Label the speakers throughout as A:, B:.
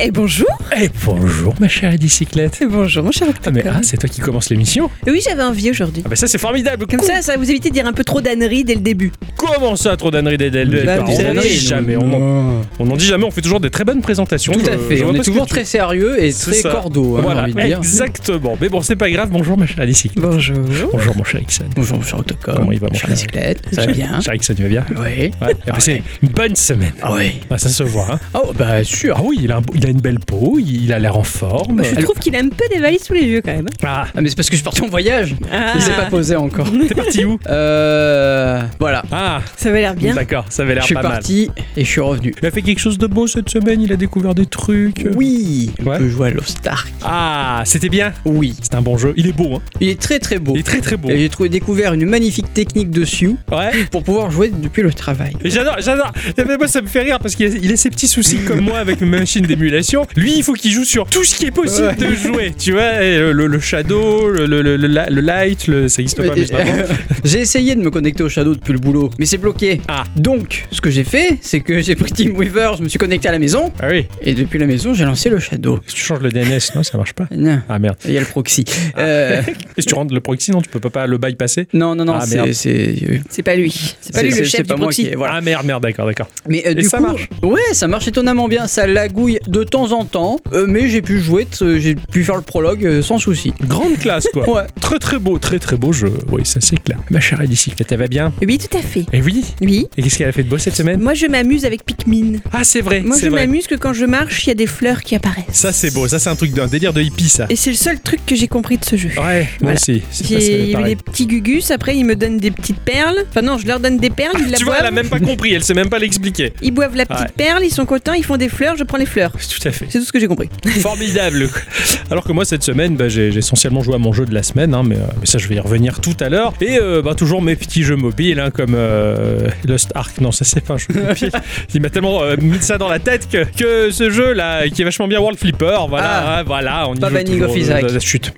A: Et bonjour
B: Et bonjour ma chère bicyclette.
A: Et bonjour mon cher
B: Ah
A: Octocom.
B: mais ah, c'est toi qui commence l'émission
A: Oui, j'avais envie aujourd'hui.
B: Ah bah ça c'est formidable.
A: Comme ça, ça vous évitez de dire un peu trop d'âneries dès le début.
B: Comment ça trop d'âneries des des- des-
A: Bah,
B: des-
A: vous
B: On n'en
A: savez,
B: dit jamais, on en-
C: Non.
B: on n'en dit jamais, on fait toujours des très bonnes présentations.
C: Tout
B: Je-
C: à
B: je
C: fait,
B: vois
C: on
B: pas
C: est
B: ce que
C: toujours
B: tu-
C: très sérieux et
B: C'est
C: très
B: ça.
C: cordeau, hein, j'ai
B: Voilà,
C: envie de dire.
B: exactement. Mais bon, c'est pas grave. Bonjour ma chère bicyclette.
A: Bonjour.
B: Bonjour mon cher Ixon.
C: Bonjour, monsieur Octocom.
B: Comment il va, mon
C: Chère
B: cher
C: bicyclette, ça
B: Ça
C: va
B: va
C: bien
B: Cher Ixon, tu vas bien
C: Oui.
B: Ouais, il a passé
C: ouais.
B: une bonne semaine.
C: Ah oui.
B: Bah, ça se voit. hein.
C: Oh, bah
B: Ah
C: sûr.
B: oui, il a, un beau- il a une belle peau, il a l'air en forme.
A: Je trouve qu'il a un peu des valises sous les yeux quand même.
B: Ah,
C: Ah, mais c'est parce que je suis parti en voyage.
A: Ah.
C: Il s'est pas posé encore.
B: t'es parti où
C: Euh. Voilà.
B: Ah,
A: Ça va l'air bien.
B: d'accord, ça avait
C: Je
B: l'air
C: suis
B: pas mal.
C: parti et je suis revenu.
B: Il a fait quelque chose de beau cette semaine, il a découvert des trucs.
C: Oui, on
B: Ouais.
C: peut jouer à Lost Ark.
B: Ah, c'était bien.
C: Oui,
B: C'est un bon jeu. Il est beau, hein.
C: il est très très beau.
B: Il est très très beau.
C: Et J'ai trouvé découvert une magnifique technique de Sioux
B: Ouais.
C: pour pouvoir jouer depuis le travail.
B: Et J'adore, j'adore. Et ben, Moi, ça me fait rire parce qu'il a, il a ses petits soucis comme moi avec mes machines d'émulation. Lui, il faut qu'il joue sur tout ce qui est possible
C: Ouais.
B: de jouer. Tu vois, et, euh, le, le shadow, le, le- le- le la- le light, le, ça existe pas. mais je m'en-
C: J'ai essayé de me connecter au Shadow depuis le boulot, mais c'est bloqué.
B: Ah.
C: Donc, ce que j'ai fait, c'est que j'ai pris Teamweaver, je me suis connecté à la maison,
B: Ah oui.
C: et depuis la maison, j'ai lancé le Shadow.
B: Si tu changes le DNS, non, ça marche pas.
C: Non,
B: Ah merde.
C: il y a le proxy. Euh,
B: Et si tu rentres le proxy, non, tu peux pas, pas le bypasser
C: non, non, non,
B: Ah,
C: c'est.
B: merde.
C: C'est
A: C'est pas lui. C'est pas lui
C: c'est-
A: le
C: c'est
A: chef
C: pas
A: du
C: moi
A: proxy.
C: qui. Voilà.
B: Ah merde, merde, d'accord, d'accord.
C: Mais euh,
B: Et
C: du
B: ça
C: coup,
B: marche
C: ouais, ça marche étonnamment bien. Ça lagouille de temps en temps, euh, mais j'ai pu jouer, t- euh, j'ai pu faire le prologue euh, sans souci.
B: Grande classe, quoi.
C: Ouais.
B: Très très beau, très très beau jeu. Oui, ça c'est clair. Ma chère bicyclette, elle va bien
A: Oui, tout à fait.
B: Et oui.
A: Oui. Euh,
B: Et qu'est-ce qu'elle a fait de beau cette semaine
A: Moi, je m'amuse avec Pikmin.
B: Ah, c'est vrai.
A: Moi,
B: c'est
A: je
B: vrai.
A: m'amuse que quand je marche, il y a des fleurs qui apparaissent.
B: Ça c'est beau, ça c'est un truc d'un délire de hippie ça.
A: Et c'est le seul truc que j'ai compris de ce jeu.
B: Ouais, moi
A: Voilà.
B: aussi. Ah, c'est pas-
A: J'ai
B: c'est
A: eu
B: pareil.
A: des petits gugus, après ils me donnent des petites perles. Enfin non, je leur donne des perles, ils la
B: Tu vois,
A: boivent.
B: elle a même pas compris, elle sait même pas l'expliquer.
A: Ils boivent la petite
B: Ouais.
A: perle, ils sont contents, ils font des fleurs, je prends les fleurs.
B: Tout à fait.
A: C'est tout ce que j'ai compris.
B: Formidable. Alors que moi, cette semaine, bah, j'ai j'ai essentiellement joué à mon jeu de la semaine, hein, mais, euh, mais ça, je vais y revenir tout à l'heure. Et euh, bah, toujours mes petits jeux mobiles, hein, comme euh, Lost Ark. Non, ça, c'est pas un jeu mobile. Il m'a tellement euh, mis ça dans la tête que, que ce jeu-là, qui est vachement bien World Flipper, voilà,
C: Ah.
B: hein, voilà, on y
C: Pas
B: joue
C: Binding
B: toujours,
C: of Isaac.
B: euh, chut.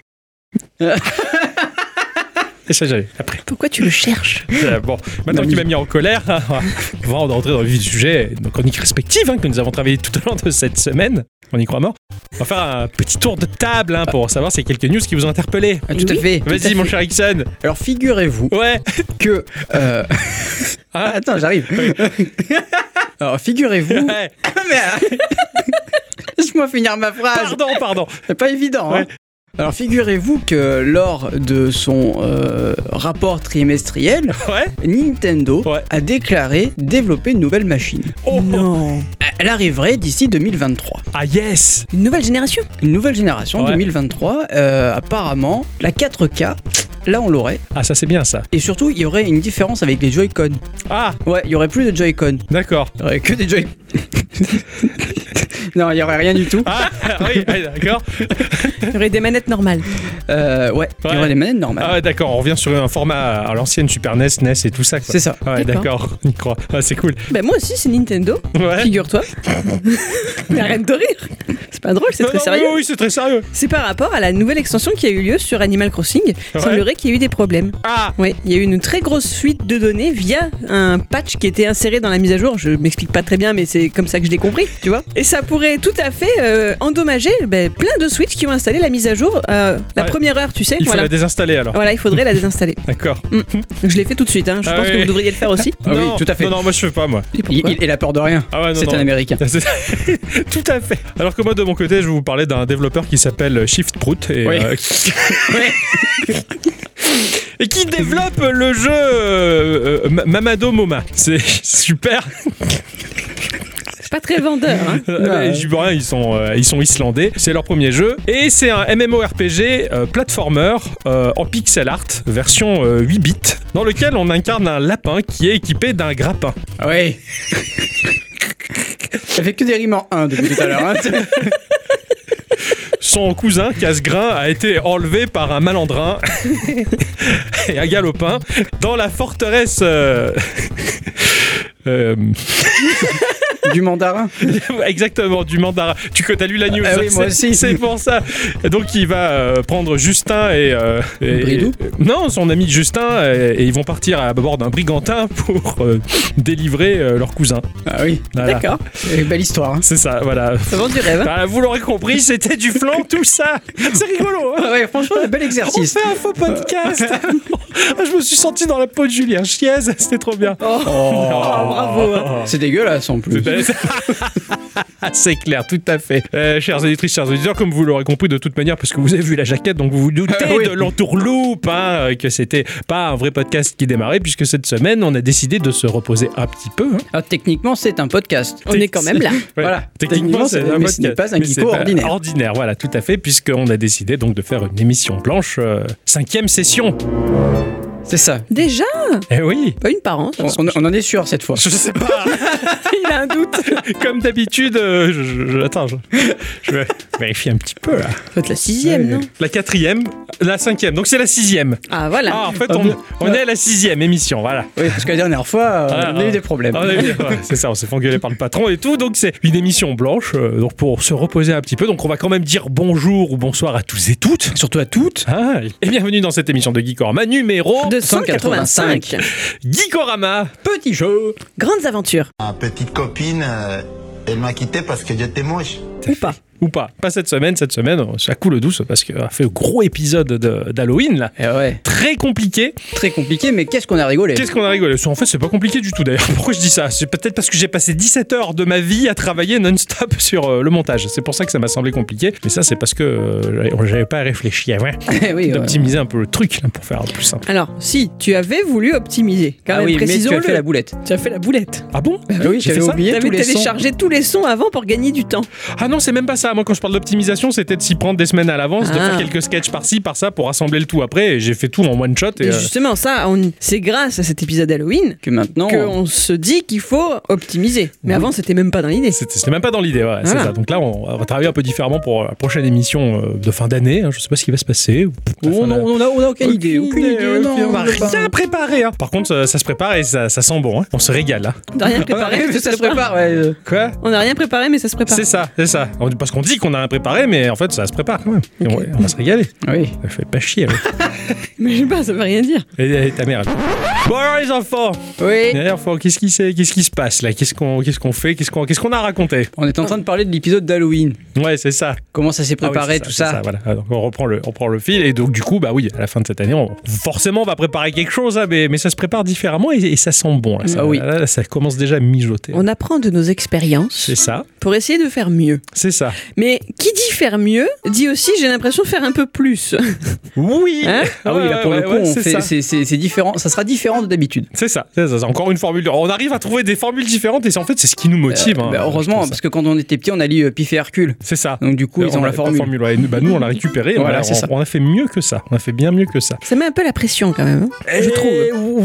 B: Et ça, j'avais après.
A: Pourquoi tu le cherches
B: Euh, bon,
C: Non,
B: maintenant qu'il
C: mais-
B: m'a mis en colère, hein, on va en rentrer dans le vif du sujet, nos chroniques respectives hein, que nous avons travaillées tout au long de cette semaine. On y croit mort. On va faire un petit tour de table hein, pour savoir s'il y a quelques news qui vous ont interpellé.
C: Ah, tout à
A: Oui.
C: fait. tout à
B: Vas-y,
C: fait.
B: mon cher Ixon.
C: Alors, figurez-vous
B: Ouais.
C: que. euh,
B: Ah.
C: Attends, j'arrive. Alors, figurez-vous.
B: ouais.
C: Mais, euh, Laisse-moi finir ma phrase.
B: Pardon, pardon.
C: C'est pas évident. hein.
B: Ouais.
C: Alors, figurez-vous que lors de son euh, rapport trimestriel,
B: Ouais.
C: Nintendo
B: Ouais.
C: a déclaré développer une nouvelle machine.
B: Oh.
A: Non.
C: Elle arriverait d'ici 2023.
B: Ah, yes.
A: Une nouvelle génération
C: Une nouvelle génération,
B: Ouais.
C: 2023. euh, apparemment, la 4K, là on l'aurait.
B: Ah, ça, c'est bien ça.
C: Et surtout, il y aurait une différence avec les Joy-Con.
B: Ah,
C: Ouais, il y aurait plus de Joy-Con.
B: d'accord.
C: Il y aurait que des Joy. non, il y aurait rien du tout.
B: Ah, oui, ouais, d'accord.
A: Il y aurait des manettes normales.
C: Euh, ouais, il y
B: Ouais.
C: aurait des manettes normales.
B: Ah, ouais, d'accord. On revient sur un format à l'ancienne Super E NES, NES et tout ça. quoi.
C: C'est ça.
B: Ouais, d'accord. On y croit. Ah, c'est cool.
A: Ben moi aussi, c'est Nintendo.
B: Ouais.
A: Figure-toi. Mais arrête de rire. C'est pas drôle, c'est
B: Non,
A: très
B: non,
A: sérieux.
B: Ah, Oui, oui, c'est très sérieux.
A: C'est par rapport à la nouvelle extension qui a eu lieu sur Animal Crossing. Il
B: Ouais.
A: semblerait qu'il y ait eu des problèmes.
B: Ah,
A: Oui, il y a eu une très grosse fuite de données via un patch qui était inséré dans la mise à jour. Je m'explique pas très bien, mais c'est comme ça que je l'ai compris, tu vois. Et ça pourrait tout à fait euh, endommager ben, plein de Switch qui ont installé la mise à jour euh, la
B: Ouais.
A: première heure, tu sais.
B: il faut
A: voilà. Ah.
B: la désinstaller alors.
A: Voilà, il faudrait la désinstaller.
B: D'accord.
A: Je l'ai fait tout de suite, hein. je
B: Ah
A: pense que
B: oui.
A: vous devriez le faire aussi.
C: Ah oui,
B: Non,
C: tout à fait.
B: Non, non, moi je fais pas moi.
A: Et
C: Il,
A: pourquoi
C: il- il a peur de rien.
B: Ah ouais, non,
C: C'est
B: non.
C: un américain.
B: C'est- Tout à fait. Alors que moi, de mon côté, je vais vous parler d'un développeur qui s'appelle Shift Prout et,
C: Oui.
B: euh, qui... et qui développe le jeu euh, euh, Ma- Mamado Moma. C'est super.
A: C'est pas très vendeur.
B: Ah
A: Hein.
C: Ouais.
B: Les Jubariens, ils sont, euh, ils sont islandais. C'est leur premier jeu. Et c'est un MMORPG euh, platformer euh, en pixel art, version euh, 8 bits, dans lequel on incarne un lapin qui est équipé d'un grappin.
C: Ah Ouais. Ça fait que des rimes en 1 depuis tout à l'heure. hein.
B: Son cousin, Casgrain, a été enlevé par un malandrin et un galopin dans la forteresse. euh, euh,
C: du mandarin.
B: Exactement, du mandarin. Tu as lu la news.
C: Ah oui,
B: c'est-
C: moi aussi.
B: C'est pour ça. Et donc il va euh, prendre Justin et, euh, et-
C: Bridou
B: et- non, son ami Justin et, et ils vont partir à bord d'un brigantin pour euh, délivrer euh, leur cousin.
C: Ah oui,
B: Voilà.
A: D'accord,
C: Et belle histoire. hein.
B: C'est ça, voilà.
A: ça vend du rêve. hein.
B: Bah, vous l'aurez compris, c'était du flan tout ça. C'est rigolo. hein
C: Ah ouais, franchement, un bel
B: on
C: exercice.
B: fait un faux podcast. Ah, je me suis senti dans la peau de Julien Chiez, c'était trop bien.
A: Oh, bravo. hein.
C: Oh. C'est dégueulasse en plus.
B: C'est clair, tout à fait. Euh, chères éditrices, chers auditeurs, comme vous l'aurez compris de toute manière, parce que vous avez vu la jaquette, donc vous vous doutez
C: Ah oui.
B: de l'entourloupe, hein, euh, que c'était pas un vrai podcast qui démarrait, puisque cette semaine, on a décidé de se reposer un petit peu. hein.
C: Ah, techniquement, c'est un podcast.
A: On est quand même là.
B: Ouais.
C: Voilà. Techniquement, c'est- mais ce n'est pas un
B: mais
C: geeko
B: c'est pas
C: ordinaire.
B: Ordinaire, voilà, tout à fait, puisqu'on a décidé donc de faire une émission blanche, euh, cinquième session.
C: C'est ça.
A: Déjà,
B: Eh oui
A: pas une par an.
C: On, on- on en est sûr cette fois.
B: Je sais pas
A: Il a un doute.
B: Comme d'habitude, euh, je, je- je- attends, je, je vais vérifier un petit peu. là.
A: Faut être la sixième, non
B: la quatrième, la cinquième, donc c'est la sixième.
A: Ah voilà.
B: Ah, en fait,
C: Ah
B: on,
C: bon.
B: on est à la sixième émission, voilà.
C: Oui, parce que la dernière fois, euh,
B: Ah,
C: on a
B: ah.
C: eu des problèmes.
B: Ah, oui, ouais, c'est ça, on s'est fait engueuler par le patron et tout, donc c'est une émission blanche euh, donc pour se reposer un petit peu. Donc on va quand même dire bonjour ou bonsoir à tous et toutes.
C: Surtout à toutes.
B: Ah, et bienvenue dans cette émission de Geekorama numéro
A: 285.
B: Geekorama.
C: Petit jeu.
A: Grandes aventures.
D: Ma petite copine, euh, elle m'a quitté parce que j'étais moche.
A: Ou pas.
B: Ou pas, pas cette semaine, cette semaine, euh, ça coule douce parce qu'on a fait un gros épisode de- d'Halloween là.
C: Eh ouais,
B: Très compliqué.
C: très compliqué, mais qu'est-ce qu'on a rigolé
B: Qu'est-ce qu'on a rigolé En fait, c'est pas compliqué du tout d'ailleurs. Pourquoi je dis ça C'est peut-être parce que j'ai passé 17 heures de ma vie à travailler non-stop sur euh, le montage. C'est pour ça que ça m'a semblé compliqué. Mais ça, c'est parce que euh, j'avais- j'avais pas réfléchi avant
C: Eh oui, ouais.
B: d'optimiser un peu le truc là, pour faire plus simple.
A: Alors, si tu avais voulu optimiser, quand
C: Ah
A: même,
C: oui, mais tu as
A: précisons-le.
C: fait la boulette.
A: Tu as fait la boulette.
B: Ah bon
C: Ah oui,
B: J'ai
C: j'avais
B: fait ça
C: oublié tous
A: T'avais
C: les sons.
A: téléchargé tous les sons avant pour gagner du temps.
B: Ah non, c'est même pas ça. Moi, quand je parle d'optimisation, c'était de s'y prendre des semaines à l'avance, de
A: Ah.
B: faire quelques sketchs par-ci, par-ça pour assembler le tout après. Et j'ai fait tout en one shot. Et,
A: Et
B: euh,
A: justement, ça, on- c'est grâce à cet épisode Halloween
C: Que maintenant,
A: qu'on se dit qu'il faut optimiser. Mais avant, c'était même pas dans l'idée.
B: C'était c'était même pas dans l'idée, ouais, c'est
A: Voilà.
B: ça. Donc là, on on va travailler un peu différemment pour la prochaine émission euh, de fin d'année. hein. Je sais pas ce qui va se passer. ou peut-être la fin
C: on
B: de-
C: n'a on a, on a aucune, idée. Aucune idée,
B: aucune-
C: non,
B: on va
C: je sais pas.
B: rien préparer. hein. Par contre, ça, ça se prépare et ça, ça sent bon. hein. On se régale là.
A: On n'a rien
C: Ouais,
A: préparé. mais
C: mais ça se
A: prépare.
C: prépare, ouais. euh.
B: Quoi
A: On n'a rien préparé, mais ça se prépare.
B: C'est ça, c'est ça. On- Parce qu'on dit qu'on a rien préparé, mais en fait, ça se prépare quand même. Et
A: Ok.
B: on, on va se régaler.
C: Oui.
B: Ça fait pas chier. ouais.
A: Mais je sais pas, ça veut rien dire.
B: et, et ta mère. elle- Bon alors les enfants,
C: Oui.
B: les enfants, qu'est-ce qui s'est- qu'est-ce qui se passe là Qu'est-ce qu'on, qu'est-ce qu'on fait Qu'est-ce qu'on, qu'est-ce qu'on a raconté
C: On est en train de parler de l'épisode d'Halloween.
B: Ouais, c'est ça.
C: Comment ça s'est
B: Ah oui,
C: préparé,
B: c'est
C: tout
B: c'est
C: ça.
B: voilà. Ah, donc, on reprend le, on reprend le fil et donc du coup, bah oui, à la fin de cette année, on, forcément, on va préparer quelque chose, hein, mais, mais ça se prépare différemment et, et ça sent bon. Là, ça,
C: Ah oui.
B: là, là, ça commence déjà à mijoter.
A: On apprend de nos expériences
B: C'est ça,
A: pour essayer de faire mieux.
B: c'est ça.
A: Mais qui dit faire mieux dit aussi, j'ai l'impression, faire un peu plus.
B: Oui.
A: Hein
C: Ah oui,
B: Ouais,
C: là pour
B: ouais,
C: le coup,
B: ouais,
C: on
B: c'est
C: fait,
B: ça.
C: c'est- c'est c'est différent. Ça sera différent de d'habitude.
B: C'est ça, c'est ça, c'est encore une formule. On arrive à trouver des formules différentes et c'est- en fait c'est ce qui nous motive. hein.
C: Bah, heureusement,
B: Je trouve ça.
C: parce que quand on était petit, on a lu euh, Pif et Hercule.
B: c'est ça.
C: Donc du coup, ils
B: On
C: ont
B: a-
C: la formule.
B: ouais. Nous, bah, nous, on l'a récupérée.
C: Voilà,
B: Voilà,
C: c'est
B: on,
C: ça.
B: on a fait mieux que ça. On a fait bien mieux que ça.
A: Ça met un peu la pression quand même. hein.
B: Je trouve.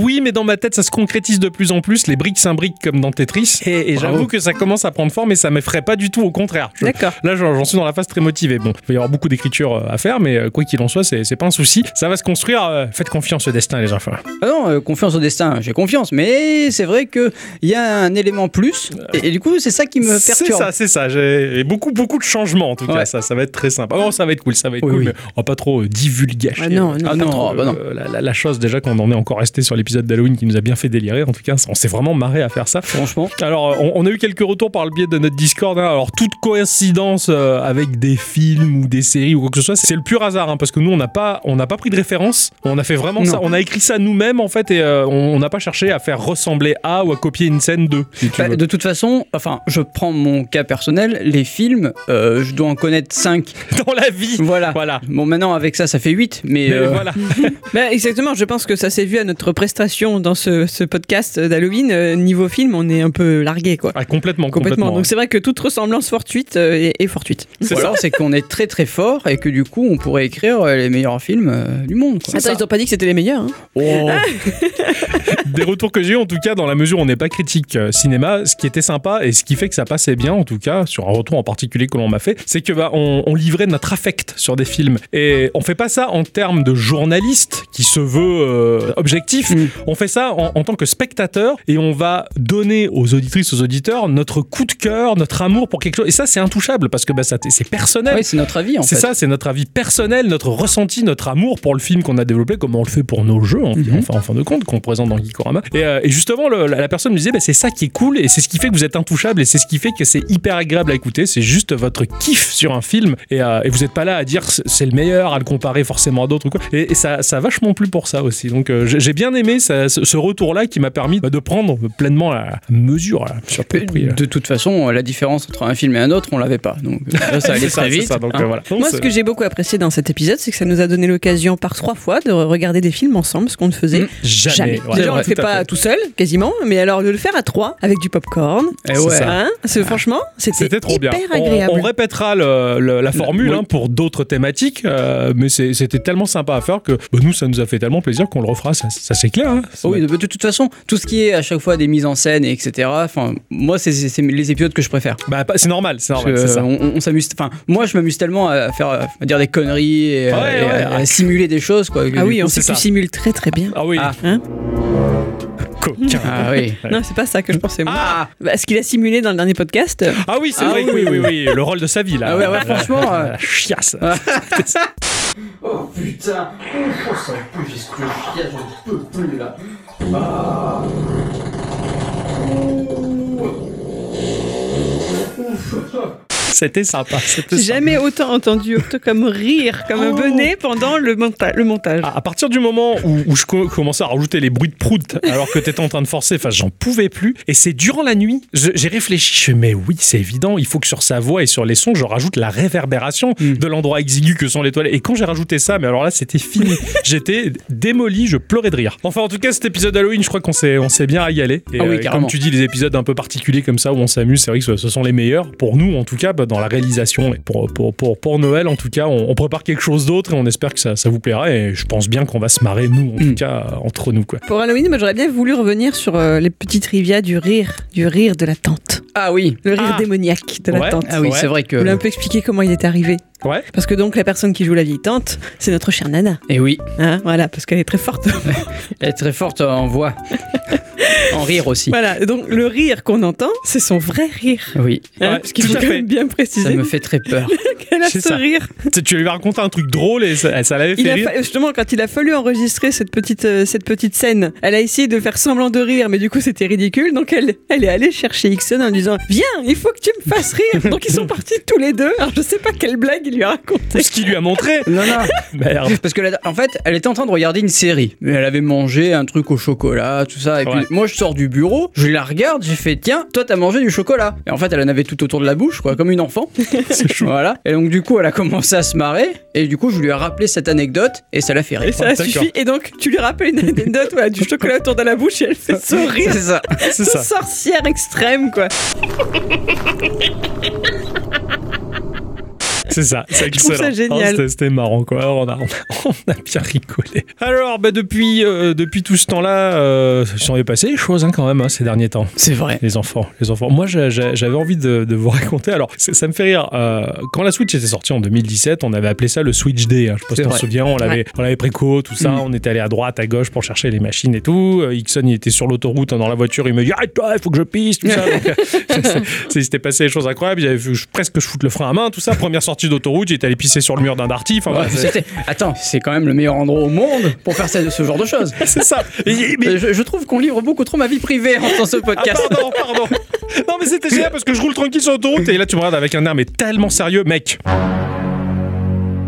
B: Oui, mais dans ma tête, ça se concrétise de plus en plus. Les briques s'imbriquent comme dans Tetris. Et, et
C: Bravo.
B: j'avoue que ça commence à prendre forme et ça m'effraie pas du tout. Au contraire. Je-
A: D'accord.
B: Là, j'en j'en suis dans la phase très motivée. Bon, il va y avoir beaucoup d'écriture euh, à faire, mais euh, quoi qu'il en soit, c'est c'est pas un souci. Ça va se construire. euh, Faites confiance au destin, les enfants.
C: Ah non, euh, confiance au destin, j'ai confiance. Mais c'est vrai que il y a un élément plus. Et, et du coup, c'est ça qui me
B: C'est
C: perturbe.
B: ça, c'est ça. J'ai et beaucoup, beaucoup de changements en tout cas.
C: Ouais.
B: Ça, ça va être très sympa. Non, ça va être cool, ça va être
C: Oui,
B: cool.
C: oui.
B: Mais on va pas trop euh, divulguer.
A: Ah non, non.
C: Ah
B: Pas
C: non,
B: trop,
C: ah bah non.
B: euh, la, la- la chose déjà qu'on en est encore resté sur l'épisode d'Halloween qui nous a bien fait délirer. En tout cas, on s'est vraiment marré à faire ça.
C: Franchement.
B: Alors, euh, on, on a eu quelques retours par le biais de notre Discord. hein. Alors, toute coïncidence euh, avec des films ou des séries ou quoi que ce soit, c'est le pur hasard, hein, parce que nous, on n'a pas, on n'a pas pris de référence. On a fait vraiment
C: Non.
B: ça. On a écrit ça nous-mêmes en fait, et euh, on on n'a pas cherché à faire ressembler à ou à copier une scène de. si tu
C: Bah,
B: veux.
C: de toute façon, enfin, je prends mon cas personnel. Les films, euh, je dois en connaître 5
B: Dans la vie.
C: Voilà.
B: Voilà.
C: Bon, maintenant, avec ça, ça fait 8, mais.
B: Mais
C: euh,
B: voilà.
A: Bah, exactement, je pense que ça s'est vu à notre prestation dans ce, ce podcast d'Halloween. Euh, niveau film, on est un peu largué, quoi.
B: Ah, complètement,
A: Complètement.
B: complètement.
A: Donc c'est vrai que toute ressemblance fortuite euh, est, est et fortuite.
C: Ou alors c'est qu'on est très très fort et que du coup on pourrait écrire euh, les meilleurs films euh, du monde. quoi.
A: Attends, ils ont pas dit que c'était les meilleurs. hein.
B: Oh. Des retours que j'ai eu, en tout cas, dans la mesure où on n'est pas critique euh, cinéma, ce qui était sympa et ce qui fait que ça passait bien, en tout cas, sur un retour en particulier que l'on m'a fait, c'est que bah, on, on livrait notre affect sur des films. Et on fait pas ça en termes de journaliste qui se veut euh, objectif,
C: Mm.
B: on fait ça en, en tant que spectateur et on va donner aux auditrices, aux auditeurs, notre coup de cœur, notre amour pour quelque chose. Et ça, c'est intouchable parce que bah, ça t- c'est personnel.
C: Ouais, c'est notre avis en fait.
B: C'est ça, c'est notre avis personnel, notre ressenti, notre amour pour le film qu'on a développé, comment on le fait pour nos jeux, en,
C: Mhm.
B: enfin, en fin de compte, qu'on présente dans Geekorama. Et, euh, et justement, le- la, la personne me disait, bah, c'est ça qui est cool, et c'est ce qui fait que vous êtes intouchable, et c'est ce qui fait que c'est hyper agréable à écouter, c'est juste votre kiff sur un film, et, euh, et vous n'êtes pas là à dire c'est- c'est le meilleur, à le comparer forcément à d'autres, ou quoi. Et, et ça, ça a vachement plu pour ça aussi. Donc euh, j'ai j'ai bien aimé ça- ce, ce retour-là qui m'a permis bah, de prendre pleinement la mesure là, sur le prix. là.
C: De toute façon, euh, la différence entre un film et un autre, on l'avait pas. Donc là, ça allait
B: C'est ça,
C: très
B: c'est
C: vite.
B: ça, donc,
C: hein.
B: euh, voilà. Donc,
A: Moi,
B: c'est-
A: ce que j'ai beaucoup apprécié dans cet épisode, c'est que ça nous a donné l'occasion par trois fois de regarder des films ensemble, ce qu'on ne faisait
C: Mm.
B: euh, Mmh. jamais. ouais,
A: Déjà, on le
B: tout
A: fait
B: à
A: pas
B: fait.
A: tout seul, quasiment, mais alors de le faire à trois, avec du popcorn,
C: Eh
B: C'est
C: ouais.
B: ça.
A: hein, c'est- franchement, c'était
B: C'était trop
A: hyper
B: bien. On-
A: agréable.
B: On, répétera le- le- la formule
C: Oui.
B: hein, pour d'autres thématiques, euh, mais c'est- c'était tellement sympa à faire que bah, nous, ça nous a fait tellement plaisir qu'on le refera, ça, ça, c'est clair. hein.
C: Oh oui, de, de toute façon, tout ce qui est à chaque fois des mises en scène, etc. Enfin, moi, c'est- c'est c'est les épisodes que je préfère.
B: Bah, pas- c'est normal, c'est
C: Parce que,
B: normal, c'est ça.
C: euh, on, on s'amuse. Enfin, moi, je m'amuse tellement à faire, euh, à dire des conneries et, à-
B: Ouais,
C: et à-
B: ouais.
C: à simuler des choses, quoi. que
A: Ah
C: du
A: oui,
C: coup,
A: on
B: Oh,
A: sait
B: c'est
A: que tu
B: ça.
A: simules très très bien.
B: Ah oui,
C: Ah.
A: Hein
B: coquin.
C: Ah oui.
B: Ouais.
A: Non, c'est pas ça que je pensais. Moi.
C: Ah,
A: Bah, ce qu'il a simulé dans le dernier podcast, euh,
B: Ah oui, c'est
C: Ah
B: vrai,
C: oui.
B: oui. Oui, oui, le rôle de sa vie là.
C: Ah ouais, ouais, franchement, euh.
B: La chiasse.
E: Oh putain, oh, ça pue, j'ai ce que je viens, j'en peux plus là. Ah.
B: C'était sympa. c'était
A: j'ai
B: sympa.
A: jamais autant entendu Octo comme rire, comme
B: Oh.
A: un bonnet pendant le, monta- le montage.
B: À à partir du moment où, où je co- commençais à rajouter les bruits de prout alors que t'étais en train de forcer, enfin j'en pouvais plus. Et c'est durant la nuit, je- j'ai réfléchi, je me suis dit, mais oui c'est évident, il faut que sur sa voix et sur les sons, je rajoute la réverbération de l'endroit exigu que sont les toilettes. Et quand j'ai rajouté ça, mais alors là c'était fini, j'étais démoli, je pleurais de rire. Enfin en tout cas cet épisode Halloween, je crois qu'on s'est on s'est bien régalé. Et,
C: Ah oui,
B: euh,
C: carrément.
B: comme tu dis, les épisodes un peu particuliers comme ça où on s'amuse, c'est vrai que ce, ce sont les meilleurs pour nous en tout cas bah, dans la réalisation. Et pour, pour, pour, pour Noël en tout cas, on, on prépare quelque chose d'autre et on espère que ça, ça vous plaira. Et je pense bien qu'on va se marrer nous en
C: Mm.
B: tout cas euh, entre nous quoi.
A: Pour Halloween, moi, j'aurais bien voulu revenir sur euh, les petites trivia du rire, du rire de la tante.
C: ah oui.
A: Le rire
C: Ah.
A: démoniaque de la
B: Ouais. euh.
A: tante.
C: Ah oui,
B: Ouais.
C: c'est vrai que.
A: Je voulais un peu expliquer comment il est arrivé.
B: Ouais.
A: Parce que donc la personne qui joue la vieille tante, c'est notre chère Nana.
C: Et Eh oui,
A: Hein, voilà, parce qu'elle est très forte.
C: elle est très forte en voix. en rire aussi.
A: voilà, donc le rire qu'on entend, c'est son vrai rire.
C: Oui,
A: Hein,
B: Ouais,
A: parce qu'il
B: tout
A: faut
B: à
A: quand
B: fait.
A: même bien
C: ça
A: préciser
C: me fait très peur.
A: qu'elle a ce
B: C'est ça.
A: rire.
B: Tu- tu lui as raconté un truc drôle et ça, ça l'avait fait
A: Il a
B: rire.
A: fa- Justement, quand il a fallu enregistrer cette petite, euh, cette petite scène, elle a essayé de faire semblant de rire, mais du coup c'était ridicule. Donc elle, elle est allée chercher Ixon en lui disant Viens, il faut que tu me fasses rire. donc ils sont partis tous les deux. Alors je sais pas quelle blague il lui a raconté.
B: Ce qu'il lui a montré.
C: Non, non,
B: Merde.
C: parce que la- en fait, elle était en train de regarder une série. Mais elle avait mangé un truc au chocolat, tout ça. Et puis
B: Ouais.
C: moi, je sors du bureau, je la regarde, j'ai fait tiens, toi t'as mangé du chocolat. Et en fait, elle en avait tout autour de la bouche, quoi, comme une enfant. Voilà. Et donc du coup, elle a commencé à se marrer. Et du coup, je lui ai rappelé cette anecdote et ça l'a fait
A: Et
C: rire.
A: ça a
B: d'accord.
A: suffi. Et donc, tu lui rappelles une anecdote où elle a du chocolat autour de la bouche et elle fait sourire.
C: C'est ça.
B: C'est
A: C'est
B: ça.
A: sorcière extrême, quoi.
B: C'est ça, c'est
A: trouve
B: excellent.
A: ça génial.
B: Oh, c'était- C'était marrant quoi. Alors, on, a, on a bien rigolé. Alors bah, depuis, euh, depuis tout ce temps-là, euh, il s'en est passé des choses hein, quand même hein, ces derniers temps.
C: C'est vrai.
B: Les enfants, les enfants. Moi, j'a- j'a- j'avais envie de, de vous raconter. Alors, c'est- ça me fait rire. euh, quand la Switch était sortie en 2017, on avait appelé ça le Switch Day. hein. Je pense
C: C'est
B: qu'on
C: vrai.
B: se souvient. On l'avait, on l'avait préco, tout ça.
C: Mm.
B: On était allé à droite, à gauche pour chercher les machines et tout. Euh, Ixon, il était sur l'autoroute, hein, dans la voiture. Il me dit Arrête-toi, il faut que je pisse, tout ça. Donc, euh, c'est- c'est- il s'était passé des choses incroyables. J'avais vu je- presque que je foute le frein à main, tout ça. Première sortie d'autoroute, j'étais allé pisser sur le mur d'un darty. Enfin,
C: Ouais,
B: bref, c'est-
C: c'était- Attends, c'est quand même le meilleur endroit au monde pour faire ce, ce genre de choses.
B: c'est ça. Et- mais-
C: Euh, Je, je trouve qu'on livre beaucoup trop ma vie privée en faisant ce
B: Ah,
C: podcast.
B: pardon, pardon. Non, mais c'était génial parce que je roule tranquille sur l'autoroute et là, tu me regardes avec un air, mais tellement sérieux, mec.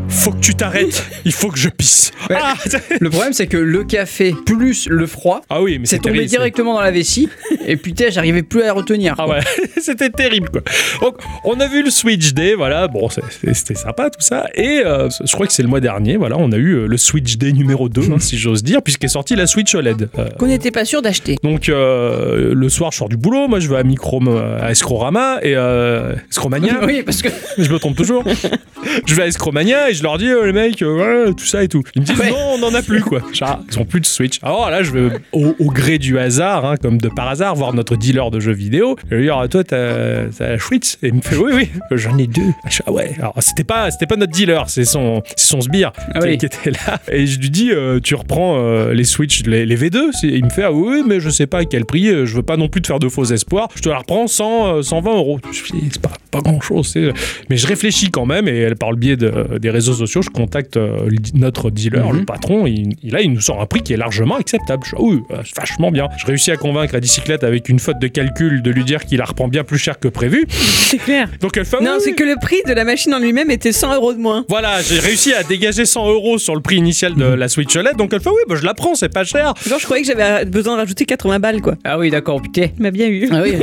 B: faut que tu t'arrêtes, il faut que je pisse.
C: Ouais.
B: Ah,
C: Le problème, c'est que le café plus le froid,
B: Ah oui, mais
C: c'est
B: c'est
C: tombé
B: terrible, ça.
C: directement dans la vessie. Et putain, j'arrivais plus à la retenir.
B: Ah
C: quoi.
B: ouais, c'était terrible quoi. Donc, on a vu le Switch Day, voilà, bon, c'est- c'est- c'était sympa tout ça. Et euh, je crois que c'est le mois dernier, voilà, on a eu euh, le Switch Day numéro 2, hein, si j'ose dire, puisqu'est sortie la Switch OLED. Euh,
A: Qu'on n'était pas sûr d'acheter.
B: donc euh, le soir, je sors du boulot, moi je vais à Micro, euh, à Escrorama et euh, Escromania.
C: Ah Oui, parce que
B: je me trompe toujours. je vais à Escromania et je leur dis, euh, les mecs, euh, ouais, tout ça et tout. Ils me disent,
C: Ouais.
B: non, on n'en a plus, quoi. Genre, ils ont plus de Switch. Alors là, je vais au, au gré du hasard, hein, comme de par hasard, voir notre dealer de jeux vidéo. Et lui dire, toi, t'as t'as la Switch Et il me fait, oui, oui, j'en ai deux. Je fais, ah ouais. Alors, c'était pas, c'était pas notre dealer, c'est son, c'est son sbire
C: Ah
B: qui-
C: oui.
B: qui était là. Et je lui dis, euh, tu reprends euh, les Switch, les, les V2 C'est- Il me fait, ah oui, oui, mais je sais pas à quel prix, euh, je veux pas non plus te faire de faux espoirs, je te la reprends 100, euh, 120 euros. Je fais, C'est pas, pas grand chose, c'est. Mais je réfléchis quand même et par le biais de- des réseaux sociaux, je contacte euh, le di- notre dealer,
C: Mhm.
B: le patron. Il, il- là, il nous sort un prix qui est largement acceptable. Je, fais, ah oui, euh, c'est vachement bien. Je réussis à convaincre la bicyclette avec une faute de calcul de lui dire qu'il la reprend bien plus cher que prévu.
A: C'est clair.
B: Donc elle fait.
A: Non,
B: oui,
A: c'est que le prix de la machine en lui-même était 100 euros de moins.
B: Voilà, j'ai réussi à dégager 100 euros sur le prix initial
A: Mhm.
B: de la Switch OLED. Donc elle fait oui, bah, je la prends, c'est pas cher.
A: Genre, je croyais que j'avais euh, besoin de rajouter 80 balles, quoi.
C: ah oui, d'accord, putain.
A: Il m'a bien eu.
C: Ah oui.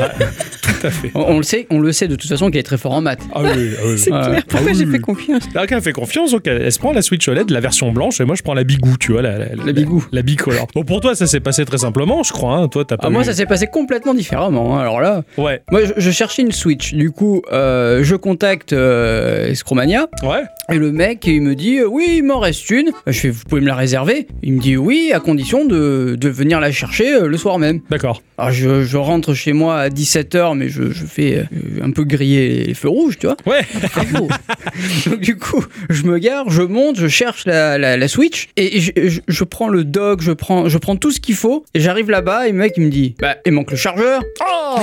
B: Tout à fait.
C: On, on le sait, on le sait de toute façon qu'il est très fort en maths.
B: Ah oui, ah oui.
A: C'est
C: Ah,
A: clair. Pourquoi
B: ah
A: j'ai
B: oui.
A: fait confiance
B: Alors qu'elle fait confiance, donc elle, elle se prend la Switch OLED, la version blanche, et moi je prends la Bigou, tu vois, la, la, la-
C: Bigou.
B: la bicolore. Bon, pour toi, ça s'est passé très simplement, je crois. hein. Toi, t'as pas.
C: Ah, moi,
B: eu-
C: ça s'est passé complètement différemment. hein. Alors là,
B: Ouais,
C: moi, je, je cherchais une Switch. Du coup, euh, je contacte euh, Escromania
B: ouais.
C: et le mec, il me dit euh, oui, il m'en reste une. Je fais, vous pouvez me la réserver Il me dit oui, à condition de, de venir la chercher euh, le soir même.
B: D'accord.
C: Alors je, je rentre chez moi à 17h, mais je, je fais euh, un peu griller les feux rouges, tu vois.
B: Ouais.
C: Très beau. Donc du coup, je me gare, je monte, je cherche la, la- la Switch, et je, je- je prends le dock, je prends, je prends tout ce qu'il faut, et j'arrive là-bas, et le mec il me dit, bah il manque le chargeur.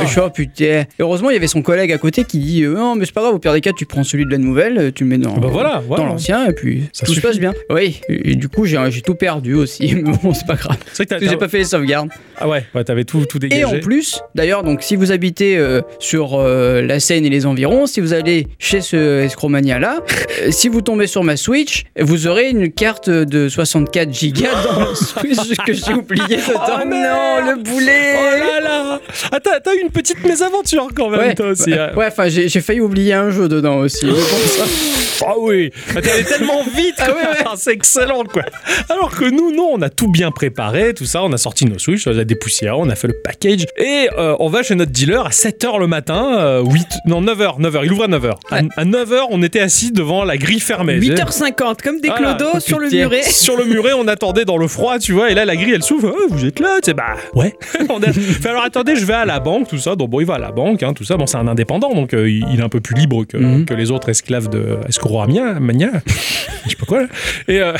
C: Et je suis, oh putain. Et heureusement, il y avait son collègue à côté qui dit, euh, non mais c'est pas grave, au pire des cas, tu prends celui de la nouvelle, euh, tu le mets dans...
B: Bah voilà, voilà.
C: Dans l'ancien, et puis
B: Ça
C: tout
B: suffit.
C: se passe bien. Oui, et, et du coup, j'ai j'ai tout perdu aussi. Mais bon, c'est pas grave.
B: C'est vrai que t'as-
C: J'ai
B: t'as-
C: pas fait les sauvegardes.
B: Ah ouais, ouais, t'avais tout, tout dégagé.
C: Et en plus, d'ailleurs, donc si vous habitez euh, sur euh, la Seine et les environs, si vous allez chez ce escromania là, si vous tombez sur ma Switch, vous aurez une carte de 64 gigas dans la Switch que j'ai oublié dedans.
A: non, le
B: Oh
A: boulet
B: là là Ah, t'as t'as eu une petite mésaventure quand même,
C: Ouais,
B: toi aussi.
C: bah,
B: hein.
C: ouais, enfin j'ai j'ai failli oublier un jeu dedans aussi. Mais bon, ça-
B: Ah oui Ah, T'es allé tellement vite quoi. C'est excellent quoi Alors que nous, non, on a tout bien préparé, tout ça, on a sorti nos Switch, on a dépoussiéré, on a fait le package, et euh, on va chez notre dealer à 7h le matin, euh, 8... Non, 9h, 9h, il ouvre à 9h. À,
C: Ouais.
B: 9h, on était assis devant la grille fermée.
A: 8h50, comme des
B: Voilà.
A: clodos sur le
C: Putain.
A: muret.
B: Sur le muret, on attendait dans le froid, tu vois, et là la grille elle s'ouvre, Ah, vous êtes là, tu sais, bah ouais. on a... Fait, alors attendez, je vais à la banque, tout ça, donc bon, il va à la banque, hein, tout ça, bon, c'est un indépendant, donc euh, il il est un peu plus libre que,
C: Mhm.
B: que les autres esclaves de Escroamia, Mania, je sais pas quoi. là. Et euh,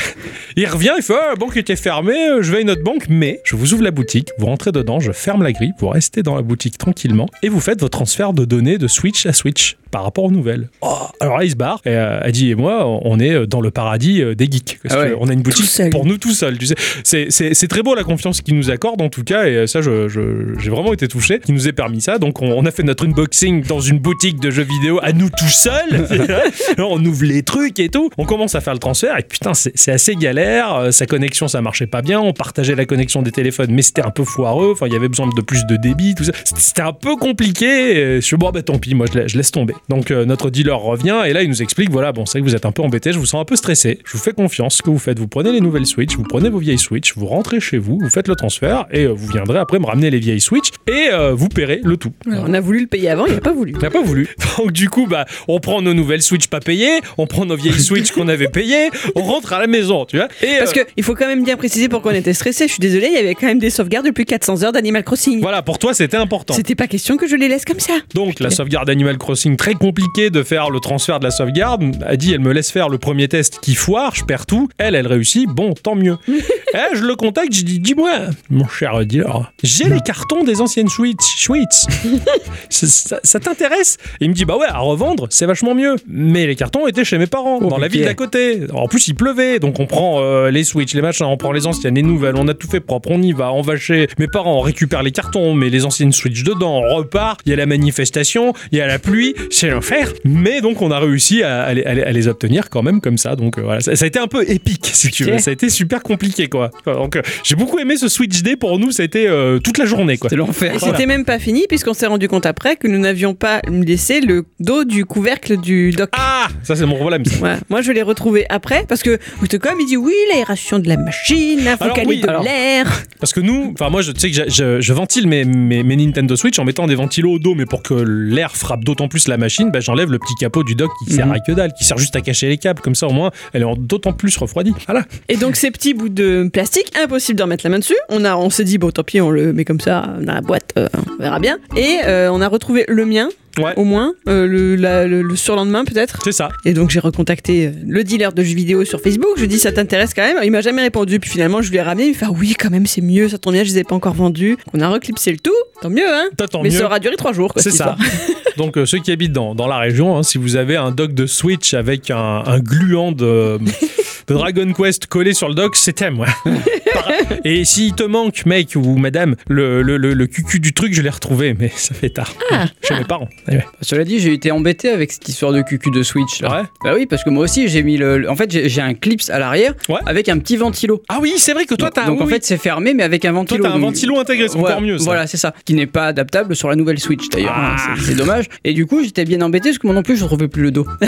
B: il revient, il fait, ah, la banque était fermée, euh, je vais à une autre banque, mais je vous ouvre la boutique, vous rentrez dedans, je ferme la grille, vous restez dans la boutique tranquillement, et vous faites vos transferts de données de Switch à Switch par rapport aux nouvelles. Oh, alors là, il se barre, et euh, Adi et moi, on est dans le paradis euh, des geeks. Parce
C: Ah
B: que
C: ouais.
B: on a une boutique
A: seul.
B: pour nous tout seul. Tu sais, c'est, c'est- c'est très beau la confiance qu'il nous accorde en tout cas, et euh, ça, je, je- j'ai vraiment été touché. Qui nous ait permis ça. Donc, on, on a fait notre unboxing dans une boutique de jeux vidéo à nous tout seuls. Alors, on ouvre les trucs et tout. On commence à faire le transfert et putain, c'est, c'est assez galère. Euh, Sa connexion, ça marchait pas bien. On partageait la connexion des téléphones, mais c'était un peu foireux. Enfin, il y avait besoin de plus de débit, tout ça. C'était- C'était un peu compliqué. Et Je suis bon, bah tant pis, moi je, la- je laisse tomber. Donc, euh, notre dealer revient et là, il nous explique voilà, bon, c'est vrai que vous êtes un peu embêté, je vous sens un peu stressé. Je vous fais confiance. Ce que vous faites, vous prenez les nouvelles Switch, vous prenez vos vieilles Switch, vous rentrez chez vous, vous faites le transfert et euh, vous viendrez après me ramener les vieilles Switch et euh, vous paierez le tout.
A: Alors, on a voulu le payer avant, il n'a pas voulu.
B: Il n'a pas voulu. Donc du coup, bah, on prend nos nouvelles Switch pas payées, on prend nos vieilles Switch qu'on avait payées, on rentre à la maison, tu vois. Et
A: Parce
B: euh,
A: que il faut quand même bien préciser pourquoi on était stressé. Je suis désolée, il y avait quand même des sauvegardes depuis 400 heures d'Animal Crossing.
B: voilà, pour toi, c'était important.
A: C'était pas question que je les laisse comme ça.
B: Donc la sauvegarde Animal Crossing, très compliqué de faire le transfert de la sauvegarde. A dit, elle me laisse faire le premier test qui foire, je perds tout. Elle, elle réussit, bon, tant mieux. Eh, je le contacte, je dis, dis-moi, mon cher dealer, j'ai les cartons des anciennes Switch. Switch. ça ça- ça t'intéresse Il me dit, bah ouais, à revendre, c'est vachement mieux. Mais les cartons étaient chez mes parents, dans la
C: piqué.
B: ville d'à côté. En plus, il pleuvait, donc on prend euh, les Switch, les machins, on prend les anciennes, les nouvelles, on a tout fait propre, on y va, on va chez mes parents, on récupère les cartons, on met les anciennes Switch dedans, on repart, il y a la manifestation, il y a la pluie, pluie, c'est l'enfer. Mais donc on a réussi à, à les- à les- à les obtenir quand même comme ça. Donc euh, voilà, ça, ça a été un peu épique si tu veux.
C: Putain.
B: Ça a été super compliqué quoi. Enfin, donc euh, j'ai beaucoup aimé ce Switch Day pour nous. Ça a été euh, toute la journée quoi.
C: C'est l'enfer.
A: Et
B: Voilà.
A: c'était même pas fini, puisqu'on s'est rendu compte après que nous n'avions pas laissé le dos du couvercle du doc.
B: Ah, ça c'est mon problème. ça.
A: Voilà. Moi, je l'ai retrouvé après, parce que Octocom, il dit oui, l'aération de la machine, il faut
B: Alors
A: qu'elle
B: oui,
A: ait de
B: alors-
A: l'air.
B: Parce que nous, enfin moi, je tu sais que j'a- je, je ventile mes, mes, mes Nintendo Switch en mettant des ventilos au dos, mais pour que l'air frappe d'autant plus la machine, bah, j'enlève le petit capot du dock qui sert
C: Mhm.
B: à que dalle, qui sert juste à cacher les câbles. Comme ça, au moins, elle est en- d'autant plus refroidie. Voilà.
A: Et donc, ces petits bouts de plastique, impossible d'en mettre la main dessus. On, a, on s'est dit, bon, tant pis, on le met comme ça dans la boîte, euh, on verra bien. Et euh, on a retrouvé le mien,
B: Ouais.
A: au moins, euh, le, la- le- le surlendemain peut-être.
B: C'est ça.
A: Et donc j'ai recontacté euh, le dealer de jeux vidéo sur Facebook. Je dis ça t'intéresse quand même. Il m'a jamais répondu. Puis finalement je lui ai ramené. Il me fait Ah oui quand même c'est mieux. Ça tombe bien. Je les ai pas encore vendus. On a reclipsé le tout. Tant mieux hein.
B: T'attends
A: Mais
B: mieux.
A: ça aura duré trois jours. quoi,
B: C'est
A: cette
B: ça.
A: histoire.
B: Donc euh, ceux qui habitent dans, dans la région, hein, si vous avez un dock de Switch avec un, un gluant de, de Dragon Quest collé sur le dock, c'est thème. ouais. Par- Et s'il te manque, mec ou madame, le, le, le, le cucu du truc, je l'ai retrouvé, mais ça fait tard. Chez mes parents. Eh ouais.
C: Cela dit, j'ai été embêté avec cette histoire de cucu de Switch. Là.
B: Ouais.
C: Bah oui, parce que moi aussi, j'ai mis le. le- En fait, j'ai j'ai un clips à l'arrière
B: Ouais.
C: avec un petit ventilo.
B: Ah oui, c'est vrai que toi,
C: Donc-
B: t'as
C: donc
B: oui,
C: en
B: oui.
C: fait, c'est fermé, mais avec un
B: Toi,
C: ventilo.
B: t'as un
C: Donc-
B: ventilo intégré, c'est
C: Voilà,
B: encore mieux. Ça.
C: Voilà, c'est ça. Qui n'est pas adaptable sur la nouvelle Switch d'ailleurs. hein,
B: Ah.
C: C'est- C'est dommage. Et du coup, j'étais bien embêté parce que moi non plus, je ne trouvais plus le dos.
B: Ah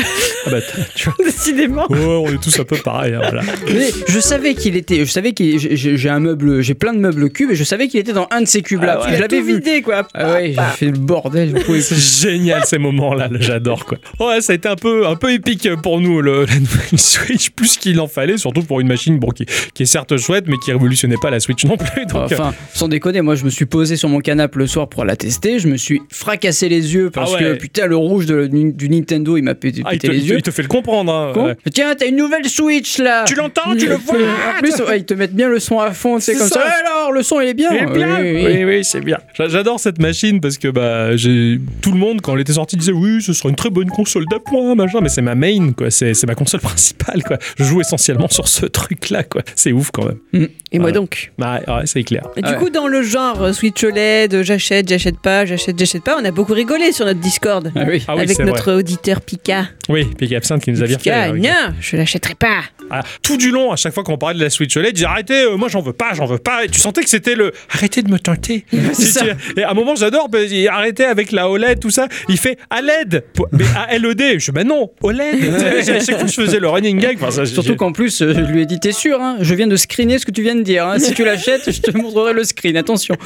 B: bah, t- tu vois.
A: Décidément.
B: Oh, on est tous un peu pareil. hein, voilà.
C: Mais je savais qu'il était. Je savais qu'il. j'ai- J'ai j'ai un meuble. J'ai plein de meubles cubes et je savais qu'il était dans un de ces cubes
B: Ah
C: là.
A: Il a
C: je l'avais
A: tout
C: vu.
A: vidé quoi.
C: Ah ouais, j'ai fait le bordel. je pouvais
B: C'est
C: plus.
B: génial ces moments-là, là, j'adore quoi. Ouais, ça a été un peu, un peu épique pour nous le, la nouvelle Switch, plus qu'il en fallait, surtout pour une machine bon, qui, qui est certes chouette, mais qui révolutionnait pas la Switch non plus. Donc, euh,
C: Enfin, sans déconner, moi je me suis posé sur mon canapé le soir pour la tester. Je me suis fracassé les yeux parce
B: Ah ouais.
C: que putain, le rouge de- du, du Nintendo il m'a pété,
B: ah, il,
C: pété
B: te, il
C: les
B: te-
C: yeux.
B: il te fait le comprendre. hein,
C: Con.
B: ouais.
C: Tiens, t'as une nouvelle Switch là
B: Tu l'entends, Ah, tu le vois.
C: En plus, ouais, Euh, ils te mettent bien le son à fond, c'est
B: C'est
C: comme ça. Eh,
B: ça.
C: Alors, le son il est bien.
B: Il est bien.
C: Ah, Oui, oui, oui.
B: Oui, oui, c'est bien. J'a- J'adore cette machine parce que bah, j'ai- tout le monde, quand elle était sortie, disait oui, ce sera une très bonne console d'appoint, machin, mais c'est ma main, quoi. C'est c'est ma console principale, quoi. Je joue essentiellement sur ce truc-là, quoi. C'est ouf quand même.
A: Et moi
B: Voilà.
A: donc.
B: Ouais, ouais, c'est clair.
A: Et du
C: Ouais.
A: coup dans le genre euh, Switch OLED, j'achète, j'achète pas, j'achète, j'achète pas. On a beaucoup rigolé sur notre Discord.
C: Ah oui.
B: Ah oui,
A: avec
B: c'est
A: notre auditeur Pika.
B: Oui, Peggy Absinthe qui nous a bien fait.
A: Pika,
B: euh,
A: gna, je l'achèterai pas.
B: ah, tout du long, à chaque fois qu'on parlait de la Switch OLED, je disais arrêtez, euh, moi j'en veux pas, j'en veux pas. Et tu sentais que c'était le arrêtez de me tenter. Si
C: ça.
B: tu- Et à un moment, j'adore, bah, il- arrêtez avec la OLED, tout ça. Il fait à LED, po- mais à LED. Je dis bah non, OLED. Tu sais, à chaque fois, je faisais le running gag. Enfin, ça, j'ai-
C: Surtout qu'en plus, euh, je lui ai dit T'es sûr, hein je viens de screener ce que tu viens de dire. hein. Si tu l'achètes, je te montrerai le screen. Attention.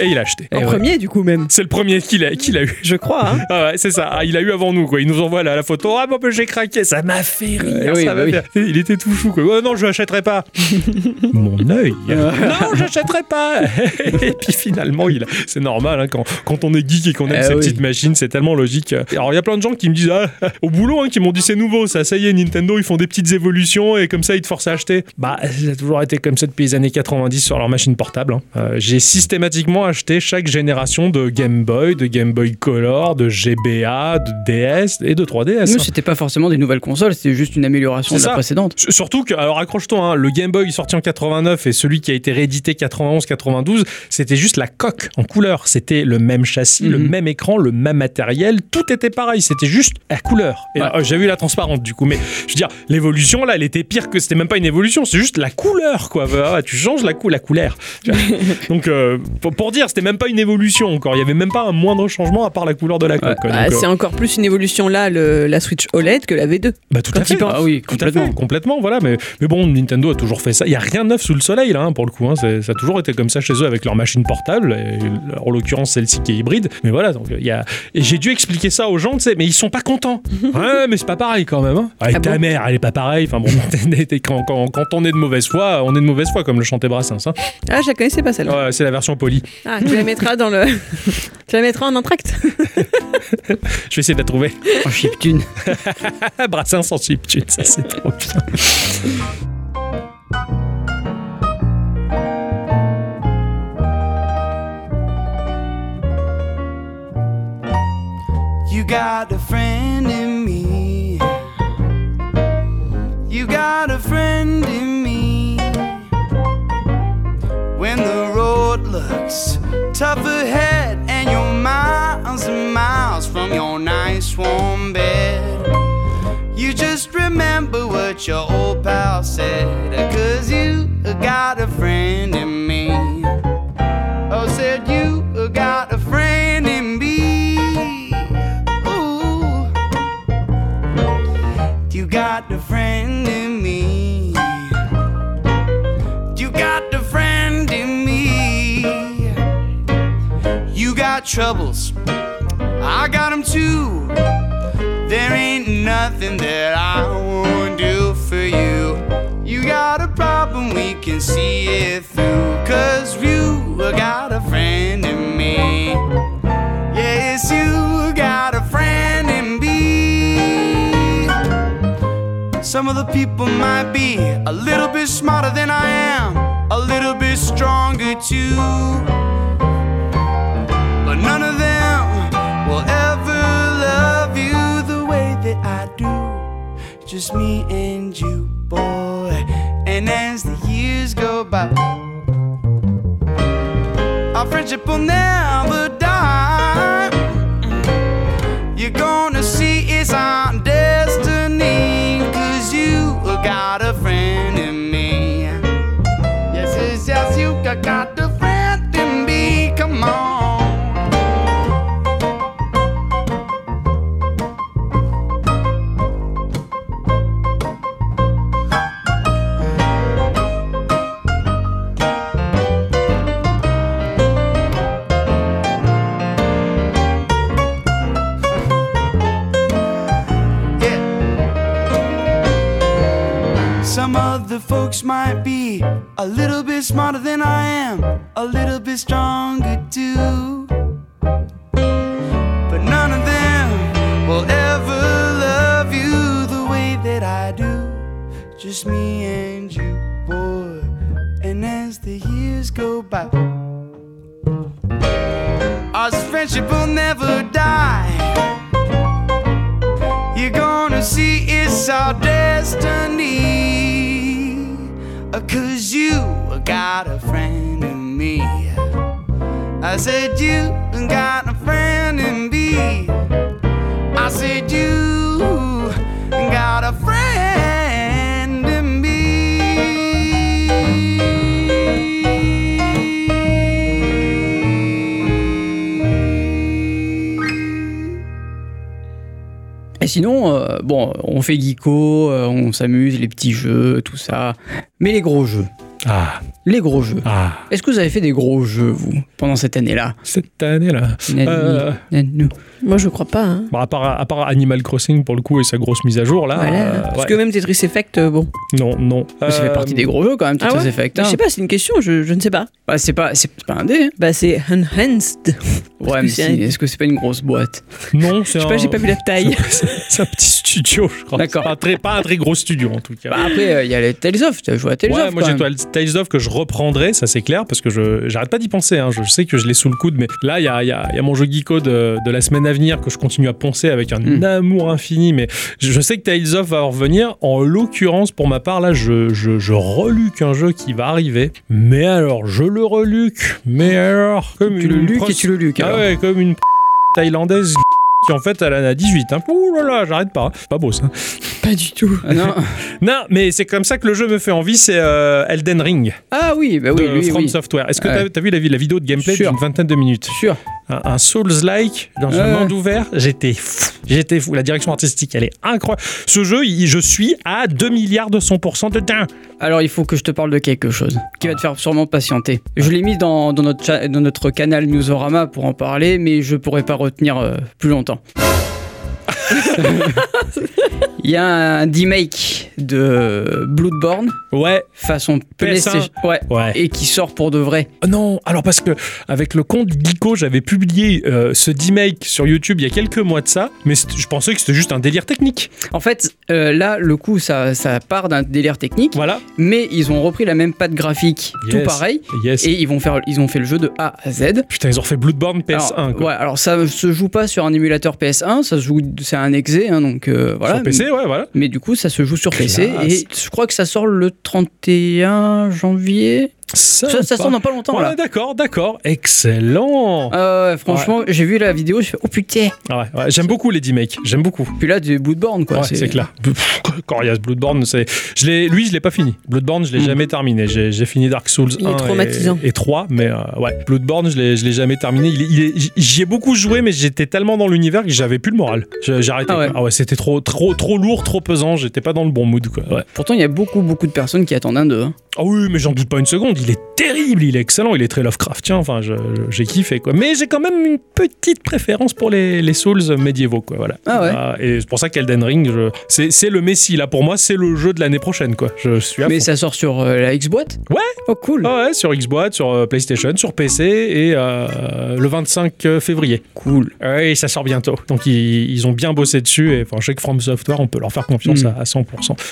B: Et il a acheté.
A: En
B: Et Eh ouais.
A: premier du coup même.
B: C'est le premier qu'il a, qu'il a eu.
A: Je crois. hein.
B: Ah ouais, c'est ça. Ah, il a eu avant nous, quoi. Il nous envoie la, la photo. Ah, bon, ben, j'ai craqué. Ça m'a fait rire.
C: Euh, oui,
B: ça m'a
C: bah oui.
B: fait- Il était tout fou, quoi. Oh, non, je l'achèterai pas. Mon œil. non, j'achèterai pas. et puis finalement, il a- c'est normal, hein, quand, quand on est geek et qu'on aime
C: Eh
B: ces
C: oui.
B: petites machines, c'est tellement logique. Alors, il y a plein de gens qui me disent, ah, au boulot, hein, qui m'ont dit, c'est nouveau, ça, ça y est, Nintendo, ils font des petites évolutions et comme ça, ils te forcent à acheter. Bah, ça a toujours été comme ça depuis les années 90 sur leur machine portable. hein. Euh, J'ai systématiquement acheté chaque génération de Game Boy, de Game Boy Color, de GBA, de DS et de 3DS.
C: Nous,
B: hein.
C: c'était pas forcément des nouvelles consoles, c'était juste une amélioration
B: C'est
C: de la
B: ça.
C: précédente.
B: S- Surtout que, alors accroche-toi, hein, le Game Boy sorti en 89 et celui qui a été réédité 91-92, c'était juste la coque en couleur. C'était le même châssis, le
C: Mhm.
B: même écran, le même matériel, tout était pareil, c'était juste la couleur. Et
C: Ouais.
B: euh, j'ai vu la transparente du coup, mais je veux dire, l'évolution là, elle était pire que c'était même pas une évolution, c'est juste la couleur quoi. Ah, tu changes la, cou la couleur. Tu vois. Donc euh, pour, pour dire, c'était même pas une évolution encore, il y avait même pas un moindre changement à part la couleur de la coque. quoi.
A: Bah,
B: Donc, euh,
A: c'est encore plus une évolution là, le- la Switch OLED que la V2.
B: bah, tout à fait.
C: Ah oui,
B: Tout à fait,
C: complètement.
B: complètement, voilà. Mais, mais bon, Nintendo a toujours fait ça. Il n'y a rien de neuf sous le soleil, là, hein, pour le coup. hein. C'est- Ça a toujours été comme ça chez eux avec leur machine portable. et, en l'occurrence, celle-ci qui est hybride. Mais voilà, donc il y a. et j'ai dû expliquer ça aux gens, tu sais, mais ils sont pas contents. ouais, mais c'est pas pareil quand même. Hein. Ouais,
A: Ah
B: ta
A: bon
B: mère, elle est pas pareille. Enfin bon, quand, quand- quand on est de mauvaise foi, on est de mauvaise foi, comme le chantait Brassens. hein.
A: Ah, je la connaissais pas celle-là.
B: Ouais, c'est la version polie.
A: Ah, tu la mettras dans le. tu la mettras en entracte.
B: Je vais essayer de la trouver.
C: En chiptune.
B: Brassens en chiptune, ça c'est trop bien.
F: You got a friend in me. You got a friend in me. When the road looks tough ahead and you're my miles and miles from your nice warm bed. You just remember what your old pal said. Cause you got a friend in me. Oh, said you got a friend in me. Ooh. You got a friend in me. You got a friend in me. You got troubles. I got them too. There ain't nothing that I won't do for you. You got a problem, we can see it through. Cause you got a friend in me. Yes, you got a friend in me. Some of the people might be a little bit smarter than I am, a little bit stronger too. But none of them will ever love you the way that I do. Just me and you, boy. And as the years go by, our friendship will never die. You're gonna see it's our destiny. Cause you got a friend in me. Yes, yes, yes, you got, got the friend in me. Come on. Yeah. Some other folks might be a little bit smarter than I am, a little bit stronger too. But none of them will ever love you the way that I do. Just me and you, boy. And as the years go by, our friendship will never die. You're gonna see it's our destiny. Uh, Cause you got a friend in me. I said, You got a friend in me. I said, You got a friend in me.
C: Et sinon, euh, bon, on fait geeko, euh, on s'amuse, les petits jeux, tout ça. Mais les gros jeux,
B: Ah,
C: les gros jeux.
B: ah,
C: Est-ce que vous avez fait des gros jeux, vous, pendant cette année-là
B: cette année-là. Euh,
C: Nanou.
A: Moi, je crois pas. hein.
B: bon, à, part, à part Animal Crossing pour le coup et sa grosse mise à jour là.
A: Voilà. hein.
B: euh,
A: Parce
B: ouais.
A: que même Tetris Effect, euh, bon.
B: Non, non.
C: Mais Ça fait
B: Euh,
C: partie des gros jeux quand même, Tetris
A: Ah ouais
C: Effect.
A: Je
C: hein.
A: sais pas, c'est une question, je, je ne sais pas.
C: Bah, c'est pas, c'est c'est pas un dé. hein.
A: Bah, c'est Enhanced.
C: Ouais,
A: que
C: mais si,
A: c'est un-
C: est-ce que c'est pas une grosse boîte
B: Non,
A: Je
B: c'est
A: sais
B: un-
A: pas, j'ai pas vu la taille.
B: C'est un petit studio, je crois.
C: D'accord.
B: C'est Pas, un très, pas un très gros studio en tout cas.
C: Bah, Après, euh, il y a les Tales of, tu as joué à Tales
B: ouais,
C: of.
B: moi
C: quand
B: j'ai
C: même.
B: Tales- Tales of que je reprendrai, ça c'est clair, parce que je j'arrête pas d'y penser. hein. Je sais que je l'ai sous le coude, mais là il y a, il y a- il y a mon jeu Geeko de, de la semaine à venir que je continue à poncer avec un
C: Mm.
B: amour infini. Mais je je sais que Tales of va en revenir. En l'occurrence, pour ma part, là je, je, je reluque un jeu qui va arriver. Mais alors, je le reluque, mais alors, comme
C: Tu
B: une
C: le luques et
B: proc-
C: tu le luques.
B: Ah
C: alors.
B: ouais, comme une thaïlandaise qui en fait elle en a 18. Hein. Ouh là là, j'arrête pas. hein. Pas beau ça.
A: pas du tout.
C: Ah non.
B: Non, mais c'est comme ça que le jeu me fait envie, c'est euh, Elden Ring
C: Ah oui, bah
A: Euh,
C: oui,
B: de
C: lui,
B: From
C: oui.
B: Software. Est-ce que
C: Ouais.
B: t'as- t'as vu la, vi- la vidéo de gameplay
C: Sûr.
B: d'une vingtaine de minutes
C: Sûr.
B: Un, un Souls-like dans
C: Ouais.
B: un monde ouvert, j'étais fou. J'étais fou. La direction artistique, elle est incroyable. Ce jeu, il- je suis à 2 milliards de de dingue.
C: Alors, il faut que je te parle de quelque chose qui va te faire sûrement patienter. Je l'ai mis dans, dans notre, cha- dans notre canal Newsorama pour en parler, mais je pourrais pas retenir euh, plus longtemps. Il y a un remake de euh, Bloodborne
B: Ouais,
C: façon PlayStation. Ouais.
B: ouais.
C: Et qui sort pour de vrai.
B: Oh non, alors parce que avec le compte Geeko, j'avais publié euh, ce D-Make sur YouTube il y a quelques mois de ça, mais c'était- je pensais que c'était juste un délire technique.
C: En fait, euh, là, le coup, ça, ça part d'un délire technique,
B: Voilà.
C: mais ils ont repris la même patte graphique, tout
B: Yes.
C: pareil,
B: Yes.
C: et ils, vont faire, ils ont fait le jeu de A à Z.
B: Putain, ils ont fait Bloodborne PS1
C: alors,
B: quoi.
C: Ouais, alors ça se joue pas sur un émulateur PS1, ça se joue, c'est un exe, hein, donc euh, voilà.
B: sur PC, ouais, voilà.
C: Mais, mais du coup, ça se joue sur
B: Classe.
C: PC et je crois que ça sort le 31 janvier.
B: Ah,
C: Ça, ça sort dans pas longtemps
B: Voilà,
C: là.
B: d'accord, d'accord, excellent.
C: Ah ouais, franchement, j'ai vu la vidéo, je fais oh putain.
B: Ah ouais, ouais, j'aime beaucoup les D-Make, j'aime beaucoup.
C: Puis là, du bout de borne quoi.
B: Ouais, c'est clair. Pff, Coriace Bloodborne, c'est. Je l'ai, lui, je l'ai pas fini. Bloodborne, je l'ai jamais terminé. J'ai, j'ai fini Dark Souls
A: Il est
B: 1 et-
A: traumatisant.
B: Et, 3, mais euh, ouais. Bloodborne, je l'ai, je l'ai jamais terminé. Il est- il est- j'y ai beaucoup joué, mais j'étais tellement dans l'univers que j'avais plus le moral. Je- J'ai arrêté.
C: Ah ouais.
B: quoi. c'était trop, trop, trop lourd, trop pesant. J'étais pas dans le bon mood, quoi. Ouais.
C: Pourtant, il y a beaucoup, beaucoup de personnes qui attendent un 2. hein.
B: Ah oui, mais j'en doute pas une seconde. Il est terrible, il est excellent, il est très Lovecraftien. Enfin, je- je- j'ai kiffé quoi. Mais j'ai quand même une petite préférence pour les, les Souls médiévaux quoi. Voilà. Bah,
C: Ah ouais.
B: et c'est pour ça qu'Elden Ring, je- c'est c'est le Messi là pour moi, c'est le jeu de l'année prochaine quoi. Je suis à
C: Mais
B: fond.
C: ça sort sur euh, la X-Boîte
B: Ah Ouais.
C: Oh cool
B: Ah ouais, sur Xbox, sur euh, PlayStation, sur PC et euh, le 25 février.
C: Cool.
B: Oui, ça sort bientôt. Donc ils, ils ont bien bossé dessus et enfin, je sais que From Software, on peut leur faire confiance
C: Mm.
B: à, à 100%.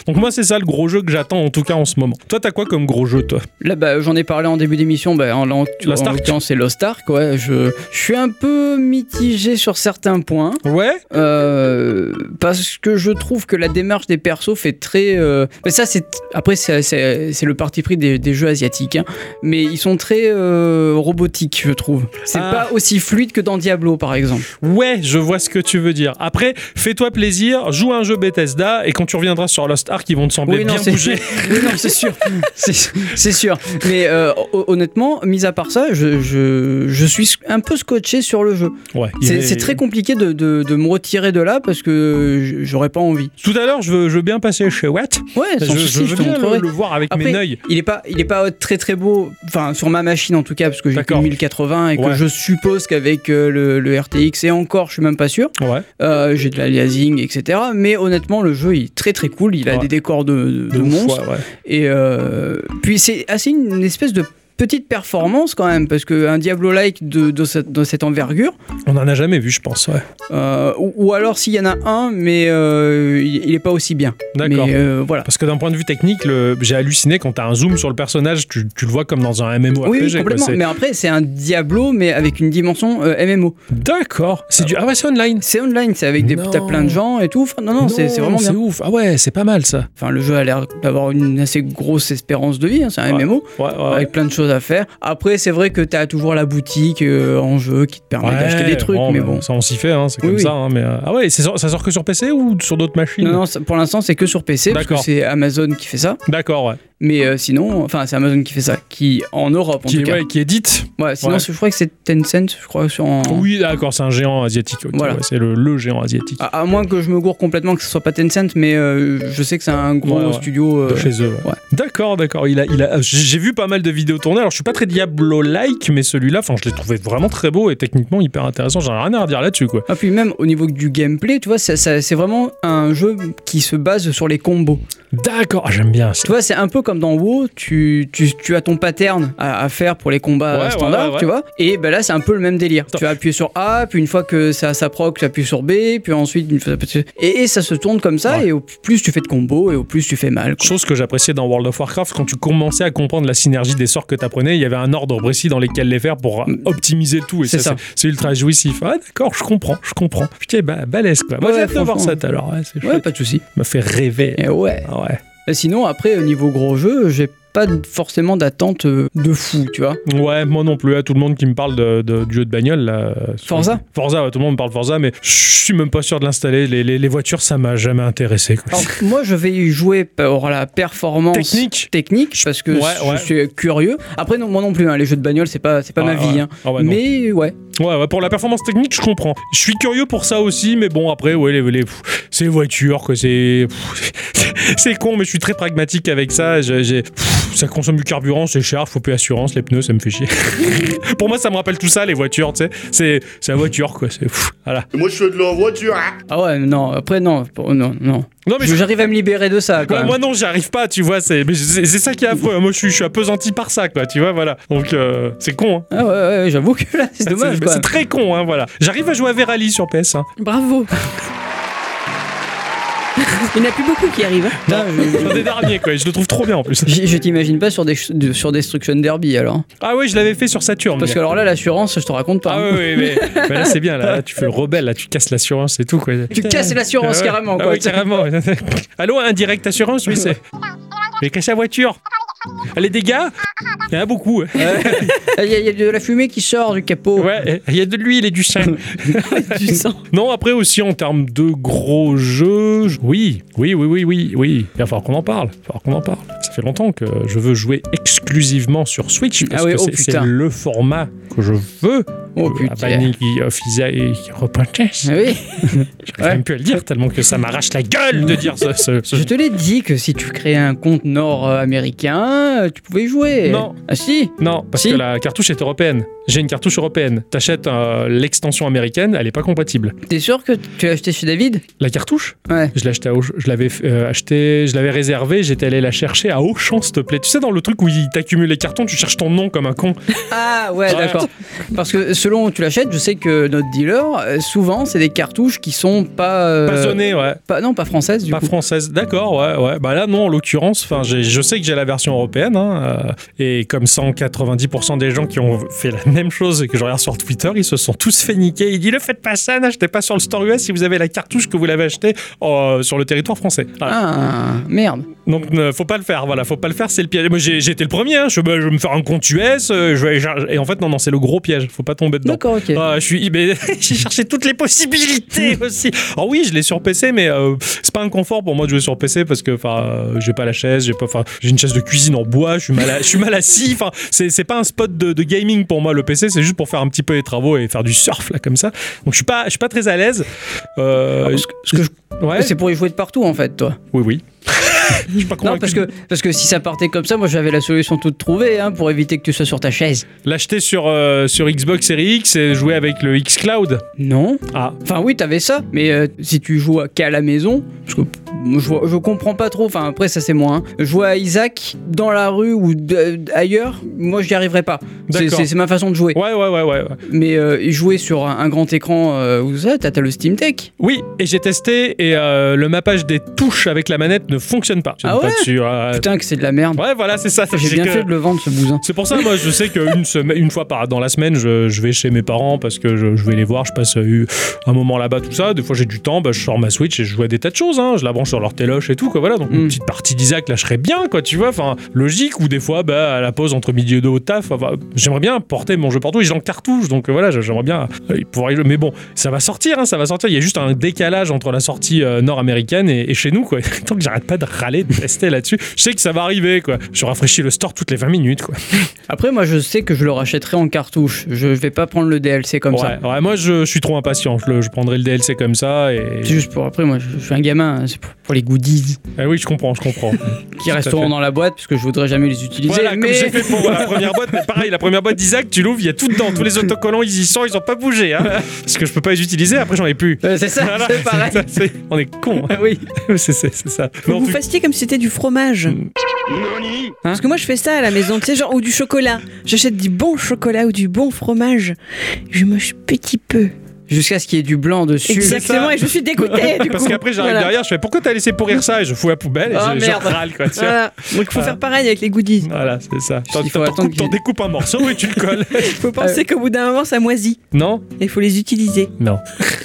B: Donc moi, c'est ça le gros jeu que j'attends en tout cas en ce moment. Toi, t'as quoi comme gros jeu toi
C: Là, bah, j'en ai parlé en début d'émission, bah, en, l'en- en
B: Lost Ark.
C: l'occurrence, c'est Lost Ark. Ouais, je, je suis un peu mitigé sur certains points.
B: Ouais.
C: Euh, parce que je trouve que la démarche des persos fait très. euh, Mais ça, c'est après c'est- c'est c'est le parti pris des, des jeux asiatiques, hein. mais ils sont très euh, robotiques, je trouve. C'est
B: Ah.
C: pas aussi fluide que dans Diablo, par exemple.
B: Ouais, je vois ce que tu veux dire. Après, fais-toi plaisir, joue à un jeu Bethesda et quand tu reviendras sur Lost Ark, ils vont te sembler bien
C: c'est
B: bouger.
C: Oui, non, c'est sûr, c'est c'est sûr. Mais euh, hon- honnêtement, mis à part ça, je, je, je suis un peu scotché sur le jeu.
B: Ouais, il
C: C'est
B: est-
C: c'est très compliqué de, de, de me retirer de là parce que j- j'aurais pas envie.
B: Tout à l'heure, je veux, je veux bien passer chez Watt.
C: Ouais,
B: Je,
C: sans
B: je
C: souci, je
B: veux
C: te
B: bien
C: montrerai.
B: le, le voir avec
C: Après,
B: mes neuils.
C: Il est pas, il est pas très très beau, enfin sur ma machine en tout cas, parce que j'ai que
B: D'accord.
C: 1080 et que
B: Ouais.
C: je suppose qu'avec euh, le, le RTX et encore, je suis même pas sûr.
B: Ouais.
C: Euh, j'ai de l'aliasing, etc. Mais honnêtement, le jeu il est très très cool. Il a
B: Ouais.
C: des décors de, de, de
B: De ouf,
C: monstres.
B: ouais, ouais.
C: Et euh, puis c'est assez une, une espèce de petite performance quand même, parce qu'un Diablo-like de, de, cette, de cette envergure,
B: On en a jamais vu, je pense. Ouais.
C: euh, ou, ou alors s'il y en a un, mais euh, il, il est pas aussi bien.
B: D'accord.
C: Mais euh, voilà.
B: Parce que d'un point de vue technique, le- j'ai halluciné quand t'as un zoom sur le personnage, tu, tu le vois comme dans un MMORPG.
C: Oui, oui,
B: quoi.
C: complètement.
B: C'est-
C: Mais après, c'est un Diablo, mais avec une dimension euh, MMO.
B: D'accord. C'est du. Ah ouais, c'est online.
C: C'est online, c'est avec des
B: Non.
C: t'as plein de gens et tout. Enfin, non, non, c'est c'est vraiment
B: C'est
C: bien.
B: ouf. Ah ouais, c'est pas mal ça.
C: Enfin, le jeu a l'air d'avoir une assez grosse espérance de vie. hein, c'est un
B: Ouais.
C: MMO
B: Ouais, ouais, ouais.
C: avec plein de choses à faire. Après, c'est vrai que t'as toujours la boutique euh, en jeu qui te permet
B: Ouais,
C: d'acheter des trucs, mais
B: bah,
C: bon.
B: Ça, on s'y fait, hein, c'est
C: Oui,
B: comme
C: oui.
B: ça. hein, mais, euh, Ah ouais, c'est sor- ça sort que sur PC ou sur d'autres machines
C: Non, non, ça- pour l'instant, c'est que sur PC parce que
B: D'accord.
C: c'est Amazon qui fait ça.
B: D'accord, ouais.
C: Mais euh, sinon, enfin, c'est Amazon qui fait ça, qui en Europe en
B: Qui,
C: tout cas.
B: ouais, qui édite.
C: Ouais, sinon,
B: Ouais.
C: je crois que c'est Tencent, je crois, sur. en-
B: Oui, d'accord, c'est un géant asiatique. ok,
C: Voilà. Ah,
B: ouais, c'est le, le géant asiatique
C: À, à moins que je me gourre complètement que ce soit pas Tencent, mais euh, je sais que c'est un gros
B: Ouais, ouais.
C: studio.
B: de
C: euh,
B: chez eux. ouais.
C: ouais.
B: D'accord, d'accord. Il a, il a, euh, j'ai j'ai vu pas mal de vidéos tournées. Alors, je suis pas très Diablo-like, mais celui-là, enfin, je l'ai trouvé vraiment très beau et techniquement hyper intéressant. J'en ai rien à redire là-dessus, quoi.
C: Ah, puis même au niveau du gameplay, tu vois, ça- ça- c'est vraiment un jeu qui se base sur les combos.
B: D'accord, ah, j'aime bien ça.
C: Tu vois, c'est un peu comme dans WoW, tu, tu, tu as ton pattern à, à faire pour les combats
B: Ouais,
C: standards,
B: ouais, ouais,
C: tu vois, et ben là c'est un peu le même délire.
B: Attends.
C: Tu vas appuyer sur A, puis une fois que ça, ça proc, tu appuies sur B, puis ensuite une fois et, et ça se tourne comme ça,
B: Ouais.
C: et au plus tu fais de combos, et au plus tu fais mal. quoi.
B: Chose que j'appréciais dans World of Warcraft, quand tu commençais à comprendre la synergie des sorts que tu apprenais, il y avait un ordre précis dans lesquels les faire pour euh, optimiser le tout.
C: Mm.
B: Et
C: C'est
B: ça,
C: ça.
B: c'est- c'est ultra jouissif. Ah, d'accord, je comprends, je comprends. Putain, bah, balèze quoi. Moi,
C: Ouais,
B: j'ai hâte de voir
C: franchement.
B: ça tout à l'heure. Ouais, c'est
C: Ouais,
B: chouette.
C: pas de soucis.
B: Ça m'a fait rêver.
C: Et ouais.
B: Ah ouais.
C: Et sinon, après, au niveau gros jeu, j'ai pas forcément d'attente euh, de fou, tu vois.
B: Ouais, moi non plus. À tout le monde qui me parle de, de- du jeu de bagnole, là, euh,
C: Forza
B: Forza, ouais, tout le monde me parle de Forza, mais je suis même pas sûr de l'installer. Les, les- les voitures, ça m'a jamais intéressé. quoi.
C: Alors, moi, je vais y jouer pour la performance
B: Technique
C: technique, parce que
B: Ouais,
C: je
B: ouais.
C: suis curieux. Après, non, moi non plus, hein, les jeux de bagnole, c'est pas, c'est pas ma
B: Ah,
C: vie.
B: ouais.
C: hein.
B: Ah ouais, non.
C: mais ouais,
B: Ouais, ouais, pour la performance technique, je comprends. Je suis curieux pour ça aussi, mais bon, après, ouais, les, les- pff, ces voitures, que c'est. pff, C'est con, mais je suis très pragmatique avec ça. J'ai- j'ai- pff, ça consomme du carburant, c'est cher, faut payer assurance, les pneus, ça me fait chier. pour moi, ça me rappelle tout ça, les voitures, tu sais. C'est c'est la voiture, quoi. C'est. pff, Voilà.
G: Moi, je fais de la voiture. hein.
C: Ah ouais, non, après non, pour- oh, non, non.
B: Non, mais
C: Je- J'arrive à me libérer de ça. Quand
B: Ouais,
C: même.
B: moi non, j'y arrive pas, tu vois, c'est mais c'est c'est ça qui est affreux. hein. Moi je suis, je suis apesanti par ça, quoi, tu vois, voilà. Donc euh, c'est con, hein.
C: Ah ouais, ouais, j'avoue que là, c'est dommage.
B: C'est-
C: quoi.
B: C'est très con, hein, voilà. J'arrive à jouer à Verali sur hein. PS1.
A: Bravo. Il n'y en a plus beaucoup qui arrivent. hein.
C: Putain, je-
B: Un des derniers, quoi, et je le trouve trop bien en plus.
C: je- je t'imagine pas sur, des, de- sur Destruction Derby alors.
B: Ah ouais, je l'avais fait sur Saturn.
C: Parce que
B: gars.
C: alors là, l'assurance, je te raconte pas. hein.
B: Ah ouais, ouais, mais, mais là c'est bien, là, là, tu fais le rebelle, là tu casses l'assurance et tout, quoi.
C: Tu casses l'assurance
B: Ah ouais.
C: carrément
B: Ah
C: quoi.
B: ouais, carrément. Allô, indirect assurance, oui, c'est. J'ai cassé la voiture. Les dégâts Il y en a beaucoup. hein.
C: Il y, a- il y a de la fumée qui sort du capot.
B: Ouais, il y a de l'huile et du sang.
A: du sang.
B: Non, après aussi en termes de gros jeux, je- oui, oui, oui, oui, oui, oui. Il va falloir qu'on en parle. Il va falloir qu'on en parle. Ça fait longtemps que je veux jouer exclusivement sur Switch parce
C: Ah oui,
B: que
C: oh
B: c'est- c'est
C: putain.
B: le format que je veux.
C: Oh
B: Euh,
C: putain.
B: Abani qui of Isa et qui repentance.
C: Ah oui,
B: J'arrive même plus à le dire tellement que ça m'arrache la gueule de dire ce. ce- ce-
C: je te l'ai dit que si tu créais un compte nord-américain, euh, tu pouvais y jouer.
B: Non.
C: Ah si
B: Non, parce
C: Si.
B: que la cartouche est européenne. J'ai une cartouche européenne. T'achètes euh, l'extension américaine, elle n'est pas compatible.
C: T'es sûr que tu l'as acheté chez David
B: La cartouche
C: Ouais.
B: Je l'ai acheté à Auch- je l'avais euh, acheté, je l'avais réservé, j'étais allé la chercher à Auchan, s'il te plaît. Tu sais dans le truc où il t'accumule les cartons, tu cherches ton nom comme un con.
C: Ah ouais,
B: Ouais.
C: d'accord. Parce que selon où tu l'achètes, je sais que notre dealer, euh, souvent, c'est des cartouches qui sont pas... euh,
B: Pas zonné, ouais.
C: pas- non, pas françaises du
B: Pas
C: coup.
B: française, d'accord, ouais, ouais. Bah là, non, en l'occurrence, enfin, j'ai- je sais que j'ai la version européenne, hein, euh, et comme 190% des gens qui ont fait la même chose et que je regarde sur Twitter, ils se sont tous fait niquer. Ils disent, ne faites pas ça, n'achetez pas sur le store US si vous avez la cartouche que vous l'avez achetée euh, sur le territoire français. Voilà. Bah,
C: Ah, merde.
B: Donc ne- faut pas le faire, voilà, faut pas le faire, c'est le piège. Moi j'ai- j'étais le premier, hein, je, me- je vais me faire un compte US, euh, je vais, je- et en fait non non c'est le gros piège, faut pas tomber dedans.
C: D'accord, ok.
B: Ah, je suis, mais j'ai cherché toutes les possibilités aussi. Alors oui, je l'ai sur PC, mais euh, c'est pas un confort pour moi de jouer sur PC parce que enfin euh, j'ai pas la chaise, j'ai pas, enfin j'ai une chaise de cuisine en bois, je suis mal, à- je suis mal assis. Enfin c'est c'est pas un spot de, de gaming pour moi le PC, c'est juste pour faire un petit peu les travaux et faire du surf là comme ça. Donc je suis pas, je suis pas très à l'aise. Euh,
C: Parce que- parce que je-
B: ouais,
C: Ah C'est pour y jouer de partout en fait, toi.
B: oui oui. je suis pas
C: Non,
B: convaincu
C: parce que, parce que si ça partait comme ça, moi j'avais la solution toute trouvée hein, pour éviter que tu sois sur ta chaise.
B: L'acheter sur, euh, sur Xbox Series X et jouer avec le Xcloud.
C: Non.
B: Ah,
C: Enfin oui, t'avais ça, mais euh, si tu joues à- qu'à la maison, parce que moi, je, vois- je comprends pas trop, enfin après ça c'est moi, hein. jouer à Isaac dans la rue ou d- ailleurs, moi j'y arriverai pas. C'est-
B: D'accord.
C: C'est c'est ma façon de jouer.
B: ouais, ouais, ouais, ouais. ouais.
C: Mais euh, y jouer sur un, un grand écran euh, ou ça, t'as t'as le Steam Deck.
B: Oui, et j'ai testé et euh, le mappage des touches avec la manette ne fonctionne pas. Je
C: Ah
B: n'ai pas
C: ouais
B: dessus, euh,
C: Putain que c'est de la merde.
B: Ouais, voilà, c'est ça.
C: J'ai
B: c'est
C: bien
B: que-
C: fait de le vendre ce bousin.
B: C'est pour ça, moi, je sais qu'une semaine, une fois par, dans la semaine, je, je vais chez mes parents parce que je, je vais les voir, je passe euh, un moment là-bas, tout ça. Des fois, j'ai du temps, bah, je sors ma Switch et je joue à des tas de choses. hein. Je la branche sur leur téloche et tout, quoi. Voilà, donc
C: Mm.
B: une petite partie d'Isaac, là, je serais bien, quoi, tu vois. Enfin, logique, ou des fois, bah, à la pause entre midi et deux au taf, enfin, j'aimerais bien porter mon jeu partout. Ils en cartouche, donc euh, voilà, j'aimerais bien euh, pouvoir y jouer. Mais bon, ça va sortir, hein, ça va sortir. Il y a juste un décalage entre la sortie euh, nord-américaine et, et chez nous, quoi. Tant que j'arrête pas de râler, de tester là-dessus, je sais que ça va arriver, quoi. Je rafraîchis le store toutes les 20 minutes, quoi.
C: Après moi je sais que je le rachèterai en cartouche. Je vais pas prendre le DLC comme
B: ouais,
C: ça.
B: ouais, moi je, je suis trop impatient. Je, le- je prendrai le DLC comme ça et.
C: C'est juste pour après moi je, je suis un gamin, hein, c'est pour, pour les goodies
B: Ah oui, je comprends, je comprends.
C: qui
B: à
C: resteront
B: fait.
C: dans la boîte parce que je voudrais jamais les utiliser.
B: voilà,
C: mais...
B: comme j'ai fait pour la première boîte, mais pareil, la première boîte d'Isaac, tu l'ouvres, il y a tout dedans. Tous les autocollants, ils y sont, ils ont pas bougé. Hein, parce que je peux pas les utiliser, après j'en ai plus.
C: Euh, c'est ça,
B: Voilà,
C: c'est pareil.
B: ça, c'est- on est con. hein.
C: Ah oui.
B: c'est c'est- c'est ça.
A: Faut
B: Non,
A: que vous
B: tu-
A: fassiez comme si c'était du fromage. Parce que moi je fais ça à la maison, tu sais, genre, ou du chocolat. J'achète du bon chocolat ou du bon fromage. Je mange petit peu.
C: Jusqu'à ce qu'il y ait du blanc dessus.
A: Exactement, et je suis dégoûtée du
B: Parce
A: coup.
B: qu'après j'arrive
A: Voilà.
B: derrière, je fais pourquoi t'as laissé pourrir ça et je fous la poubelle et
C: Ah,
B: je, je
C: merde.
B: râle quoi. Tu vois.
A: Voilà. Donc il faut
B: Ah.
A: faire pareil avec les goodies.
B: Voilà, c'est ça.
C: Il
B: T'en
C: faut
B: t'en
C: attendre
B: coupes- t'en
C: qu'il-
B: découpes un morceau et tu le colles.
A: Faut
C: Euh.
A: penser qu'au bout d'un moment ça moisit.
B: Non
A: Et il faut les utiliser.
B: Non.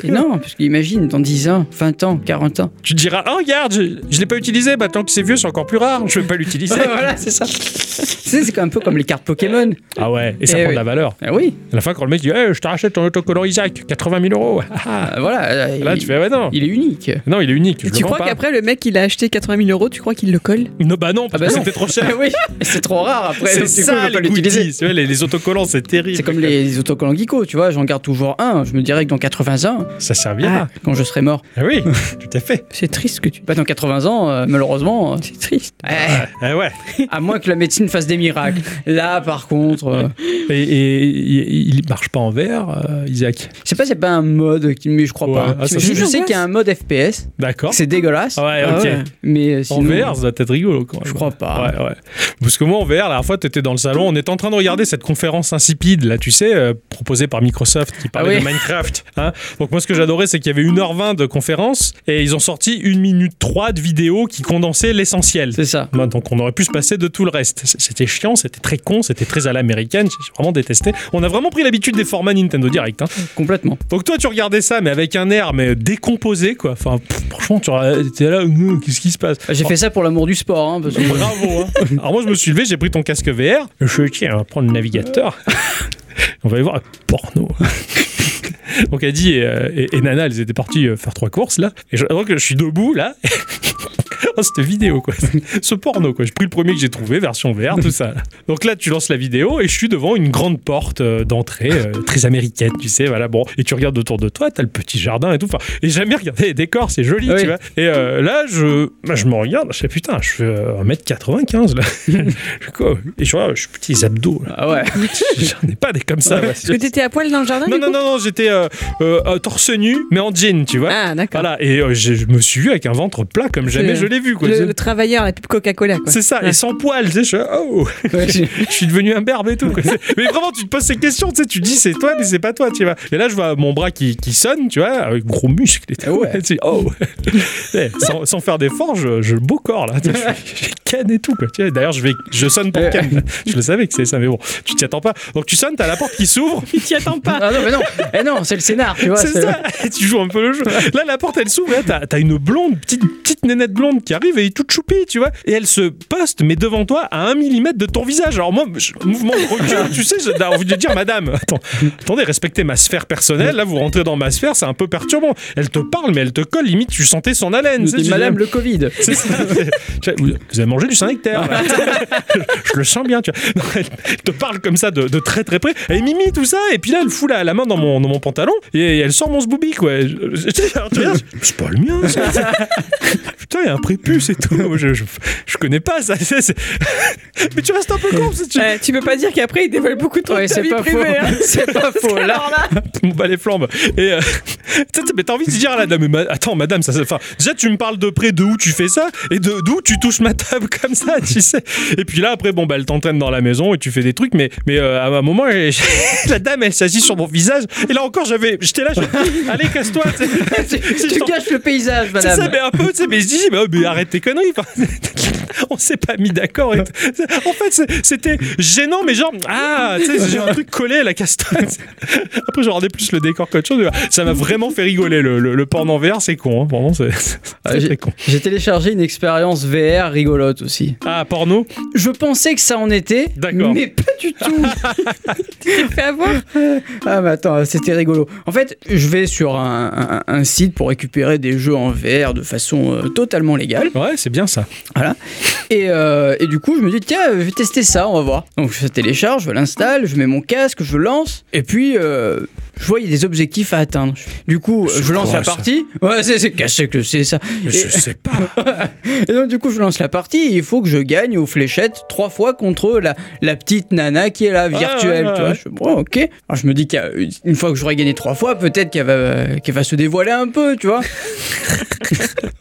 C: Et non, parce qu'imagine, dans 10 ans, 20 ans, 40 ans.
B: Tu te diras, Ah, regarde, je, je l'ai pas utilisé, bah tant que c'est vieux, c'est encore plus rare, je vais pas l'utiliser.
C: voilà, c'est ça. tu sais, c'est un peu comme les cartes Pokémon.
B: ah ouais, et ça
C: Eh
B: prend
C: oui.
B: de la valeur.
C: Ah oui,
B: À la fin, quand le mec dit, Eh, je te rachète ton autocollant Isaac, 80 000 euros. Ah,
C: ah, voilà. euh,
B: ah. Là,
C: il,
B: tu fais, ah, bah non.
C: il est unique.
B: Non, il est unique. Je
A: Et
B: le
A: tu
B: vends
A: crois
B: pas.
A: qu'après le mec il a acheté 80 000 euros, tu crois qu'il le colle
B: Non, bah non, parce
C: bah
B: que
C: non.
B: c'était trop cher.
C: Ah oui, c'est trop rare après.
B: c'est
C: donc du coup,
B: ça,
C: on peut pas
B: les
C: l'utiliser.
B: goodies. Ouais, les, les autocollants, c'est terrible.
C: C'est comme les, les autocollants Geeko, tu vois, j'en garde toujours un. Je me dirais que dans 80 ans,
B: Ça servira.
C: quand je serai mort.
B: Ah oui, tout à fait.
A: C'est triste ce que tu.
C: Bah, dans 80 ans, euh, malheureusement. euh, C'est triste.
B: Ah ouais.
C: à moins que la médecine fasse des miracles. Là, par contre. euh,
B: Et, et- il il marche pas en verre, euh, Isaac.
C: Je sais pas, c'est pas un mode, qui- mais je crois
B: Ouais,
C: pas.
B: ah, ça,
C: je, je
A: c'est
C: sais qu'il y a un mode FPS,
B: D'accord.
C: c'est dégueulasse.
B: Ah Ouais, ok.
C: Mais euh,
B: En
C: sinon,
B: VR, ça doit être rigolo quand même.
C: je crois pas.
B: Ouais, ouais. Parce que moi, en VR, la dernière fois, tu étais dans le salon, on était en train de regarder cette conférence insipide, là, tu sais, euh, proposée par Microsoft, qui parlait
C: oui.
B: de Minecraft. hein. Donc, moi, ce que j'adorais, c'est qu'il y avait 1h20 de conférence et ils ont sorti 1 minute 3 de vidéo qui condensait l'essentiel.
C: C'est ça.
B: Bah, donc on aurait pu se passer de tout le reste. C- C'était chiant, c'était très con, c'était très à l'américaine, j'ai vraiment détesté. On a vraiment pris l'habitude des formats Nintendo Direct. hein.
C: Complètement.
B: Donc toi, tu regardais ça, mais avec un air mais décomposé, quoi. Enfin, pff, franchement, tu aurais- t'es là, Hum, qu'est-ce qui se passe
C: J'ai fait ça pour l'amour du sport. hein, parce que-
B: Bravo. hein. Alors moi, je me suis levé, j'ai pris ton casque VR. Je suis tiens, on va prendre le navigateur. on va aller voir un porno. Donc Adi et, euh, et- et Nana, elles étaient parties euh, faire trois courses là. Et je, donc, je suis debout là. Oh, cette vidéo quoi, ce porno quoi. J'ai pris le premier que j'ai trouvé, version VR, tout ça. Donc là, tu lances la vidéo et je suis devant une grande porte euh, d'entrée euh, très américaine, tu sais, voilà. Bon, et tu regardes autour de toi, t'as le petit jardin et tout. Enfin, et j'ai jamais regardé les décors, c'est joli,
C: Oui.
B: tu vois. Et euh, là, je, bah, je me regarde, je fais putain, je fais euh, 1m95 là. Je fais quoi et je vois, je suis petits abdos là.
C: Ah ouais.
B: J'en ai pas des comme ça. moi.
A: Parce que t'étais à poil dans le jardin
B: Non,
A: du
B: non,
A: coup
B: non, non, j'étais euh, euh, euh, torse nu, mais en jean, tu vois.
A: Ah, d'accord.
B: Voilà, et euh, je, je me suis vu avec un ventre plat comme jamais je l'ai vu. Quoi.
A: Le, le travailleur, la pub Coca-Cola, quoi.
B: C'est ça,
A: Ouais.
B: et sans poils, tu sais, je suis, oh,
C: Ouais, j'ai-
B: je suis devenu un berbe et tout. quoi. C'est- mais vraiment, tu te poses ces questions, tu sais, tu dis c'est toi, mais c'est pas toi, tu vois. Et là, je vois mon bras qui, qui sonne, tu vois, avec gros muscles et tout.
C: Ah ouais.
B: Tu sais, oh. Eh, sans, sans faire d'effort, je, je le beau corps, là. Tu sais, Je suis canne et tout, quoi. Tu vois, D'ailleurs, je, vais- je sonne pour
C: Ouais.
B: canne. Je le savais que c'est ça, mais bon, tu t'y attends pas. Donc, tu sonnes, t'as la porte qui s'ouvre.
A: Tu t'y attends pas.
C: Ah non, mais non. Eh non, c'est le scénar, tu vois.
B: C'est
C: c'est-
B: ça, tu joues un peu le jeu. Là, la porte, elle s'ouvre, là, t'as- t'as une blonde, petite, petite nénette blonde qui arrive et est toute choupie, tu vois. Et elle se poste, mais devant toi, à un millimètre de ton visage. Alors, moi, je- mouvement de recul, tu sais, j'ai envie de dire, madame, attends, attendez, respectez ma sphère personnelle. Là, vous rentrez dans ma sphère, c'est un peu perturbant. Elle te parle, mais elle te colle, limite, tu sentais son haleine. tu sais, tu dis,
C: Madame le Covid.
B: c'est ça. Tu vois, Vous vous avez mangé du Saint-Nectaire. là. Je le sens bien, tu vois. Non, elle elle te parle comme ça de, de très très près. Elle mimie tout ça, et puis là, elle fout la, la main dans mon, dans mon pantalon, et elle sort mon zboubi, quoi. Je- je- alors, tu regardes, C'est pas le mien, ça. Putain, il y a un prépuce et tout. Moi, Je, je, je connais pas ça. C'est- c'est- Mais tu restes un peu con. parce que Tu...
A: Eh, tu peux pas dire qu'après, ils dévoilent beaucoup trop
C: Ouais,
A: de ta
C: c'est
A: vie
C: pas faux.
A: privée. hein.
C: C'est pas faux. Là,
A: Alors là,
B: on bat les flambes. Et euh, tu sais, mais t'as envie de dire à la dame, mais ma- attends, madame, ça, ça- enfin, déjà tu me parles de près de où tu fais ça et de d'où tu touches ma table comme ça, tu sais. Et puis là, après, bon, bah, elle t'entraîne dans la maison et tu fais des trucs, mais, mais euh, à un moment, j'ai- la dame, elle s'assit sur mon visage. Et là encore, j'avais, j'étais là, je- allez, casse-toi. tu sais. C'est
C: tu
B: genre-
C: gâches le paysage,
B: c'est ça,
C: madame.
B: mais un peu, tu sais, mais je dis, mais, oh, mais arrête tes conneries. enfin, on s'est pas mis d'accord. et tout. En fait, c'est- c'était gênant, mais genre, ah, tu sais, j'ai un truc collé à la castagne. Après, je regardais plus le décor qu'autre chose. mais Ça m'a vraiment fait rigoler. Le, le, le porno en VR, c'est con. Hein. Vraiment, c'est c'est très, très con.
C: J'ai téléchargé une expérience VR rigolote aussi.
B: Ah, porno
C: Je pensais que ça en était,
B: D'accord.
C: mais pas du tout.
A: fais avoir.
C: Ah mais attends, c'était rigolo. En fait, je vais sur un, un- un site pour récupérer des jeux en VR de façon euh, totalement légale.
B: Ouais, c'est bien ça.
C: Et, euh, et du coup, je me dis, tiens, je vais tester ça, on va voir. Donc je télécharge, je l'installe, je mets mon casque, je lance. Et puis, euh, je vois, il y a des objectifs à atteindre. Du coup, je lance
B: quoi,
C: la
B: ça
C: partie. Ouais, c'est c'est- qu'est-ce que c'est ça.
B: Mais
C: Et-
B: je sais pas.
C: et donc du coup je lance la partie et il faut que je gagne aux fléchettes trois fois contre la, la petite nana qui est là virtuelle.
B: ouais,
C: tu
B: ouais.
C: vois. Je, fais, bon, ok. Alors, je me dis qu'une une fois que j'aurai gagné trois fois, peut-être qu'elle va, qu'elle va se dévoiler un peu, tu vois.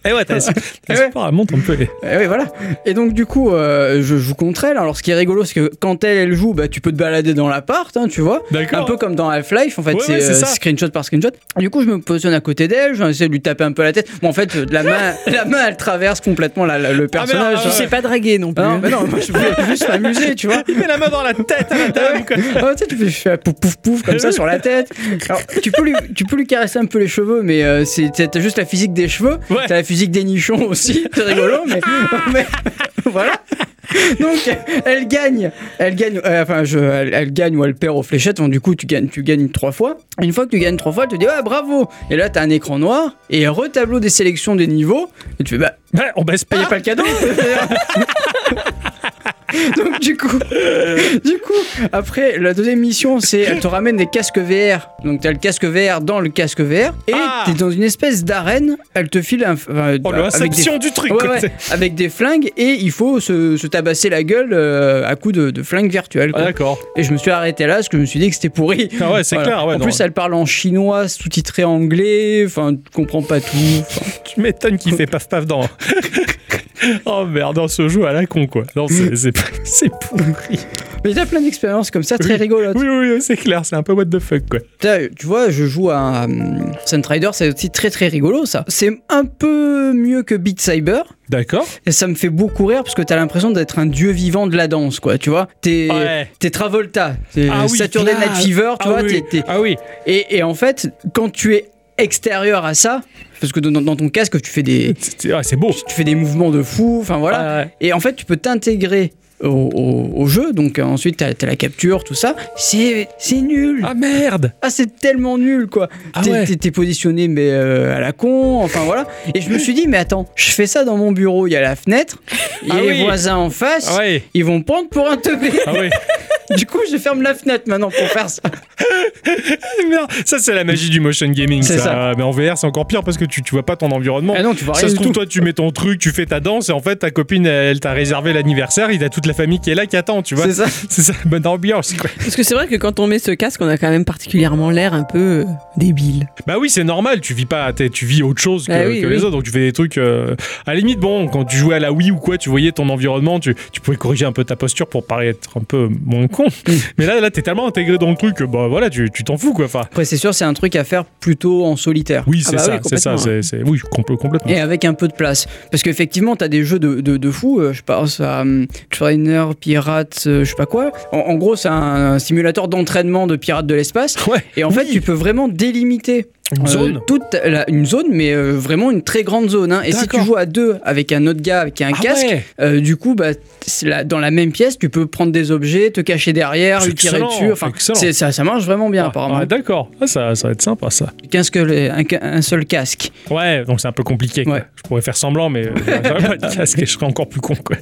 B: Eh ouais, t'as
C: Eh
B: t'as
C: ouais.
B: espoir, elle monte un peu. les-
C: Et Eh oui, voilà. Et donc, du coup, euh, je joue contre elle. Alors, ce qui est rigolo, c'est que quand elle, elle joue, bah, tu peux te balader dans l'appart, hein, tu vois.
B: D'accord.
C: Un peu comme dans Half-Life, en fait,
B: Ouais,
C: c'est
B: ouais, c'est
C: euh,
B: ça.
C: screenshot par screenshot. Du coup, je me positionne à côté d'elle, j'essaie de lui taper un peu la tête. Bon, en fait, euh, de la main, la main, elle traverse complètement la- la- le personnage.
B: ah
A: Tu sais pas draguer non plus.
C: Ah non, mais non, moi je voulais juste m'amuser, tu vois.
B: Il met la main dans la tête à la dame. quoi.
C: Ah, tu sais, tu fais- tu fais pouf pouf pouf comme ça sur la tête. Alors, tu peux lui, tu peux lui caresser un peu les cheveux, mais euh, c'est- t'as t'as juste la physique des cheveux.
B: Ouais.
C: T'as la physique des nichons aussi. C'est rigolo, mais, mais- voilà. Donc, elle gagne, elle gagne, euh, enfin, je, elle, elle gagne ou elle perd aux fléchettes. Donc, du coup, tu gagnes, tu gagnes trois fois. Une fois que tu gagnes trois fois, tu dis ah bravo. Et là, t'as un écran noir et un retableau des sélections des niveaux. Et tu fais bah
B: Ouais, on baisse
C: il
B: pas.
C: a pas le cadeau Donc du coup, du coup, après la deuxième mission, c'est elle te ramène des casques VR. Donc t'as le casque VR dans le casque VR et
B: Ah
C: t'es dans une espèce d'arène. Elle te file un, enfin,
B: Oh,
C: bah, avec, des,
B: l'inception du truc.
C: Ouais,
B: quoi.
C: ouais, avec des flingues et il faut se, se tabasser la gueule euh, à coups de, de flingues virtuelles. quoi.
B: Ah, D'accord.
C: et je me suis arrêté là parce que je me suis dit que c'était pourri.
B: Ah ouais, c'est
C: Voilà.
B: clair. ouais,
C: en
B: non.
C: plus, elle parle en chinois, sous-titré anglais. Enfin, tu comprends pas tout. Enfin,
B: Tu m'étonnes qu'il fait paf paf dans. oh merde, on se joue à la con quoi. Non, c'est c'est pas- c'est pourri.
C: Mais t'as plein d'expériences comme ça, très rigolotes.
B: Oui, oui, oui, c'est clair, c'est un peu what the fuck, quoi.
C: Putain, tu vois, je joue à euh, Suntrider, c'est aussi très très rigolo ça. C'est un peu mieux que Beat Cyber.
B: D'accord.
C: Et ça me fait beaucoup rire parce que t'as l'impression d'être un dieu vivant de la danse, quoi, tu vois. T'es
B: Ouais.
C: t'es Travolta, t'es
B: Ah oui,
C: Saturday
B: clair.
C: Night Fever, tu
B: ah,
C: vois.
B: oui.
C: t'es- t'es-
B: ah oui,
C: Et, et en fait, quand tu es extérieur à ça, parce que dans, dans ton casque, tu fais des,
B: C'est- c'est ah, c'est beau.
C: tu fais des mouvements de fou, enfin voilà.
B: Ah, ouais.
C: Et en fait, tu peux t'intégrer au, au- au jeu, donc euh, ensuite t'as t'as la capture, tout ça. C'est c'est nul.
B: Ah, merde.
C: Ah, c'est tellement nul, quoi.
B: Ah
C: T'es-
B: ouais.
C: t'es- T'es positionné, mais euh, à la con, enfin voilà. Et je me suis dit, mais attends, je fais ça dans mon bureau, il y a la fenêtre, il y a
B: Ah
C: les
B: oui.
C: voisins en face,
B: Ah ouais.
C: ils vont me prendre pour un teubé.
B: Ah oui.
C: Du coup, je ferme la fenêtre maintenant pour faire ça.
B: Merde. Ça, c'est la magie du motion gaming.
C: C'est
B: Ça.
C: ça.
B: Mais en VR, c'est encore pire parce que tu, tu vois pas ton environnement.
C: Ah non, tu vois
B: ça
C: rien
B: se
C: du
B: trouve,
C: tout.
B: toi, tu mets ton truc, tu fais ta danse, et en fait, ta copine, elle t'a réservé l'anniversaire, il a toute la famille qui est là, qui attend, tu vois.
C: C'est ça.
B: C'est ça, la bonne ambiance, quoi.
A: Parce que c'est vrai que quand on met ce casque, on a quand même particulièrement l'air un peu euh, débile.
B: Bah oui, c'est normal, tu vis pas, t'es- tu vis autre chose que,
A: Ah oui,
B: que
A: oui.
B: les autres, donc tu fais des trucs. euh, À la limite, bon, quand tu jouais à la Wii ou quoi, tu voyais ton environnement, tu, tu pouvais corriger un peu ta posture pour paraître un peu moins con. Mais là, là, t'es tellement intégré dans le truc que, bah voilà, tu tu t'en fous, quoi. Enfin,
C: Après, c'est sûr, c'est un truc à faire plutôt en solitaire.
B: oui,
A: Ah
B: c'est
A: bah
B: ça,
A: oui,
B: c'est ça,
A: complètement.
B: c'est, c'est- oui, compl- complètement.
C: Et avec un peu de place. Parce qu'effectivement, t'as des jeux de, de, de fou. euh, Je pense à hum, Trainer, Pirate, euh, je sais pas quoi. En, en gros, c'est un, un simulateur d'entraînement de pirates de l'espace.
B: Ouais,
C: Et en fait, tu peux vraiment délimiter
B: une
C: euh,
B: zone.
C: toute la- une zone, mais euh, vraiment une très grande zone. hein. Et si
B: D'accord.
C: tu joues à deux avec un autre gars qui a un
B: Ah
C: casque,
B: ouais.
C: euh, du coup, bah, c'est la- dans la même pièce, tu peux prendre des objets, te cacher derrière,
B: C'est
C: lui tirer
B: excellent,
C: dessus. Enfin,
B: excellent.
C: c'est- ça, ça marche vraiment bien,
B: Ah,
C: apparemment.
B: ah, d'accord, Ah, ça, ça va être sympa ça.
C: Qu'un seul- un, un seul casque.
B: Ouais, donc c'est un peu compliqué. quoi.
C: Ouais.
B: Je pourrais faire semblant, mais euh, j'aurais pas de casque et je serais encore plus con. Quoi.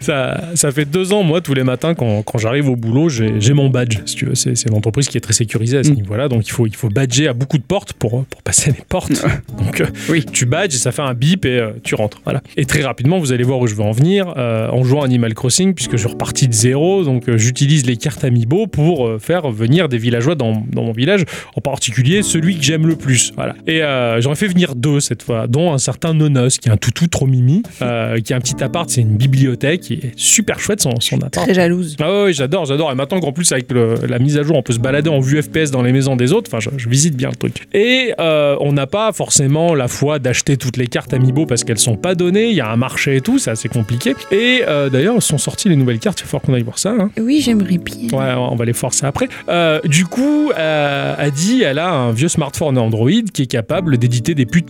B: Ça, ça fait deux ans, moi, tous les matins, quand, quand j'arrive au boulot, j'ai j'ai mon badge. Si tu veux, c'est c'est une entreprise qui est très sécurisée à ce
C: Mm.
B: niveau-là, donc il faut, il faut badger à beaucoup de portes pour, pour passer les portes. donc euh,
C: Oui.
B: tu badges et ça fait un bip et euh, tu rentres. Voilà. Et très rapidement, vous allez voir où je veux en venir euh, en jouant à Animal Crossing, puisque je suis reparti de zéro, donc euh, j'utilise les cartes Amiibo pour euh, faire venir des villageois dans, dans mon village en particulier celui que j'aime le plus. Voilà. Et euh, j'aurais fait venir deux cette fois, dont un certain Nonos, qui est un toutou trop mimi, euh, qui a un petit appart, c'est une bibliothèque, qui est super chouette son, son appart.
A: Très jalouse.
B: Ah ouais, j'adore, j'adore. Et maintenant qu'en plus, avec le- la mise à jour, on peut se balader en vue FPS dans les maisons des autres. Enfin, je, je visite bien le truc. Et euh, on n'a pas forcément la foi d'acheter toutes les cartes Amiibo parce qu'elles sont pas données. Il y a un marché et tout, c'est assez compliqué. Et euh, d'ailleurs, sont sorties les nouvelles cartes. Il va falloir qu'on aille voir ça. hein.
A: Oui, j'aimerais bien.
B: Ouais, on va les forcer après. Euh, du coup, euh, Adi, elle a un vieux smartphone Android qui est capable d'éditer des putes.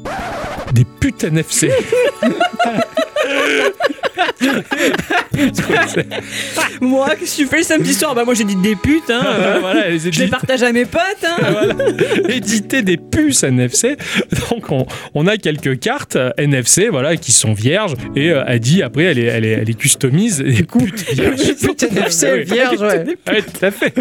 B: Des putes NFC.
A: Moi, qu'est-ce que tu fais le samedi soir Bah, moi, j'ai dit des putes, hein. euh,
B: voilà, elle les
A: Je les
B: édite.
A: partage à mes potes, hein.
B: Voilà. éditer des puces NFC. Donc on, on a quelques cartes euh, NFC voilà, qui sont vierges et euh, Adi après elle, est, elle, est- elle les customise et putes vierges.
C: Putain,
B: Ah
C: NFC,
B: oui.
C: vierge, ouais.
B: Ouais, tout à fait.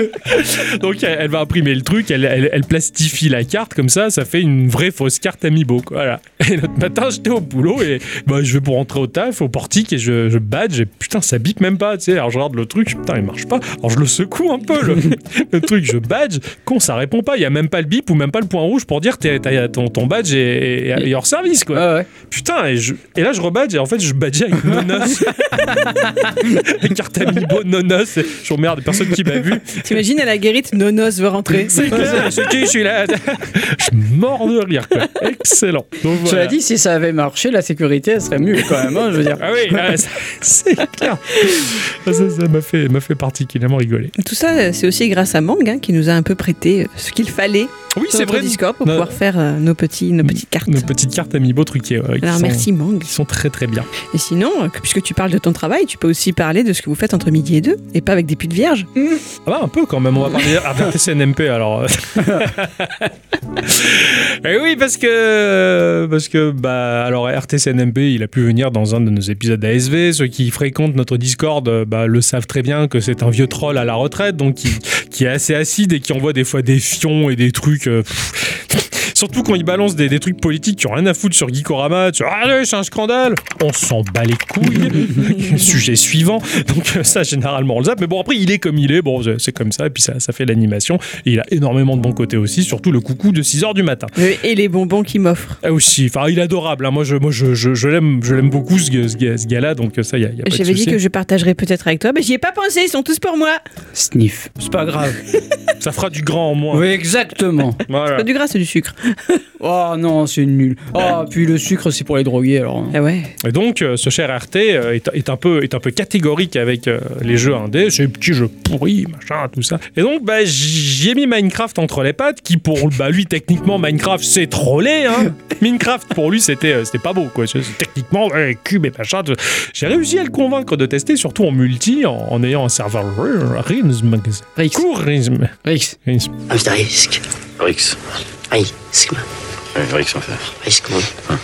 B: Donc elle, elle va imprimer le truc, elle, elle- elle plastifie la carte comme ça, ça fait une vraie fausse carte Amiibo. quoi. Voilà. Et l'autre matin, j'étais au boulot et bah, je vais pour rentrer au taf, au portique et je, je badge et putain, ça bip même pas. Tu sais, alors je regarde le truc, je- putain, il marche pas. Alors je le secoue un peu, le, le truc, je badge, con, ça répond pas. Il y a même pas le bip ou même pas le point rouge pour dire t'es- t'as- ton, ton badge est, est- est hors service quoi.
C: Ouais, ouais.
B: Putain, et, je- et là je rebadge, et en fait je badgeais avec Nonos. Avec carte amiibo Nonos, et je remerde personne qui m'a vu.
A: T'imagines, à la guérite, Nonos veut rentrer.
B: C'est clair, c'est qui, je suis là. Je mords de rire, quoi. Excellent. Donc,
C: Cela
B: voilà.
C: dit, si ça avait marché, la sécurité, elle serait mieux quand même, hein, je veux dire.
B: Ah oui, ah, ça- c'est clair. Ah, Ça ça m'a fait, m'a fait particulièrement rigoler.
A: Tout ça, c'est aussi grâce à Mang, hein, qui nous a un peu prêté euh, ce qu'il fallait
B: Oui,
A: sur
B: c'est
A: notre
B: vrai.
A: Discord pour
B: Non.
A: pouvoir faire euh, nos, petits, nos petites cartes.
B: Nos petites cartes amiibo truquées. ouais, qui
A: Alors,
B: sont-
A: merci Mang.
B: Qui sont très très bien.
A: Et sinon, euh, que- puisque tu parles de ton travail, tu peux aussi parler de ce que vous faites entre midi et deux, et pas avec des putes vierges.
B: Ah bah un peu quand même, on va parler ah, bah, TCNMP alors. euh. Eh oui parce que parce que bah alors RTCNMP il a pu venir dans un de nos épisodes d'ASV. Ceux qui fréquentent notre Discord euh, bah, le savent très bien que c'est un vieux troll à la retraite donc qui, qui est assez acide et qui envoie des fois des fions et des trucs. euh, pff, Surtout quand ils balancent des, des trucs politiques qui ont rien à foutre sur Geekorama. Tu vois, allez, c'est un scandale. On s'en bat les couilles. Sujet suivant. Donc euh, ça, généralement, on le zappe. Mais bon, après, il est comme il est. Bon, c'est- c'est comme ça. Et puis ça, ça fait l'animation. Et il a énormément de bons côtés aussi. Surtout le coucou de 6h du matin.
A: Euh, Et les bonbons qu'il m'offre.
B: Ah aussi, enfin, il est adorable. hein. Moi, je, moi, je, je, je l'aime, je l'aime beaucoup ce, gars- ce gars- ce gars-là. Donc ça, il y a, y a pas de
A: J'avais dit
B: souci.
A: que je partagerais peut-être avec toi, mais j'y ai pas pensé, ils sont tous pour moi.
C: Sniff.
B: c'est pas grave. ça fera du grand en moins.
C: Oui, exactement.
B: Voilà.
A: Pas du gras, c'est du sucre.
C: Oh non, c'est nul. Oh, puis le sucre, c'est pour les drogués, alors. hein.
A: Ah ouais.
B: Et donc, euh, ce cher RT euh, est, est un peu, est un peu catégorique avec euh, les jeux indés, ces petits jeux pourris, machin, tout ça. Et donc, bah, j'y ai mis Minecraft entre les pattes, qui pour bah, lui, techniquement, Minecraft, c'est trollé. Hein. Minecraft, pour lui, c'était euh, c'était pas beau, quoi. C'est- c'est Techniquement, ouais, cube et machin. tout- J'ai réussi à le convaincre de tester, surtout en multi, en, en ayant un serveur Rims.
C: Rix.
B: Court Rims.
C: Rix.
B: Rims.
G: Asterisk.
H: Rix.
G: Aïe, c'est quoi
H: Rix, en fait.
G: Asterisk, mon-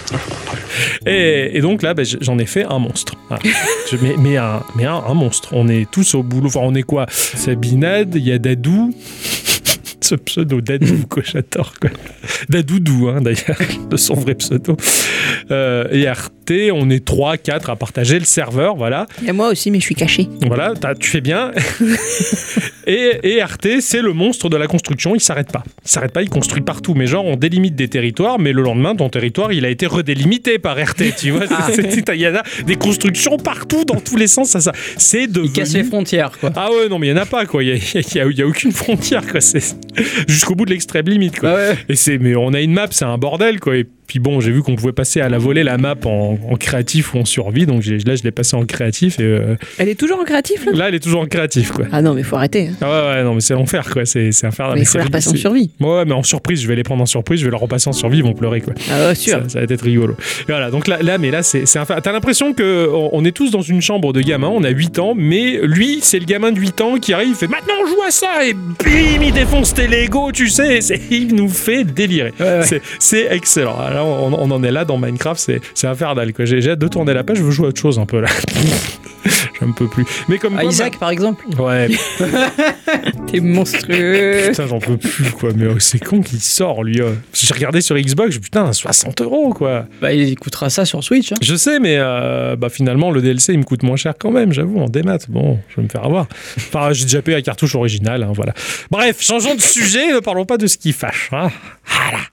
B: Et, et donc là, bah, j- j'en ai fait un monstre. Voilà. Je- mais mais, un, mais un, un monstre. On est tous au boulot. Enfin, on est quoi Sabinade, il y a Dadou. Ce pseudo Dadou, quoi, j'adore. quoi. Dadoudou, hein, d'ailleurs, de son vrai pseudo. Euh, et Arte, on est 3, 4 à partager le serveur, voilà.
A: Et moi aussi, mais je suis caché.
B: Voilà, t'as- tu fais bien. et, et Arte, c'est le monstre de la construction, il s'arrête pas. Il s'arrête pas, il construit partout. Mais genre, on délimite des territoires, mais le lendemain, ton territoire, il a été redélimité par RT, tu vois.
C: Ah,
B: C'est- c'est- Il y en a des constructions partout, dans tous les sens, ça, ça. C'est devenu...
C: Il casse les frontières, quoi.
B: Ah ouais, non, mais il y en a pas, quoi. Il y a, il y a- il y a aucune frontière, quoi. C'est jusqu'au bout de l'extrême limite, quoi.
C: Ah ouais.
B: Et c'est, mais on a une map, c'est un bordel quoi. Et puis bon, j'ai vu qu'on pouvait passer à la volée la map en, en créatif ou en survie, donc j'ai- là je l'ai passé en créatif et euh,
A: Elle est toujours en créatif là
B: là elle est toujours en créatif quoi.
A: Ah non, mais faut arrêter. hein.
B: Ah ouais, ouais, non, mais c'est l'enfer, quoi. C'est c'est infernal.
A: Ah, mais
B: Mais
A: faut
B: c'est
A: la repasser en
B: ridicule.
A: survie.
B: Ouais, ouais, mais en surprise, je vais les prendre en surprise, je vais leur repasser en survie, ils vont pleurer, quoi.
A: Ah ouais, sûr.
B: Ça, ça va être rigolo. Et voilà, donc là, là mais là, c'est c'est infernal. T'as l'impression que on, on est tous dans une chambre de gamins, on a 8 ans, mais lui, c'est le gamin de 8 ans qui arrive, il fait maintenant on joue à ça, et bim, il défonce tes Lego, tu sais, et c'est- il nous fait délirer.
C: Ouais, ouais.
B: C'est- C'est excellent. Ah, Là, on, on en est là dans Minecraft, c'est c'est infernal, quoi. J'ai j'ai hâte de tourner la page, je veux jouer à autre chose un peu là. J'aime peux plus. Mais comme. bah,
C: Ah, Isaac, par exemple.
B: Ouais,
A: T'es
C: Euh.
A: monstrueux.
B: Putain, j'en peux plus, quoi. Mais oh, c'est con qu'il sort, lui. oh. J'ai regardé sur Xbox, putain, 60 euros, quoi.
C: Bah, il écoutera ça sur Switch. hein.
B: Je sais, mais euh, bah, finalement, le DLC, il me coûte moins cher quand même, j'avoue, en démat. Bon, je vais me faire avoir. Enfin, j'ai déjà payé la cartouche originale, hein, voilà. Bref, changeons de sujet, ne parlons pas de ce qui fâche. Hein. Voilà.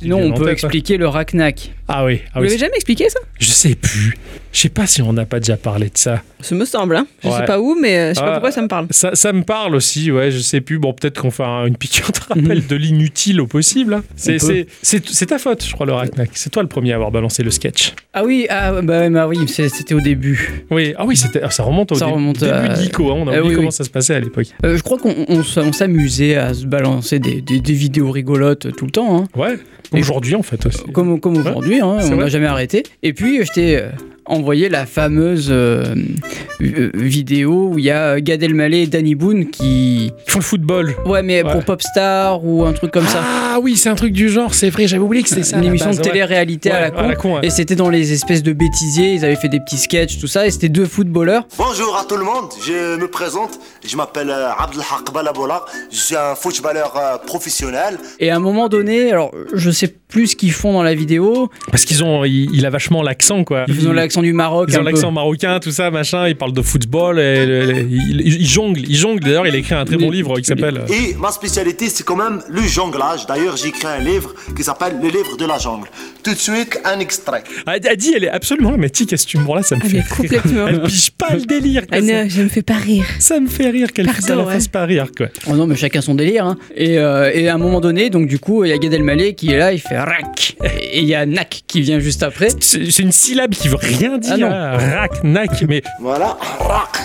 C: Sinon, on
B: en
C: peut
B: tête.
C: expliquer le racnac.
B: Ah oui, ah
A: Vous
B: oui,
A: l'avez jamais expliqué ça
B: je sais plus. Je sais pas si on n'a pas déjà parlé de ça.
A: Ça me semble, hein. Je
B: Ouais.
A: sais pas où, mais euh, je sais
B: Ah.
A: pas pourquoi ça me parle.
B: Ça, ça me parle aussi, ouais, je sais plus. Bon, peut-être qu'on fera une piquante rappel de l'inutile au possible. hein. C'est-
C: On peut.
B: C'est c'est- c'est ta faute, je crois, le Racnac. C'est toi le premier à avoir balancé le sketch.
C: Ah oui, ah, bah, bah oui, c'est- c'était au début.
B: Oui, ah oui, c'était- ah, ça remonte au
C: Ça
B: dé-
C: remonte
B: début
C: à-
B: de Geeko, hein. On a
C: Eh
B: oublié
C: oui,
B: comment
C: oui.
B: ça se passait à l'époque.
C: Euh, je crois qu'on on s- on s'amusait à se balancer des, des- des vidéos rigolotes tout le temps, hein.
B: Ouais,
C: Et-
B: aujourd'hui en fait aussi.
C: comme, comme aujourd'hui, hein,
B: c'est
C: on n'a
B: vrai.
C: jamais arrêté. Et puis, je t'ai euh, envoyé la fameuse euh, euh, vidéo où il y a Gad Elmaleh et Danny Boone qui...
B: Ils font le football.
C: Ouais, mais
B: Ouais.
C: pour Popstar ou un truc comme ça. Ah,
B: Ah oui, c'est un truc du genre, c'est vrai, j'avais oublié que c'était ça. à
C: une
B: la
C: émission
B: base,
C: de
B: Euh, bah, ouais.
C: télé-réalité
B: Ouais,
C: à la con.
B: con, ouais.
C: Et c'était dans les espèces de bêtisiers, ils avaient fait des petits sketchs, tout ça, et c'était deux footballeurs.
H: Bonjour à tout le monde, je me présente, je m'appelle euh, Abdelhak Balabola, je suis un footballeur euh, professionnel.
C: Et à un moment donné, alors je sais plus ce qu'ils font dans la vidéo,
B: Parce qu'ils ont, il, il a vachement l'accent quoi.
C: ils ont l'accent du Maroc.
B: Bah, Ils ont
C: un peu.
B: l'accent marocain, tout ça, machin. Ils parlent de football. Et, le- le- il, il jongle. Il jongle. D'ailleurs, il a écrit un très bon
C: Mais-
B: livre qui s'appelle. euh,
H: Et ma spécialité, c'est quand même le jonglage. D'ailleurs, j'ai écrit un livre qui s'appelle Le livre de la jungle. Tout de suite, un extrait.
B: euh, Adi, elle est absolument hermétique à ce humour-là. Ça me
A: Ah,
B: fait
A: mais
B: rire.
A: complètement.
B: Elle pige pas le délire. quoi.
A: Ah
B: ça,
A: non, je me fais pas rire.
B: ça me fait rire qu'elle ça la
A: Pardon,
B: fasse
A: ouais.
B: pas rire. Quoi.
C: Oh non, mais chacun son délire. hein. Et, euh, et à un moment donné, donc du coup, il y a Gad Elmaleh qui est là, il fait rac. Et il y a Nak qui vient juste après.
B: C'est c'est une syllabe qui veut rien dire.
C: Ah non.
B: hein. Rac, nac. Mais
H: Voilà. Rac.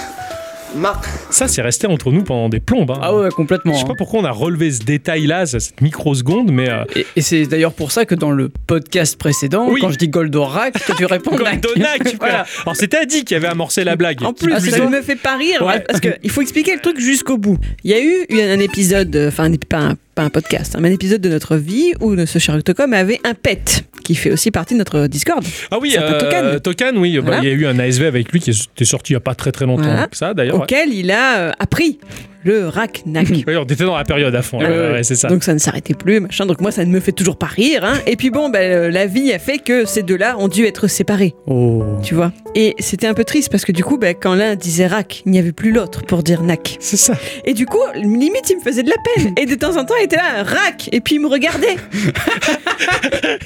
H: Mac.
B: ça, c'est resté entre nous pendant des plombes. hein.
C: Ah ouais, complètement.
B: Je sais
C: hein.
B: pas pourquoi on a relevé ce détail-là, ça, cette microseconde, mais euh,
C: Et, et c'est d'ailleurs pour ça que dans le podcast précédent,
B: Oui.
C: quand je dis Goldorak, toi, tu réponds Nak.
B: Goldonak, quoi.
C: voilà.
B: Alors c'était Adi qui avait amorcé la blague.
A: En plus,
C: Ah, c'est
A: ça
C: ça.
A: me fait pas rire.
B: Ouais.
A: Parce que il faut expliquer le truc jusqu'au bout. Il y a eu une- un épisode, euh, enfin, un ép- pas, un, pas un podcast, hein, mais un épisode de notre vie où ce Charlotte.com avait un pet qui fait aussi partie de notre Discord.
B: Ah oui,
A: C'est un peu
B: euh,
A: Tokan.
B: Tokan, oui. bah,
A: Voilà.
B: il y a eu un ASV avec lui qui est sorti il y a pas très très longtemps
A: Voilà.
B: que ça, d'ailleurs. ouais.
A: auquel il a euh, appris le rack-nack.
B: Oui, on était dans la période à fond.
C: Ah
B: ouais,
C: ouais,
B: ouais,
C: ouais.
B: c'est ça.
A: Donc ça ne s'arrêtait plus, machin. Donc moi, ça ne me fait toujours pas rire. hein. Et puis bon, bah, euh, la vie a fait que ces deux-là ont dû être séparés,
B: Oh.
A: tu vois. Et c'était un peu triste parce que du coup, bah, quand l'un disait rack, il n'y avait plus l'autre pour dire nack.
B: C'est ça.
A: Et du coup, limite, il me faisait de la peine. Et de temps en temps, il était là, rac, et puis il me regardait.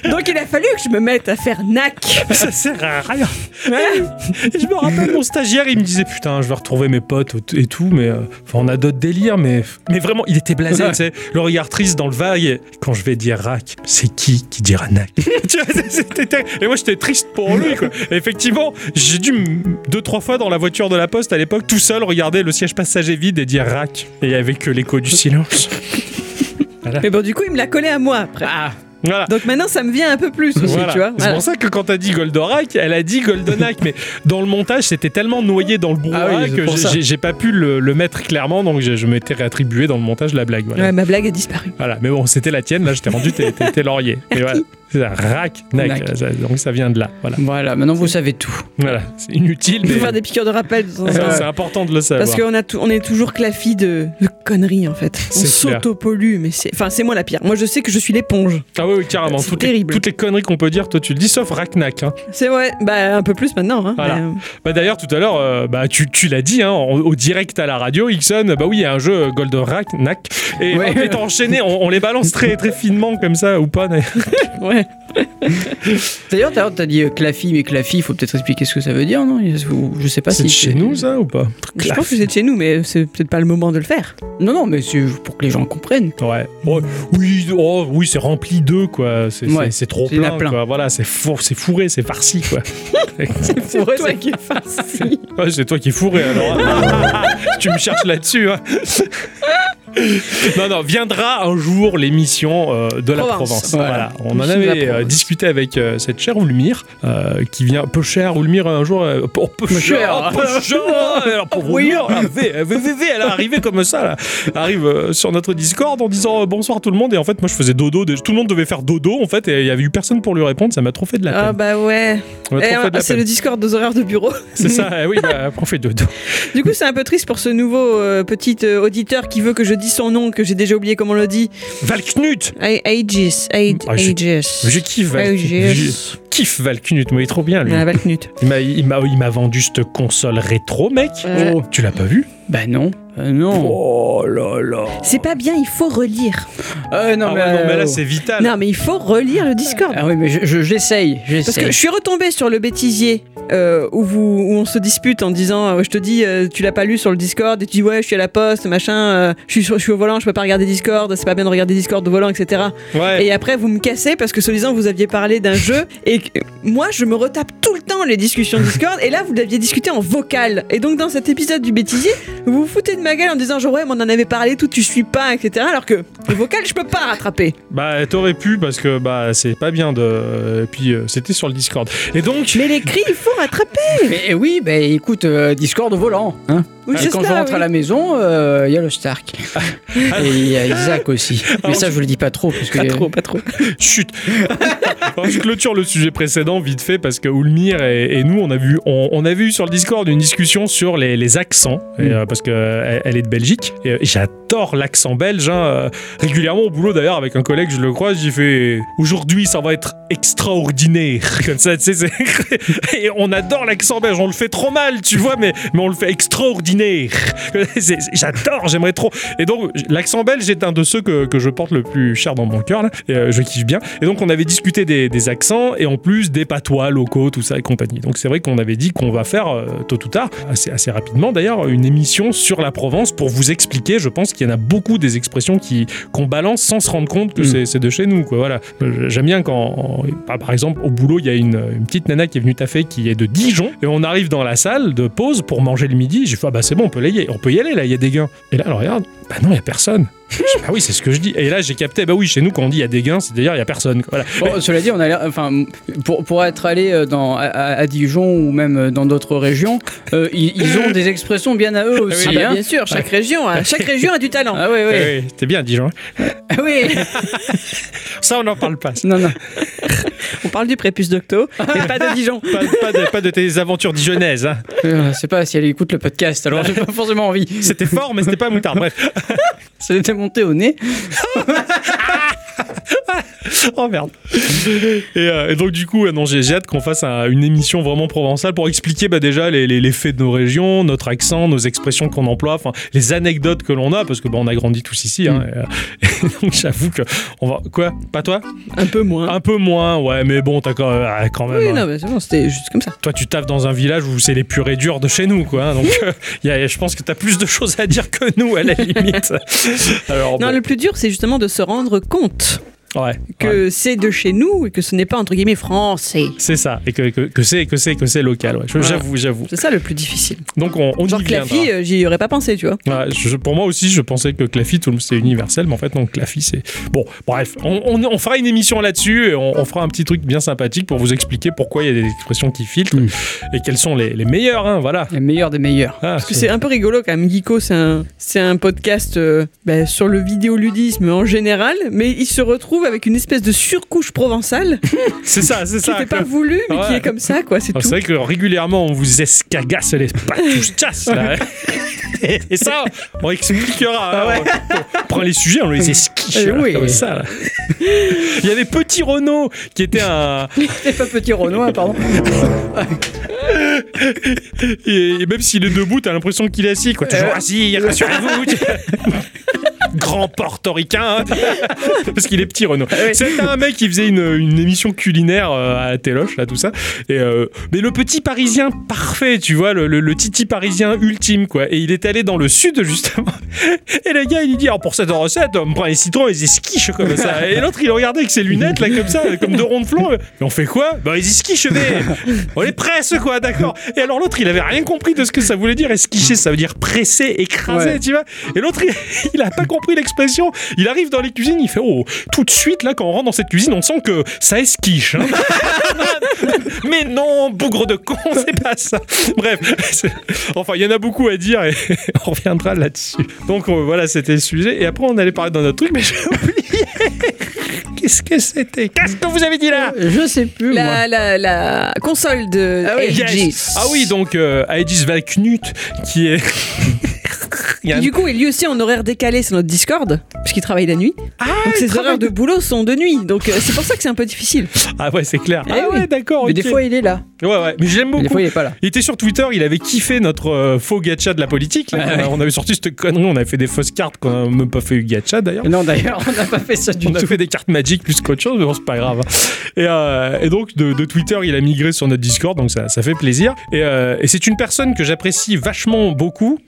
A: Donc il a fallu que je me mette à faire nac.
B: Ça sert à rien. Et je me rappelle, mon stagiaire, il me disait Putain, je vais retrouver mes potes et tout, mais euh, enfin, on a d'autres délires, mais, mais vraiment, il était blasé, tu sais. Le regard triste dans le vague. et Quand je vais dire rack, c'est qui qui dira nac Tu vois, c'est- c'était terrible. Et moi, j'étais triste pour lui, quoi. Et effectivement, j'ai dû, m- deux, trois fois dans la voiture de la poste à l'époque, tout seul, regarder le siège passager vide et dire rack. Et il n'y avait que l'écho du silence.
A: Mais bon, du coup, il me l'a collé à moi après.
B: Voilà.
A: Donc maintenant, ça me vient un peu plus aussi,
B: Voilà.
A: tu vois.
B: C'est
A: Voilà.
B: pour ça que quand t'as dit Goldorak, elle a dit Goldorak, mais dans le montage, c'était tellement noyé dans le brouhaha
C: Ah oui, c'est
B: que
C: pour
B: j'ai-
C: ça.
B: j'ai- j'ai pas pu le, le mettre clairement, donc je, je m'étais réattribué dans le montage la blague. Voilà.
A: Ouais, ma blague a disparu.
B: Voilà. Mais bon, c'était la tienne, là, je t'ai rendu tes, tes- tes lauriers. Mais voilà. C'est ça, rac, nac,
C: Nac.
B: ça- donc ça vient de là. Voilà,
C: Voilà, maintenant vous savez tout.
B: voilà. c'est inutile,
A: Il faut
B: mais
A: faire des piqûres de rappel. de temps en temps.
B: ça, c'est important de le savoir.
A: Parce qu'on a tout- on est toujours clafis de, de conneries en fait. On
B: C'est clair.
A: s'autopollue, mais c'est, enfin c'est moi la pire. Moi je sais que je suis l'éponge.
B: Ah oui, oui, carrément,
A: C'est
B: toutes les,
A: terrible.
B: toutes les conneries qu'on peut dire, toi tu le dis, sauf rac-nac. hein.
A: C'est vrai, bah un peu plus maintenant. hein,
B: Voilà.
A: mais, euh,
B: Bah d'ailleurs tout à l'heure, euh, bah tu, tu l'as dit, hein, au, au direct à la radio, Ixon, bah oui, il y a un jeu euh, Golden Rack, Knack, et
C: Ouais.
B: on est enchaîné, on, on les balance très très finement comme ça ou pas. d'ailleurs.
A: euh, ouais.
C: D'ailleurs, t'as t'as dit euh, clafi, mais clafi, il faut peut-être expliquer ce que ça veut dire, non Ou Je sais pas
B: C'est
C: si.
B: de chez nous ça ou pas
A: Je pense que c'est de chez nous, mais c'est peut-être pas le moment de le faire.
C: Non, non, mais c'est pour que les gens comprennent.
B: Ouais. Ouais. Oui, oh, oui, c'est rempli d'eux quoi. C'est c'est-
C: Ouais.
B: c'est trop
C: Il y en a
B: plein,
C: plein.
B: quoi. Voilà, c'est four- c'est fourré, c'est farci quoi.
A: C'est
C: vrai,
A: toi
C: c'est-
A: qui es farci.
B: Ouais, c'est toi qui es fourré alors. hein. tu me cherches là-dessus. hein. non, non, viendra un jour l'émission euh, de la
A: Provence.
B: Provence.
C: Voilà.
B: Voilà. On en
C: L'émission de la
B: avait euh,
C: Provence.
B: discuté avec euh, cette chère Oulmire euh, qui vient peu cher Oulmire un jour. euh, pour peu
C: Peu
B: cher,
C: chère.
B: peu cher. Alors pour vous dire, là, v- v- v- v- elle est arrivée comme ça. là. Arrive euh, sur notre Discord en disant euh, bonsoir tout le monde. Et en fait, moi je faisais dodo. de- Tout le monde devait faire dodo en fait. Et il y avait eu personne pour lui répondre. Ça m'a trop fait de la
A: Ah
B: peine.
A: bah ouais.
B: Ça m'a trop
A: Eh,
B: fait de la
A: c'est
B: peine.
A: le Discord aux horaires de bureau.
B: C'est ça. eh Oui, bah, on fait dodo.
A: Du coup, c'est un peu triste pour ce nouveau euh, petit euh, auditeur qui veut que je dise son nom, que j'ai déjà oublié comment on le dit.
B: Valknut.
A: A- Aegis. A-
B: Ah, je-
A: Aegis.
B: Je kiffe.
A: Aegis.
B: Valkyrie. kiffe Val Knut, moi il est trop bien lui.
A: Ah, Valknut.
B: Il m'a- Il m'a il m'a vendu cette console rétro, mec.
A: Ouais.
B: Oh, tu l'as pas vu
C: Bah non. Euh, non.
B: Oh là là.
A: C'est pas bien, il faut relire.
C: Euh, non,
B: Ah
C: mais,
B: ouais, non, mais
A: oh.
C: euh,
B: là c'est vital.
A: Non, mais il faut relire le Discord.
C: Ah oui, mais je- je- j'essaye.
A: Parce
C: j'essaye.
A: que je suis retombée sur le bêtisier euh, où, vous, où on se dispute en disant euh, je te dis euh, tu l'as pas lu sur le Discord et tu dis ouais je suis à la poste machin euh, je, suis sur- je suis au volant je peux pas regarder Discord c'est pas bien de regarder Discord au volant etc
B: Ouais.
A: et après vous me cassez parce que soi-disant vous aviez parlé d'un jeu et que- moi je me retape tout le temps les discussions Discord et là vous l'aviez discuté en vocal et donc dans cet épisode du bêtisier vous vous foutez de ma gueule en disant genre ouais mais on en avait parlé tout tu suis pas etc alors que le vocal je peux pas rattraper
B: Bah t'aurais pu parce que bah c'est pas bien de. Et puis euh, c'était sur le Discord. Et donc.
A: mais l'écrit il faut rattraper
C: Mais eh oui, bah écoute, euh, Discord au volant. Hein
A: Oui,
C: Et
A: c'est
C: quand
A: ça,
C: je rentre
A: oui. Ah,
C: à la maison, euh, il y a le Stark. Et il y a Isaac aussi. Mais ça, je vous le dis pas trop. Parce que
A: Ah, pas trop pas trop
B: Chut Alors, Je clôture le sujet précédent vite fait parce que Oulmir et, et nous, on a, vu, on, on a vu sur le Discord une discussion sur les, les accents et,
C: Mm.
B: euh, parce qu'elle elle est de Belgique et, euh, j'adore l'accent belge. hein, euh, régulièrement au boulot d'ailleurs, avec un collègue, je le croise, j'ai fait aujourd'hui ça va être extraordinaire. Comme ça, tu sais, c'est- et on adore l'accent belge, on le fait trop mal, tu vois, mais, mais on le fait extraordinaire. C'est- c'est- J'adore, j'aimerais trop. Et donc, l'accent belge est un de ceux que, que je porte le plus cher dans mon cœur, là. Et, euh, je kiffe bien. Et donc, on avait discuté des, des accents et en plus des patois locaux, tout ça et compagnie. Donc, c'est vrai qu'on avait dit qu'on va faire, euh, tôt ou tard, assez, assez rapidement d'ailleurs, une émission sur la Provence pour vous expliquer. Je pense qu'il y en a beaucoup des expressions qui, qu'on balance sans se rendre compte que
C: Mm.
B: c'est- c'est de chez nous. Quoi. Voilà. Euh, J'aime bien quand, par- par exemple, au boulot, il y a une, une petite nana qui est venue taffer qui est de Dijon et on arrive dans la salle de pause pour manger le midi. J'ai fait, ah bah c'est bon, on peut, y, on peut y aller là, il y a des gains. Et là, elle regarde, bah non, il y a personne. Je dis, bah oui, c'est ce que je dis. Et là, j'ai capté, bah oui, chez nous, quand on dit il y a des gains, c'est-à-dire il y a personne. quoi. Voilà.
C: Bon, cela dit, on a l'air- enfin, pour, pour être allé euh, dans, à, à- à Dijon ou même euh, dans d'autres régions, euh, ils, ils ont des expressions bien à eux aussi.
A: Ah bah,
C: hein.
A: bien sûr, chaque région, a- chaque région a du talent.
C: Ah oui, oui.
B: Eh oui, t'es bien, Dijon.
C: Ah oui.
B: Ça, on n'en parle pas.
C: non, non.
A: On parle du prépuce d'Octo, mais pas de Dijon.
B: Pas, pas de, pas de tes aventures dijonnaises. hein.
C: Euh, je sais pas si elle écoute le podcast, alors j'ai pas forcément envie.
B: C'était fort, mais c'était pas moutard. Bref.
C: C'était monté au nez.
B: Oh merde. Et, euh, et donc, du coup, euh, non, j'ai j'ai hâte qu'on fasse un- une émission vraiment provençale pour expliquer bah, déjà les, les, les faits de nos régions, notre accent, nos expressions qu'on emploie, enfin, les anecdotes que l'on a, parce que bah, on a grandi tous ici.
A: Mm.
B: hein, et, euh, et donc, j'avoue que. On va... Quoi Pas toi
A: Un peu moins.
B: Un peu moins, ouais, mais bon, t'as quand, ah, quand même.
A: oui,
B: hein.
A: non, mais c'est bon, c'était juste comme ça.
B: Toi, tu taffes dans un village où c'est les purées dures de chez nous, quoi. hein, Donc, euh, y a- je pense que t'as plus de choses à dire que nous, à la limite.
C: Ah,
B: Alors,
A: Non,
B: bon,
A: le plus dur, c'est justement de se rendre compte
B: ouais, ouais,
A: que c'est de chez nous et que ce n'est pas, entre guillemets, français.
B: c'est ça. Et que, que, que c'est que c'est que c'est local. Ouais. Je-
A: Voilà.
B: J'avoue, j'avoue.
A: C'est ça le plus difficile.
B: Donc, on, on
A: Genre
B: y
A: que la
B: viendra.
A: fille, euh, j'y aurais pas pensé, tu vois.
B: Ouais, je- pour moi aussi, je pensais que Claffy, tout le c'est universel, mais en fait, non, Claffy, c'est. Bon, bref, on, on- on fera une émission là-dessus et on, on fera un petit truc bien sympathique pour vous expliquer pourquoi il y a des expressions qui filtrent
C: Mm.
B: et quelles sont les, les meilleures, hein, voilà.
C: Le meilleur des meilleurs.
B: Ah,
A: Parce que c'est un peu rigolo quand même. Geeko, c'est un, c'est un podcast euh, ben, sur le vidéoludisme en général, mais il se retrouve avec une espèce de surcouche provençale
B: c'est ça, c'est
A: qui
B: ça.
A: n'était pas
B: que-
A: voulue, mais qui
B: Ouais.
A: est comme ça, quoi. C'est
B: Ah,
A: tout.
B: c'est vrai que régulièrement on vous escagasse les patouchas là. Et- Et ça, on expliquera.
A: Ah
B: hein. On, on prend les sujets, on les esquiche
C: Eh
B: là,
C: oui.
B: comme ça. là. Il y avait Petit Renault qui était un.
C: C'était pas petit Renoir, pardon.
B: Et, et même s'il est debout, t'as l'impression qu'il est assis. Quoi. Toujours assis, rassurez-vous. Grand portoricain. hein. Parce qu'il est petit Renault. C'était un mec qui faisait une, une émission culinaire euh, à Téloche, là, tout ça. Et, euh, mais le petit parisien parfait, tu vois, le, le- le titi parisien ultime, quoi. Et il est allé dans le sud, justement. Et le gars, il lui dit Alors, pour cette recette, on me prend les citrons et les esquiches, comme ça. Et l'autre, il le regardait avec ses lunettes, là, comme ça, comme deux ronds de flanc. Mais on fait quoi Bah, les esquiches, mais on les presse, quoi, d'accord. Et alors, l'autre, il avait rien compris de ce que ça voulait dire. Esquicher, ça veut dire presser, écraser,
C: Ouais.
B: tu vois. Et l'autre, il, il a pas compris l'expression. Il arrive dans les cuisines, il fait Oh, tout de suite, là, quand on rentre dans cette cuisine, on sent que ça esquiche. hein. Mais non, bougre de con, c'est pas ça. Bref, c'est- enfin, il y en a beaucoup à dire et on reviendra là-dessus. Donc euh, voilà, c'était le sujet. Et après, on allait parler d'un autre truc, mais j'ai oublié. Qu'est-ce que c'était Qu'est-ce que vous avez dit là
C: Je sais plus, moi.
A: La, la, la console de
C: Ah oui,
A: Aegis.
B: Yes. Ah oui, donc euh, Aegis Valknut, qui est. il y a un-
A: Et Du coup, il est lui aussi en horaire décalé sur notre Discord, puisqu'il travaille la nuit. donc ses horaires de boulot sont de nuit, donc euh, c'est pour ça que c'est un peu difficile.
B: Ah ouais, c'est clair.
A: Eh
B: ah
A: oui.
B: ouais, d'accord.
C: Mais des
B: ok.
C: fois, il est là.
B: Ouais, ouais. Mais je l'aime
C: Mais
B: beaucoup.
C: des fois, il est pas là.
B: Il était sur Twitter, il avait kiffé notre euh, faux gacha de la politique. là.
C: Ah
B: On a- On avait sorti cette connerie, on avait fait des fausses cartes qu'on n'a même pas fait gacha d'ailleurs.
C: Non, d'ailleurs, on n'a pas fait ça du
B: On a
C: tout.
B: fait des cartes magiques plus qu'autre chose, mais bon, c'est pas grave. Et, euh, et donc, de, de Twitter, il a migré sur notre Discord, donc ça, ça fait plaisir. Et, euh, et c'est une personne que j'apprécie vachement beaucoup.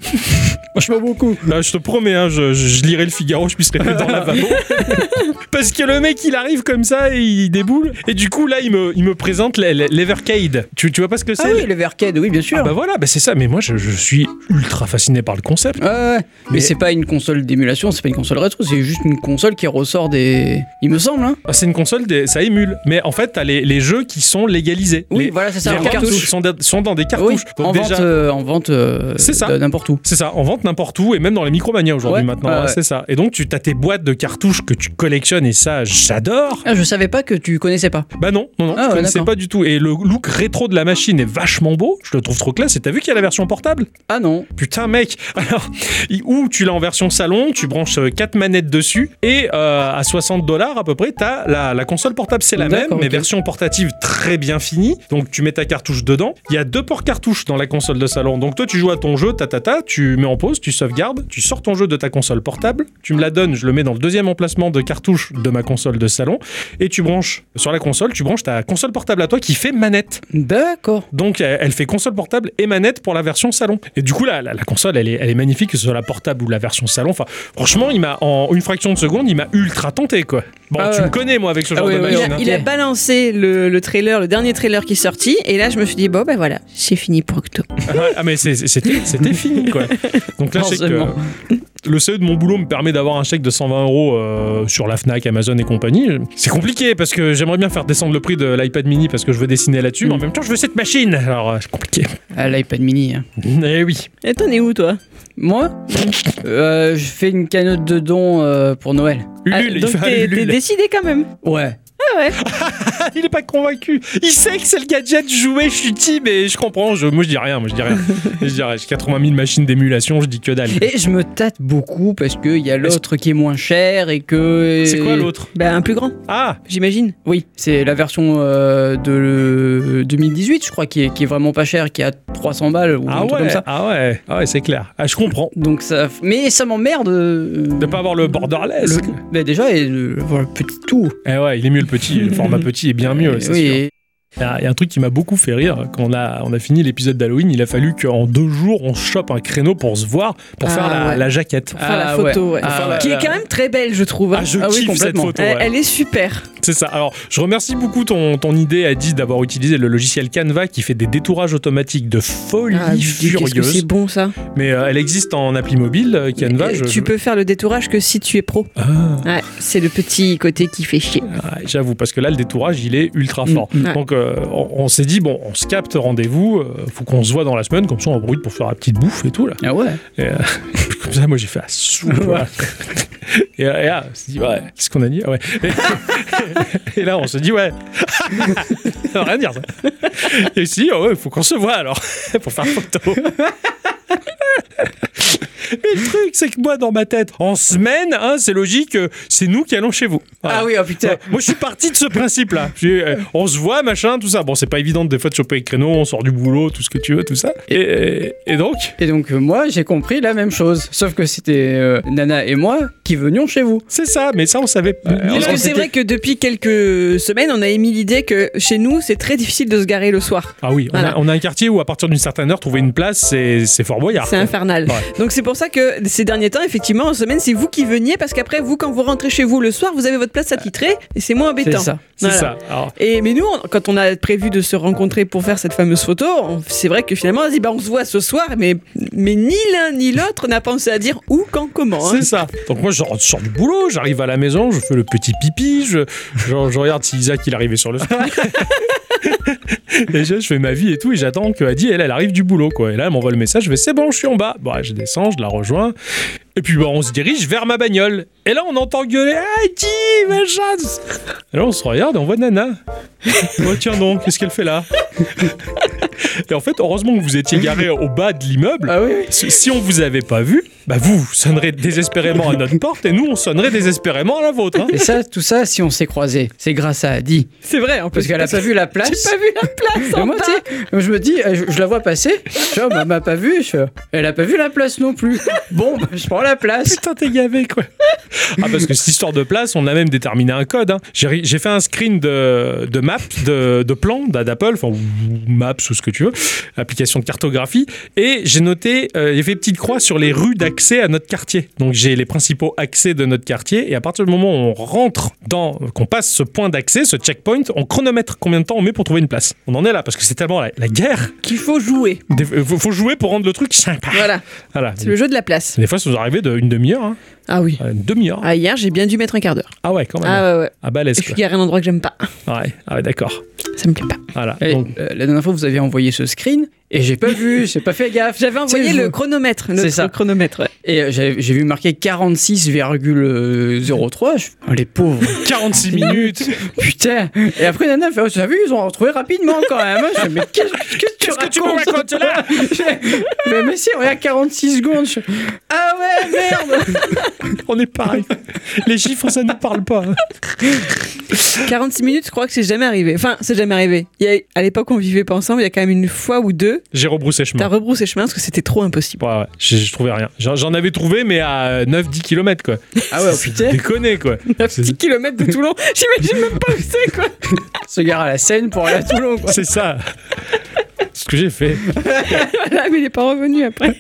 C: Franchement, beaucoup.
B: Là, je te promets, hein, je, je- je lirai le Figaro, je pisserai plus dans la lavabo. Parce que le mec, il arrive comme ça, et il déboule. Et du coup, là, il me, il me présente l'e- l'e- l'Evercade. Tu, tu vois pas ce que c'est
C: Ah oui, le Vercade, oui, bien sûr.
B: Ah bah voilà, bah c'est ça. Mais moi, je, je suis ultra fasciné par le concept.
C: Ouais, ouais. mais,
B: Mais-
C: c'est pas une console d'émulation, c'est pas une console rétro, c'est juste une console qui ressort des. Il me semble, hein
B: Ah, C'est une console, des- ça émule. Mais en fait, t'as les, les jeux qui sont légalisés.
C: Oui,
B: les,
C: voilà, c'est ça,
B: les
C: en
B: ventes
C: cartouche.
B: Sont, da- sont dans des
C: Oui,
B: cartouches. Donc
C: en,
B: déjà-
C: vente, euh, en vente. euh,
B: C'est ça.
C: de- N'importe où.
B: C'est ça, en vente n'importe où et même dans les micromania aujourd'hui
C: Ouais,
B: maintenant,
C: ouais,
B: hein,
C: ouais.
B: c'est ça. Et donc tu as tes boîtes de cartouches que tu collectionnes et ça j'adore.
C: Ah, je savais pas que tu connaissais pas.
B: Bah non, non, non,
C: Ah
B: je
C: ouais,
B: connaissais
C: d'accord.
B: pas du tout. Et le look rétro de la machine est vachement beau, je le trouve trop classe. Et t'as vu qu'il y a la version portable
C: Ah non.
B: Putain mec, alors, il- ou tu l'as en version salon, tu branches 4 manettes dessus et euh, à 60 dollars à peu près, t'as la, la console portable, c'est la même,
C: D'accord,
B: mais
C: ok.
B: version portative très bien finie. Donc tu mets ta cartouche dedans. Il y a deux ports cartouches dans la console de salon. Donc toi tu joues à ton jeu, ta ta ta, tu mets en pause, tu sauvegardes, tu sors ton jeu de ta console portable, tu me la donnes, je le mets dans le deuxième emplacement de cartouche de ma console de salon et tu branches sur la console, tu branches ta console portable à toi qui fait manette.
C: D'accord.
B: Donc elle elle fait console portable et manette pour la version salon. Et du coup la, la, la console elle est, elle est magnifique que ce soit la portable ou la version salon. Enfin franchement il m'a en une fraction de seconde il m'a ultra tenté quoi. Bon
C: Ah
B: tu
C: ouais.
B: me connais moi avec ce
C: Ah
B: genre
C: oui,
B: de
C: oui,
A: Il
B: machine.
A: a,
B: hein.
A: il a balancé le, le trailer, le dernier trailer qui est sorti, et là je me suis dit, bon ben voilà, c'est fini pour Octo.
B: Ah mais c'est- c'est- c'était c'était fini quoi. Donc là je sais que
C: Forcément.
B: le CE de mon boulot me permet d'avoir un chèque de 120 euros euh, sur la Fnac, Amazon et compagnie. C'est compliqué parce que j'aimerais bien faire descendre le prix de l'iPad mini parce que je veux dessiner
C: Mm.
B: là-dessus, mais en même temps je veux cette machine. Alors euh, c'est compliqué.
C: Ah, l'iPad mini. hein.
B: Eh oui.
A: Et t'en es où toi
C: Moi Euh, Je fais une canotte de dons euh, pour Noël.
B: Ulule,
A: Ah,
B: il
A: Donc
B: fait un
A: t'es t'es
B: Ulule.
A: décidé quand même.
C: Ouais.
B: Il est pas convaincu. Il sait que c'est le gadget joué, je suis petit, mais je comprends. Je, moi, je dis rien. Moi, je dis rien. je dis rien. J'ai 80 000 machines d'émulation, je dis que dalle.
C: Et je me tâte beaucoup parce qu'il y a l'autre qui est moins cher et que.
B: C'est quoi l'autre
A: Ben un plus grand,
B: Ah,
A: j'imagine.
C: Oui, c'est la version euh, de le- 2018, je crois, qui est, qui est vraiment pas chère, qui est à 300 balles ou un
B: ah
C: truc comme
B: ouais,
C: ça.
B: ah ouais, ah ouais, c'est clair. Ah, je comprends.
C: Donc ça, mais ça m'emmerde. euh,
B: De pas avoir le borderless.
C: le- bah déjà, et le, voilà, petit tout.
B: Eh ouais, il est mieux le petit. Le format petit est bien mieux. c'est
C: oui,
B: sûr.
C: et-
B: Il y a- il y a un truc qui m'a beaucoup fait rire. Quand on a, on a fini l'épisode d'Halloween, il a fallu qu'en deux jours, on chope un créneau pour se voir, pour
A: Ah
B: faire la,
A: ouais.
B: la jaquette.
A: Enfin la
C: Ah
A: photo, ouais.
C: Ah
B: Enfin, la-
A: qui est
B: la-
A: quand même très belle, je trouve.
B: Euh, Ah, je
C: Ah oui,
B: kiffe cette
C: complètement.
B: photo.
A: Elle,
B: ouais.
A: elle est super.
B: C'est ça. Alors, je remercie beaucoup ton, ton idée, Adi, d'avoir utilisé le logiciel Canva qui fait des détourages automatiques de folie
A: Ah, qu'est-ce que c'est
B: furieuse.
A: bon ça.
B: Mais euh, elle existe en appli mobile, euh, Canva.
A: Euh,
B: je-
A: Tu peux faire le détourage que si tu es pro.
B: Ah,
A: Ouais, c'est le petit côté qui fait chier.
B: ouais, J'avoue, parce que là, le détourage, il est ultra fort.
A: Mm, mm.
B: Donc, euh, on, on s'est dit, bon, on se capte rendez-vous, euh, faut qu'on se voit dans la semaine, comme ça, on brûle pour faire la petite bouffe et tout, là.
C: Ah ouais.
B: Et, euh, comme ça, moi, j'ai fait la soupe. voilà. Et, euh, et là, on s'est dit, ouais, qu'est-ce qu'on a dit Ah ouais. et, et là, on se dit, ouais. ça veut rien dire, ça. Et si, oh, ouais, faut qu'on se voit alors, pour faire photo. Mais le truc, c'est que moi, dans ma tête, en semaine, hein, c'est logique, euh, c'est nous qui allons chez vous. Voilà.
C: Ah oui, oh putain.
B: Ouais, Moi, je suis parti de ce principe-là. Je suis, euh, on se voit, machin, tout ça. Bon, c'est pas évident des fois de choper les créneaux, on sort du boulot, tout ce que tu veux, tout ça. Et, et donc,
C: Et donc euh, moi, j'ai compris la même chose, sauf que c'était euh, Nana et moi qui venions chez vous.
B: c'est ça, mais ça, on savait pas.
A: Parce
B: Euh, On
A: que c'est
B: s'était-
A: vrai que depuis quelques semaines, on a émis l'idée que chez nous, c'est très difficile de se garer le soir.
B: Ah oui, on,
A: Voilà.
B: a, on a un quartier où à partir d'une certaine heure, trouver une place, c'est c'est fort boyard.
A: C'est
B: quoi.
A: infernal.
B: Ouais.
A: Donc c'est pour ça que ces derniers temps, effectivement, en semaine, c'est vous qui veniez parce qu'après, vous, quand vous rentrez chez vous le soir, vous avez votre place attitrée et c'est moins
C: C'est
A: embêtant.
C: ça.
B: C'est
A: Voilà.
B: ça. Alors,
A: Et mais nous, on- quand on a prévu de se rencontrer pour faire cette fameuse photo, on- c'est vrai que finalement, on se dit bah on se voit ce soir, mais mais ni l'un ni l'autre n'a pensé à dire où, quand, comment. hein.
B: C'est ça. Donc moi, je sors, je sors du boulot, j'arrive à la maison, je fais le petit pipi, je, je, je regarde si Isaac il arrivait sur le sol. Et je, je fais ma vie et tout, et j'attends que Adi, elle, elle arrive du boulot, quoi. Et là, elle m'envoie le message, je fais c'est bon, je suis en bas. Bon, je descends, je la rejoins. Et puis, bah, on se dirige vers ma bagnole. Et là, on entend gueuler Adi, machin. Et là, on se regarde, et on voit Nana. Oh, tiens donc, qu'est-ce qu'elle fait là Et en fait, heureusement que vous étiez garé au bas de l'immeuble.
C: Ah oui, oui.
B: Si si on vous avait pas vu, bah vous, vous sonnerez désespérément à notre porte et nous, on sonnerait désespérément à la vôtre. hein.
C: Et ça, tout ça, si on s'est croisés, c'est grâce à Adi.
A: C'est vrai, en
C: Parce
A: plus.
C: qu'elle a pas vu la place.
A: J'ai pas vu la place.
C: Et
A: en
C: moi,
A: bas.
C: tu sais, je me dis, euh, je, je la vois passer. Tu vois, elle m'a pas vu. je fais, elle a pas vu la place non plus. Bon, bah, je prends la place.
B: Putain, t'es gavé, quoi. Ah, parce que cette histoire de place, on a même déterminé un code. hein. J'ai ri- J'ai fait un screen de, de map, de, de plan d'a- d'Apple, enfin, ou maps ou ce que tu veux, application de cartographie, et j'ai noté, euh, j'ai fait petite croix sur les rues d'accès à notre quartier. Donc, j'ai les principaux accès de notre quartier, et à partir du moment où on rentre dans, qu'on passe ce point d'accès, ce checkpoint, on chronomètre combien de temps on met pour trouver une place. On en est là, parce que c'est tellement la, la guerre.
A: Qu'il faut jouer.
B: Des- faut, faut jouer pour rendre le truc sympa.
A: Voilà,
B: Voilà.
A: c'est le jeu de la place.
B: Des fois, ça nous arrivait d'une demi-heure. hein.
A: Ah oui.
B: Une demi-heure.
A: Ah, hier, j'ai bien dû mettre un quart d'heure.
B: Ah ouais, quand même.
A: Ah ouais, ouais.
B: Ah balèze
A: Je suis
B: quoi.
A: garé à un endroit que j'aime pas.
B: Ouais, ah ouais, d'accord.
A: Ça me plaît pas.
B: Voilà.
C: Et,
B: Donc,
C: euh, la dernière fois, vous avez envoyé ce screen et j'ai pas vu, j'ai pas fait gaffe.
A: J'avais envoyé
C: Tu sais,
A: le
C: je-
A: chronomètre.
C: C'est
A: notre
C: ça.
A: chronomètre, ouais.
C: Et euh, j'ai j'ai vu marquer 46,03. Je fais, Oh, les pauvres.
B: 46 minutes.
C: Putain. Et après, Nana fait, oh, t'as vu, ils ont retrouvé rapidement quand même. hein. Je fais, mais qu'est-ce qu'est-ce que tu
B: Qu'est-ce que tu me
C: racontes
B: racontes là
C: mais, mais si, regarde, 46 secondes. Je fais, Ah ouais, merde.
B: On est pareil. Les chiffres, ça ne parle pas. hein.
A: 46 minutes, je crois que c'est jamais arrivé. Enfin, c'est jamais arrivé. Il y a- à l'époque, on vivait pas ensemble. Il y a quand même une fois ou deux,
B: J'ai rebroussé
A: t'as
B: chemin.
A: rebroussé chemin parce que c'était trop impossible.
B: Ouais, ouais, je, je trouvais rien. J'en j'en avais trouvé, mais à 9-10 km, quoi.
C: Ah ouais, oh, putain.
B: Déconné, quoi.
A: 10 km de Toulon, j'imagine même pas où c'est quoi.
C: Se gare à la Seine pour aller à Toulon, quoi.
B: C'est ça. Ce que j'ai fait.
A: Voilà, mais il est pas revenu après.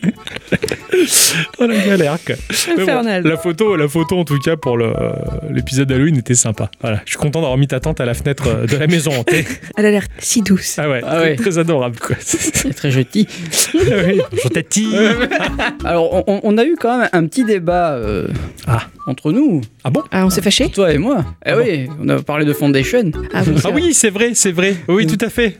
B: Oh la galère, quoi. Mais bon,
A: Infernal.
B: la photo, la photo, en tout cas, pour le- euh, l'épisode d'Halloween était sympa. Voilà. Je suis content d'avoir mis ta tante à la fenêtre euh, de la maison hantée.
A: Elle a l'air si douce.
B: Ah ouais.
C: Ah ouais. Ah
B: Très adorable, quoi.
C: C'est très joli.
B: Oui. Je t'attire.
C: Alors, on, on a eu quand même un petit débat euh,
B: Ah.
C: entre nous,
B: Ah bon
A: Ah, on s'est fâché
C: toi et moi. Eh oui, on a parlé de Foundation.
A: Ah, bon,
B: Ah oui, c'est vrai, c'est vrai. Oui,
C: Mm.
B: tout à fait.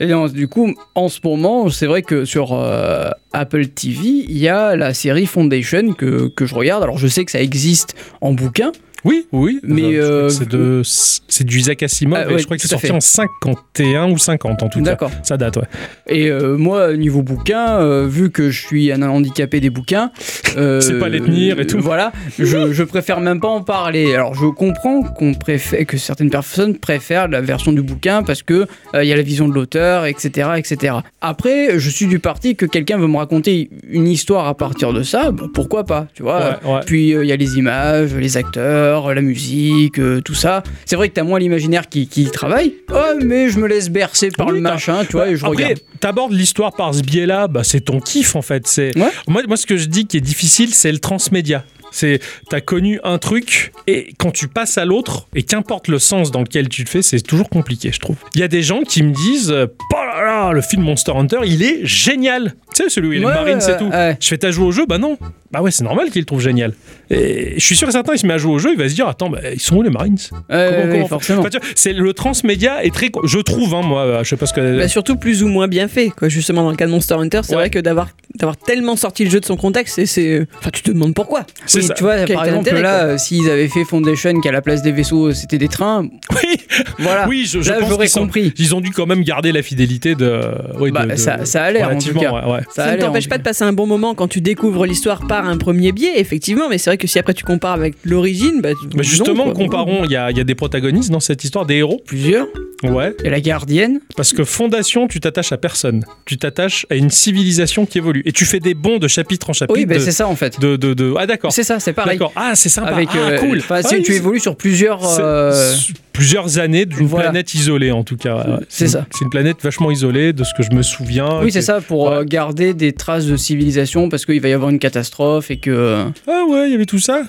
C: Et on- Eh du coup, en ce moment, c'est vrai que sur euh, Apple TV, il y a la série Foundation que, que je regarde. Alors, je sais que ça existe en bouquin.
B: Oui, oui.
C: Mais,
B: Je crois que
C: euh,
B: c'est de, c'est du Isaac Asimov.
C: Ah,
B: et
C: ouais,
B: je crois que
C: tout
B: c'est
C: à
B: sorti
C: fait.
B: en 51 ou 50 en tout cas.
C: D'accord.
B: Ça date, ouais.
C: Et euh, moi, niveau bouquin, euh, vu que je suis un handicapé des bouquins, euh,
B: C'est pas les tenir et tout.
C: Voilà, je, je préfère même pas en parler. Alors, je comprends qu'on préfère, que certaines personnes préfèrent la version du bouquin parce que euh, il y a la vision de l'auteur, etc., etc. Après, je suis du parti que quelqu'un veut me raconter une histoire à partir de ça, bah, pourquoi pas, tu vois.
B: Ah, Ouais, ouais.
C: Puis euh, il y a les images, les acteurs, la musique, euh, tout ça. C'est vrai que t'as moins l'imaginaire qui, qui travaille. Oh, mais je me laisse bercer par
B: Oui,
C: le
B: t'as- bah,
C: machin, tu vois, et je
B: Après,
C: regarde.
B: t'abordes l'histoire par ce biais-là, bah, c'est ton kiff en fait. C'est
C: Ouais.
B: moi, moi, ce que je dis qui est difficile, c'est le transmédia. C'est t'as connu un truc et quand tu passes à l'autre et qu'importe le sens dans lequel tu le fais, c'est toujours compliqué, je trouve. Il y a des gens qui me disent, euh, oh là là, le film Monster Hunter, il est génial. Tu sais celui où il est
C: Ouais,
B: marine,
C: ouais,
B: c'est
C: ouais,
B: tout.
C: ouais.
B: Je fais t'as joué au jeu, bah non. Bah ouais, c'est normal qu'il le trouve génial. Et je suis sûr et certain, il se met à jouer au jeu, il va se dire, attends, bah, ils sont où les marines
C: Ouais,
B: Comment-
C: ouais,
B: comment-
C: ouais, forcément.
B: Enfin, tu vois, c'est le transmédia est très, co- je trouve, hein, moi, je sais pas ce que.
A: Bah, surtout plus ou moins bien fait, quoi. Justement, dans le cas de Monster Hunter, c'est
B: Ouais.
A: vrai que d'avoir d'avoir tellement sorti le jeu de son contexte, c'est- c'est. Enfin, tu te demandes pourquoi.
B: C'est
C: Oui,
B: ça.
C: Tu vois,
A: Quel
C: par
A: était
C: exemple,
A: l'intérêt,
C: là, euh, s'ils avaient fait Foundation, qu'à la place des vaisseaux, euh, c'était des trains,
B: Oui,
C: voilà.
B: oui, je, je
C: Ah. Là,
B: pense
C: j'aurais
B: qu'ils sont-
C: compris.
B: Ils ont dû quand même garder la fidélité de. oui, de-
C: Bah,
B: de-
C: ça, ça a l'air, en tout
B: relativement,
C: cas.
B: ouais, ouais.
A: Ça, ne
C: a l'air,
A: t'empêche
C: en
A: pas
C: tout
A: de passer un bon moment quand tu découvres l'histoire par un premier biais, effectivement, mais c'est vrai que si après tu compares avec l'origine, bah.
B: Mais justement,
A: non, quoi.
B: comparons, il y a, il y a des protagonistes dans cette histoire, des héros.
C: cas. Plusieurs.
B: Ouais.
C: Et la gardienne.
B: Parce que Fondation, tu t'attaches à personne. Tu t'attaches à une civilisation qui évolue. Et tu fais des bonds de chapitre en chapitre.
C: Oui, bah,
B: de,
C: c'est ça, en fait.
B: de, de- de- Ah, d'accord.
C: C'est ça, c'est pareil.
B: D'accord. Ah, c'est sympa.
C: Avec,
B: ah,
C: euh,
B: cool.
C: enfin,
B: Ah
C: c'est-
B: oui,
C: tu
B: c'est-
C: évolues sur plusieurs.
B: c'est-
C: euh,
B: c'est Plusieurs années d'une
C: voilà.
B: planète isolée, en tout cas. Ouais,
C: C'est
B: une-
C: ça.
B: C'est une planète vachement isolée, de ce que je me souviens.
C: Oui,
B: Que-
C: c'est ça, pour
B: Ouais.
C: euh, garder des traces de civilisation parce qu'il va y avoir une catastrophe et que. euh,
B: Ah ouais, il y avait tout ça.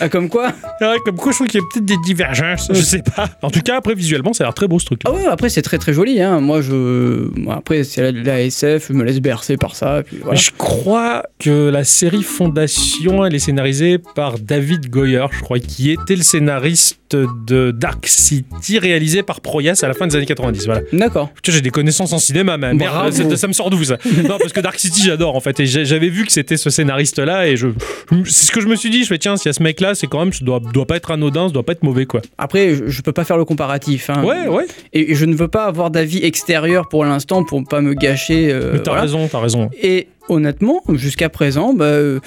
C: Ah, comme quoi
B: Ouais, comme quoi, je trouve qu'il y a peut-être des divergences. Je sais pas. En tout cas, après, visuellement, ça a l'air très beau ce truc.
C: Ah ouais, après, c'est très très joli. Hein. Moi, je. moi, Après, c'est la, la SF, je me laisse bercer par ça. Puis voilà.
B: Je crois que la série Fondation, elle est scénarisée par David Goyer, je crois, qui était le scénariste de Dark City, réalisé par Proyas à la fin des années 90. Voilà.
C: D'accord.
B: Putain, j'ai des connaissances en cinéma, ma merde,
C: Bravo.
B: ça, ça me sort d'où ça Non, parce que Dark City, j'adore en fait. Et j'ai- j'avais vu que c'était ce scénariste-là, et je, c'est ce que je me suis dit, je fais tiens, s'il y a ce mec là, c'est quand même, ça doit, doit pas être anodin, ça doit pas être mauvais quoi.
C: Après, je, je peux pas faire le comparatif. hein.
B: Ouais, ouais,
C: Et, et je ne veux pas avoir d'avis extérieur pour l'instant pour pas me gâcher. euh,
B: mais t'as
C: voilà.
B: raison, t'as raison.
C: Et honnêtement, jusqu'à présent, bah, euh,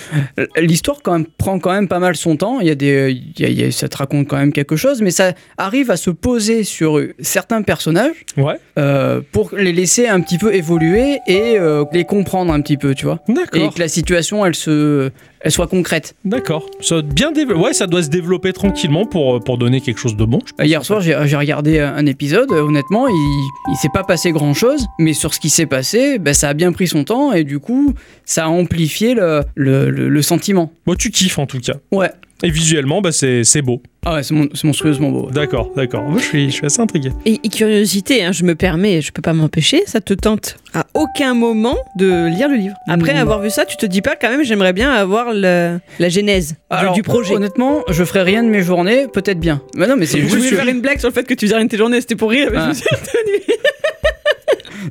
C: l'histoire quand même prend quand même pas mal son temps. Il y a des, il y a- il y a- ça te raconte quand même quelque chose, mais ça arrive à se poser sur certains personnages
B: Ouais,
C: euh, pour les laisser un petit peu évoluer et euh, les comprendre un petit peu, tu vois. Et
B: d'accord,
C: que la situation, elle se, elle soit concrète.
B: d'accord. Ça doit bien déve- ouais, ça doit se développer tranquillement pour, euh, pour donner quelque chose de bon. je pense.
C: Euh, Hier soir, j'ai j'ai regardé un épisode. euh, Honnêtement, il, il s'est pas passé grand chose, mais sur ce qui s'est passé, bah, ça a bien pris son temps et du coup, ça a amplifié le- le- le- le sentiment.
B: Bon, tu kiffes en tout cas.
C: Ouais.
B: Et visuellement, bah, c'est c'est beau.
C: Ah ouais, c'est mon- c'est monstrueusement beau. ouais.
B: D'accord, d'accord. Moi, je suis, je suis assez intrigué.
A: Et, et curiosité, hein, je me permets, je peux pas m'empêcher, ça te tente à aucun moment de lire le livre. Après
C: Mm.
A: avoir vu ça, tu te dis pas quand même, j'aimerais bien avoir le- la genèse du-
C: Alors,
A: du projet.
C: Honnêtement, je ferai rien de mes journées, peut-être bien. Mais non, mais c'est
A: Je voulais
C: juste.
A: faire une blague sur le fait que tu faisais rien de tes journées, c'était pour rire. mais je
C: Ah.
A: me suis retenue.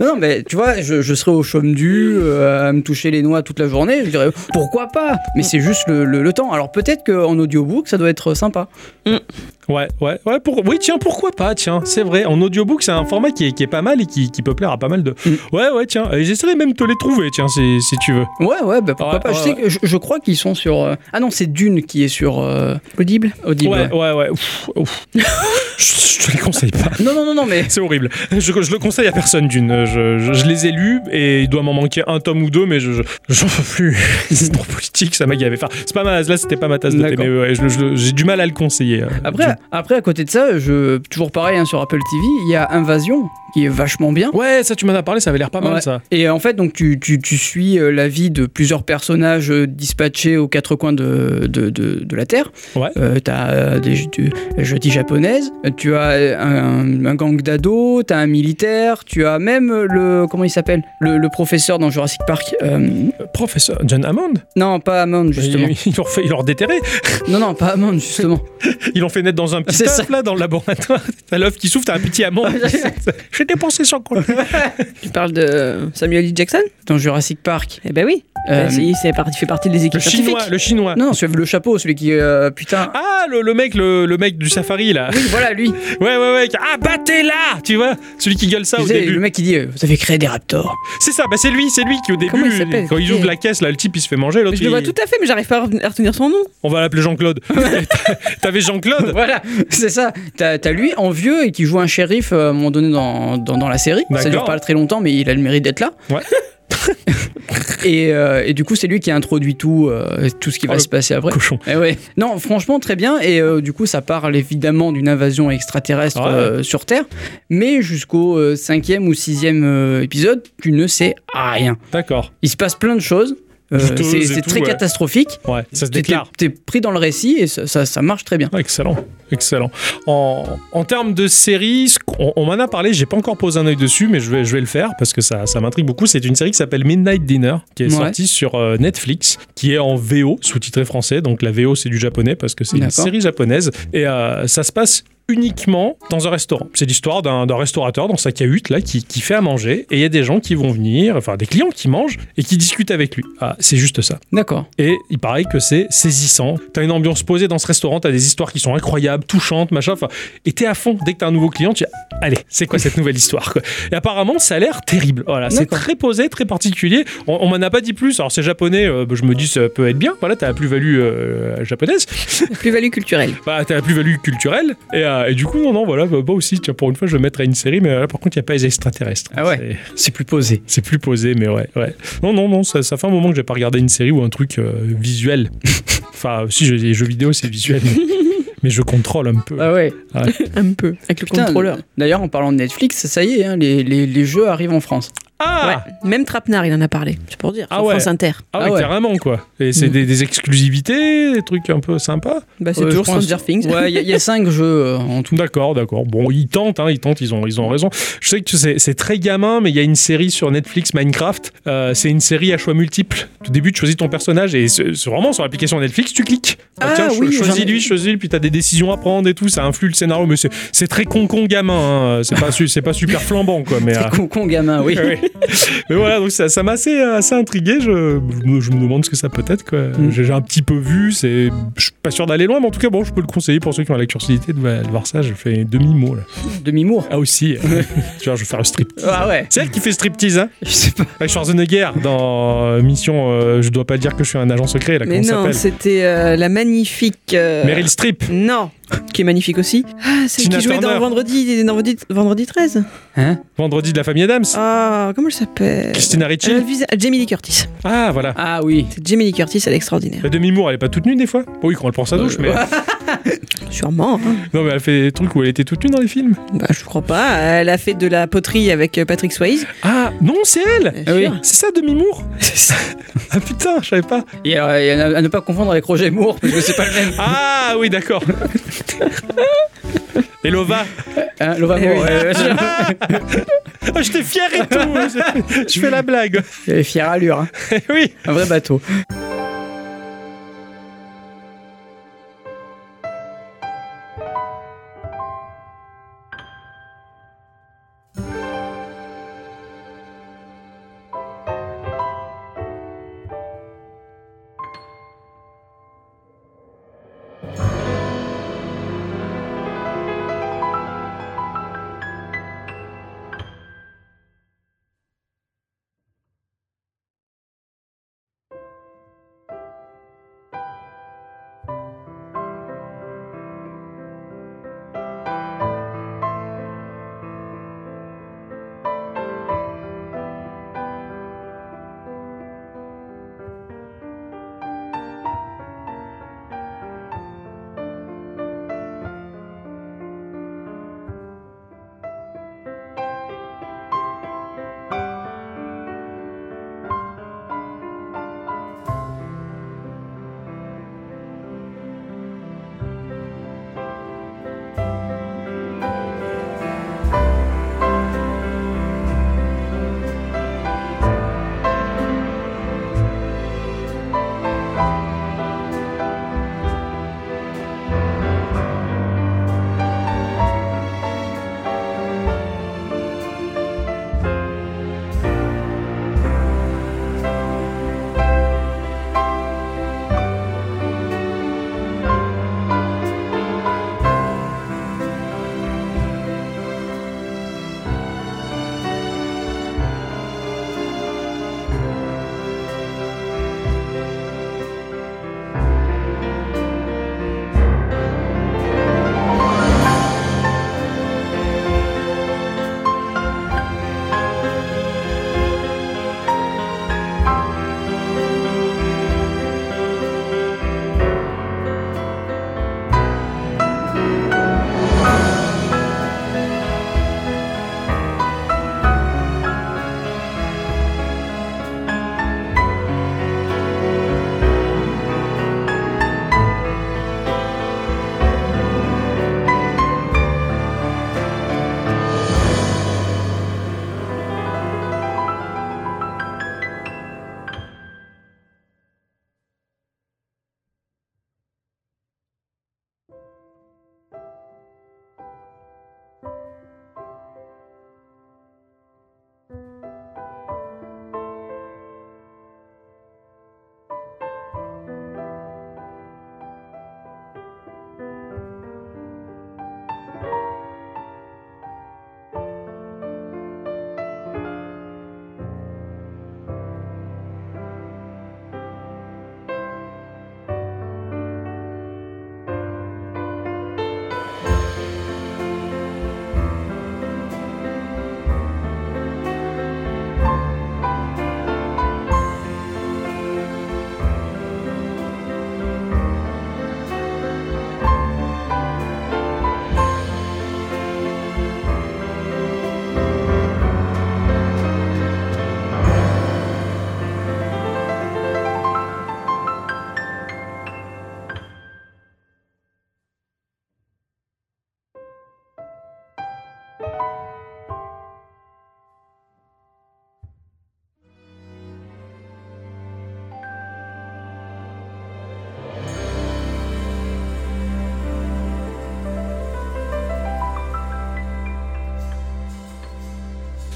C: Non, non, mais tu vois, je, je serai au chaume du, euh, à me toucher les noix toute la journée. Je dirais pourquoi pas. Mais c'est juste le, le- le temps. Alors peut-être qu'en audiobook, ça doit être sympa.
B: Ouais, ouais, ouais. Pour... Oui, tiens, pourquoi pas, tiens. C'est vrai, en audiobook, c'est un format qui est, qui est pas mal et qui, qui peut plaire à pas mal de.
C: Mm.
B: Ouais, ouais, tiens. Et J'essaierai même de te les trouver, tiens, si, si tu veux.
C: Ouais, ouais, bah pourquoi
B: Ouais,
C: pas. je,
B: ouais,
C: sais
B: ouais.
C: que- je, je crois qu'ils sont sur. euh, Ah non, c'est Dune qui est sur euh, Audible. Audible.
B: Ouais, ouais, ouais. Ouf, ouf. je, je te les conseille pas.
C: Non, non, non, non, mais.
B: C'est horrible. Je, je le conseille à personne d'une. Je, je- je les ai lus et il doit m'en manquer un tome ou deux, mais je, je- j'en peux plus. C'est trop politique, ça m'a gavé. Enfin, c'est pas ma, là, c'était pas ma tasse de thé,
C: D'accord.
B: mais ouais, je- je- j'ai du mal à le conseiller. euh,
C: Après, après, à côté de ça, je, toujours pareil hein, sur Apple TV, il y a Invasion qui est vachement bien.
B: Ouais, ça tu m'en as parlé, ça avait l'air pas mal
C: Ouais.
B: ça.
C: Et euh, en fait, donc tu, tu, tu suis euh, la vie de plusieurs personnages euh, dispatchés aux quatre coins de, de, de, de la Terre.
B: Ouais.
C: Euh, t'as euh, des tu- jetis japonaises, euh, tu as euh, un, un gang d'ados, t'as un militaire, tu as même euh, le. Comment il s'appelle le, le professeur dans Jurassic Park. euh,
B: Euh, professeur John Hammond
C: non, pas Amon, justement.
B: Ils, ils l'ont fait, ils l'ont déterré.
C: Non, non, pas Amon, justement.
B: Ils l'ont fait naître dans un petit
C: C'est
B: œuf,
C: ça.
B: là dans le laboratoire. T'as l'œuf qui souffle, t'as un petit amande. J'ai dépensé sans compte.
A: Tu parles de Samuel L. Jackson
C: Dans Jurassic Park.
A: Eh ben oui,
C: Euh,
A: Bah, c'est- c'est parti, fait partie des
B: Le
A: équipes scientifiques.
B: chinois, le chinois.
C: Non, non, celui avec le chapeau, celui qui. euh, putain.
B: Ah, le, le mec, le, le mec du safari là.
C: Oui, voilà, lui.
B: Ouais, ouais, ouais. qui- Ah, bah t'es là, tu vois. Celui qui gueule ça
C: Tu
B: au
C: sais,
B: début.
C: le mec qui dit euh, Vous avez créé des raptors.
B: C'est ça, bah c'est lui, c'est lui qui au
A: Comment il
B: début,
A: s'appelle
B: quand il ouvre la caisse là, le type il se fait manger. L'autre,
A: Je le vois
B: il-
A: tout à fait, mais j'arrive pas à reven- à retenir son nom.
B: on va l'appeler Jean-Claude. T'avais Jean-Claude.
C: Voilà, c'est ça. T'as t'as lui en vieux et qui joue un shérif euh, à un moment donné dans, dans, dans la série. Ça
B: D'accord.
C: dure pas très longtemps, mais il a le mérite d'être là.
B: Ouais.
C: et, euh, et du coup, c'est lui qui a introduit tout, euh, tout ce qui
B: Oh,
C: va
B: le
C: se passer après.
B: Cochon.
C: Eh ouais. Non, franchement, très bien. Et euh, du coup, ça parle évidemment d'une invasion extraterrestre
B: Ouais.
C: euh, sur Terre. Mais jusqu'au euh, cinquième ou sixième euh, épisode, tu ne sais rien.
B: D'accord.
C: Il se passe plein de choses. Euh,
B: Douteuses
C: c'est
B: et
C: c'est
B: tout,
C: très
B: ouais.
C: catastrophique.
B: Ouais, ça se
C: T'es-
B: déclare.
C: T'es t'es pris dans le récit et ça, ça, ça marche très bien.
B: Ah, Excellent, excellent. En, en termes de série, ce qu'on- on, m'en a parlé, j'ai pas encore posé un œil dessus, mais je vais, je vais le faire parce que ça, ça m'intrigue beaucoup. C'est une série qui s'appelle Midnight Dinner, qui est
C: Ouais.
B: sortie sur euh, Netflix, qui est en VO, sous-titré français. Donc la VO, c'est du japonais parce que c'est une
C: D'accord.
B: série japonaise. Et euh, ça se passe uniquement dans un restaurant. C'est l'histoire d'un d'un restaurateur dans sa cahute là qui, qui fait à manger et il y a des gens qui vont venir, enfin des clients qui mangent et qui discutent avec lui. Ah, c'est juste ça.
C: D'accord.
B: Et il paraît que c'est saisissant. T'as une ambiance posée dans ce restaurant, t'as des histoires qui sont incroyables, touchantes, machin. Enfin, et t'es à fond. Dès que t'as un nouveau client, tu dis Allez, c'est quoi cette nouvelle histoire quoi. Et apparemment, ça a l'air terrible. Voilà, c'est
C: D'accord.
B: très posé, très particulier. On, on m'en a pas dit plus. Alors, c'est japonais, euh, bah, je me dis ça peut être bien. Voilà, t'as la plus-value euh, japonaise.
A: Plus-value culturelle.
B: Bah, t'as la plus-value culturelle. Et, euh, et du coup, non, non, voilà, bah, moi aussi, tiens, pour une fois, je mettrai une série, mais euh, là, par contre, il n'y a pas les extraterrestres.
C: Ah ouais.
B: C'est-
C: C'est plus posé.
B: c'est plus posé, mais ouais, ouais. Non, non, non, ça, ça fait un moment que j'ai pas regardé une série ou un truc euh, visuel. enfin, si, j'ai- les jeux vidéo, c'est visuel. mais, mais je contrôle un peu.
C: Ah ouais.
A: Un peu. Avec le contrôleur.
C: D'ailleurs, en parlant de Netflix, ça y est, hein, les, les- les jeux arrivent en France.
B: Ah
A: Ouais. Même Trapnard, il en a parlé. C'est pour dire.
B: Ah
A: sur
B: ouais.
A: France Inter.
B: Ah,
C: Ah
B: ouais,
C: ouais.
B: carrément, quoi. Et c'est
C: Mm.
B: des, des exclusivités, des trucs un peu sympas.
A: Bah, c'est
C: Ouais,
A: toujours
C: je pense-
A: Stranger Things.
C: Ouais, il y, a- il y a cinq jeux euh, en tout.
B: D'accord, d'accord. Bon, ils tentent, hein, ils tentent, ils ont, ils ont raison. Je sais que c'est c'est très gamin, mais il y a une série sur Netflix, Minecraft. euh, c'est une série à choix multiples. au début, tu choisis ton personnage et c'est c'est vraiment sur l'application Netflix, tu cliques. Ah,
A: Ah
B: tiens, cho-
A: oui, j'en ai-
B: choisis lui, choisis lui, puis t'as des décisions à prendre et tout, ça influe le scénario, mais c'est- c'est très con-con gamin, hein. c'est pas, su- c'est pas super flambant quoi, mais. euh,
C: Très con, con gamin, oui.
B: Ouais, ouais. Mais voilà, donc ça ça m'a assez, assez intrigué. Je, je me- je me demande ce que ça peut être. quoi.
C: Mm.
B: J'ai j'ai un petit peu vu. C'est, je suis pas sûr d'aller loin, mais en tout cas, bon, je peux le conseiller pour ceux qui ont la curiosité de, va- de voir ça. Je fais demi-mot. là.
C: Demi-mour.
B: Ah aussi, euh, tu vois, je vais faire le strip.
C: Ah ouais,
B: C'est elle qui fait striptease, hein
C: je sais pas.
B: Avec Schwarzenegger dans euh, Mission euh, Je dois pas dire que je suis un agent secret, là,
A: Mais
B: Ah, comment ça
A: non,
B: s'appelle
A: c'était euh, la magnifique. euh,
B: Meryl Streep
A: Non, qui est magnifique aussi. Ah, celle
B: Tina
A: qui jouait
B: Turner.
A: dans vendredi, dans vendredi, vendredi 13.
C: Hein
B: Vendredi de la famille Adams
A: Ah, comment elle s'appelle
B: Christina Ricci
A: Elle a le visa- Jamie Lee Curtis.
B: Ah, voilà
C: Ah oui.
A: C'est Jamie Lee Curtis, elle est extraordinaire.
B: La demi-mour, elle est pas toute nue des fois Oui, quand elle prend sa
A: Euh,
B: douche, mais.
A: Sûrement. hein.
B: Non, mais elle fait des trucs où elle était toute nue dans les films.
A: Bah, je crois pas. Elle a fait de la poterie avec euh, Patrick Swayze.
B: Ah, non, c'est elle
A: bien sûr.
B: C'est ça, demi-mour Ah putain, je savais pas
C: Et alors, il y en a à ne pas confondre avec Roger Moore, parce que c'est pas le même.
B: Ah oui, d'accord Et Lova
C: Hein, Lova Moore, ouais, ouais,
B: Ah, J'étais fier et tout Je- Je fais la blague
C: ouais. Et fière allure, hein.
B: Oui
C: un vrai bateau.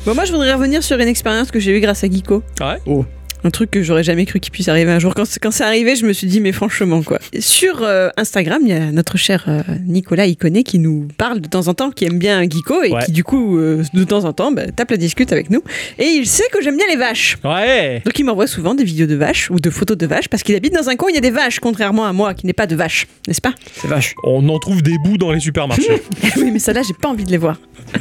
A: Bon, moi, je voudrais revenir sur une expérience que j'ai eue grâce à Geeko.
B: Ah ouais
A: Un truc que j'aurais jamais cru qu'il puisse arriver un jour. Quand, c'est- quand c'est arrivé, je me suis dit, mais franchement, quoi. Sur euh, Instagram, il y a notre cher euh, Nicolas Iconé qui nous parle de temps en temps, qui aime bien Geeko et
B: Ouais.
A: qui, du coup, euh, de temps en temps, bah, tape la discute avec nous. Et il sait que j'aime bien les vaches.
B: Ouais
A: Donc il m'envoie souvent des vidéos de vaches ou de photos de vaches parce qu'il habite dans un coin où il y a des vaches, contrairement à moi qui n'ai pas de vaches, n'est-ce pas
C: C'est vache.
B: On en trouve des bouts dans les supermarchés.
A: Oui, mais ça là, j'ai pas envie de les voir.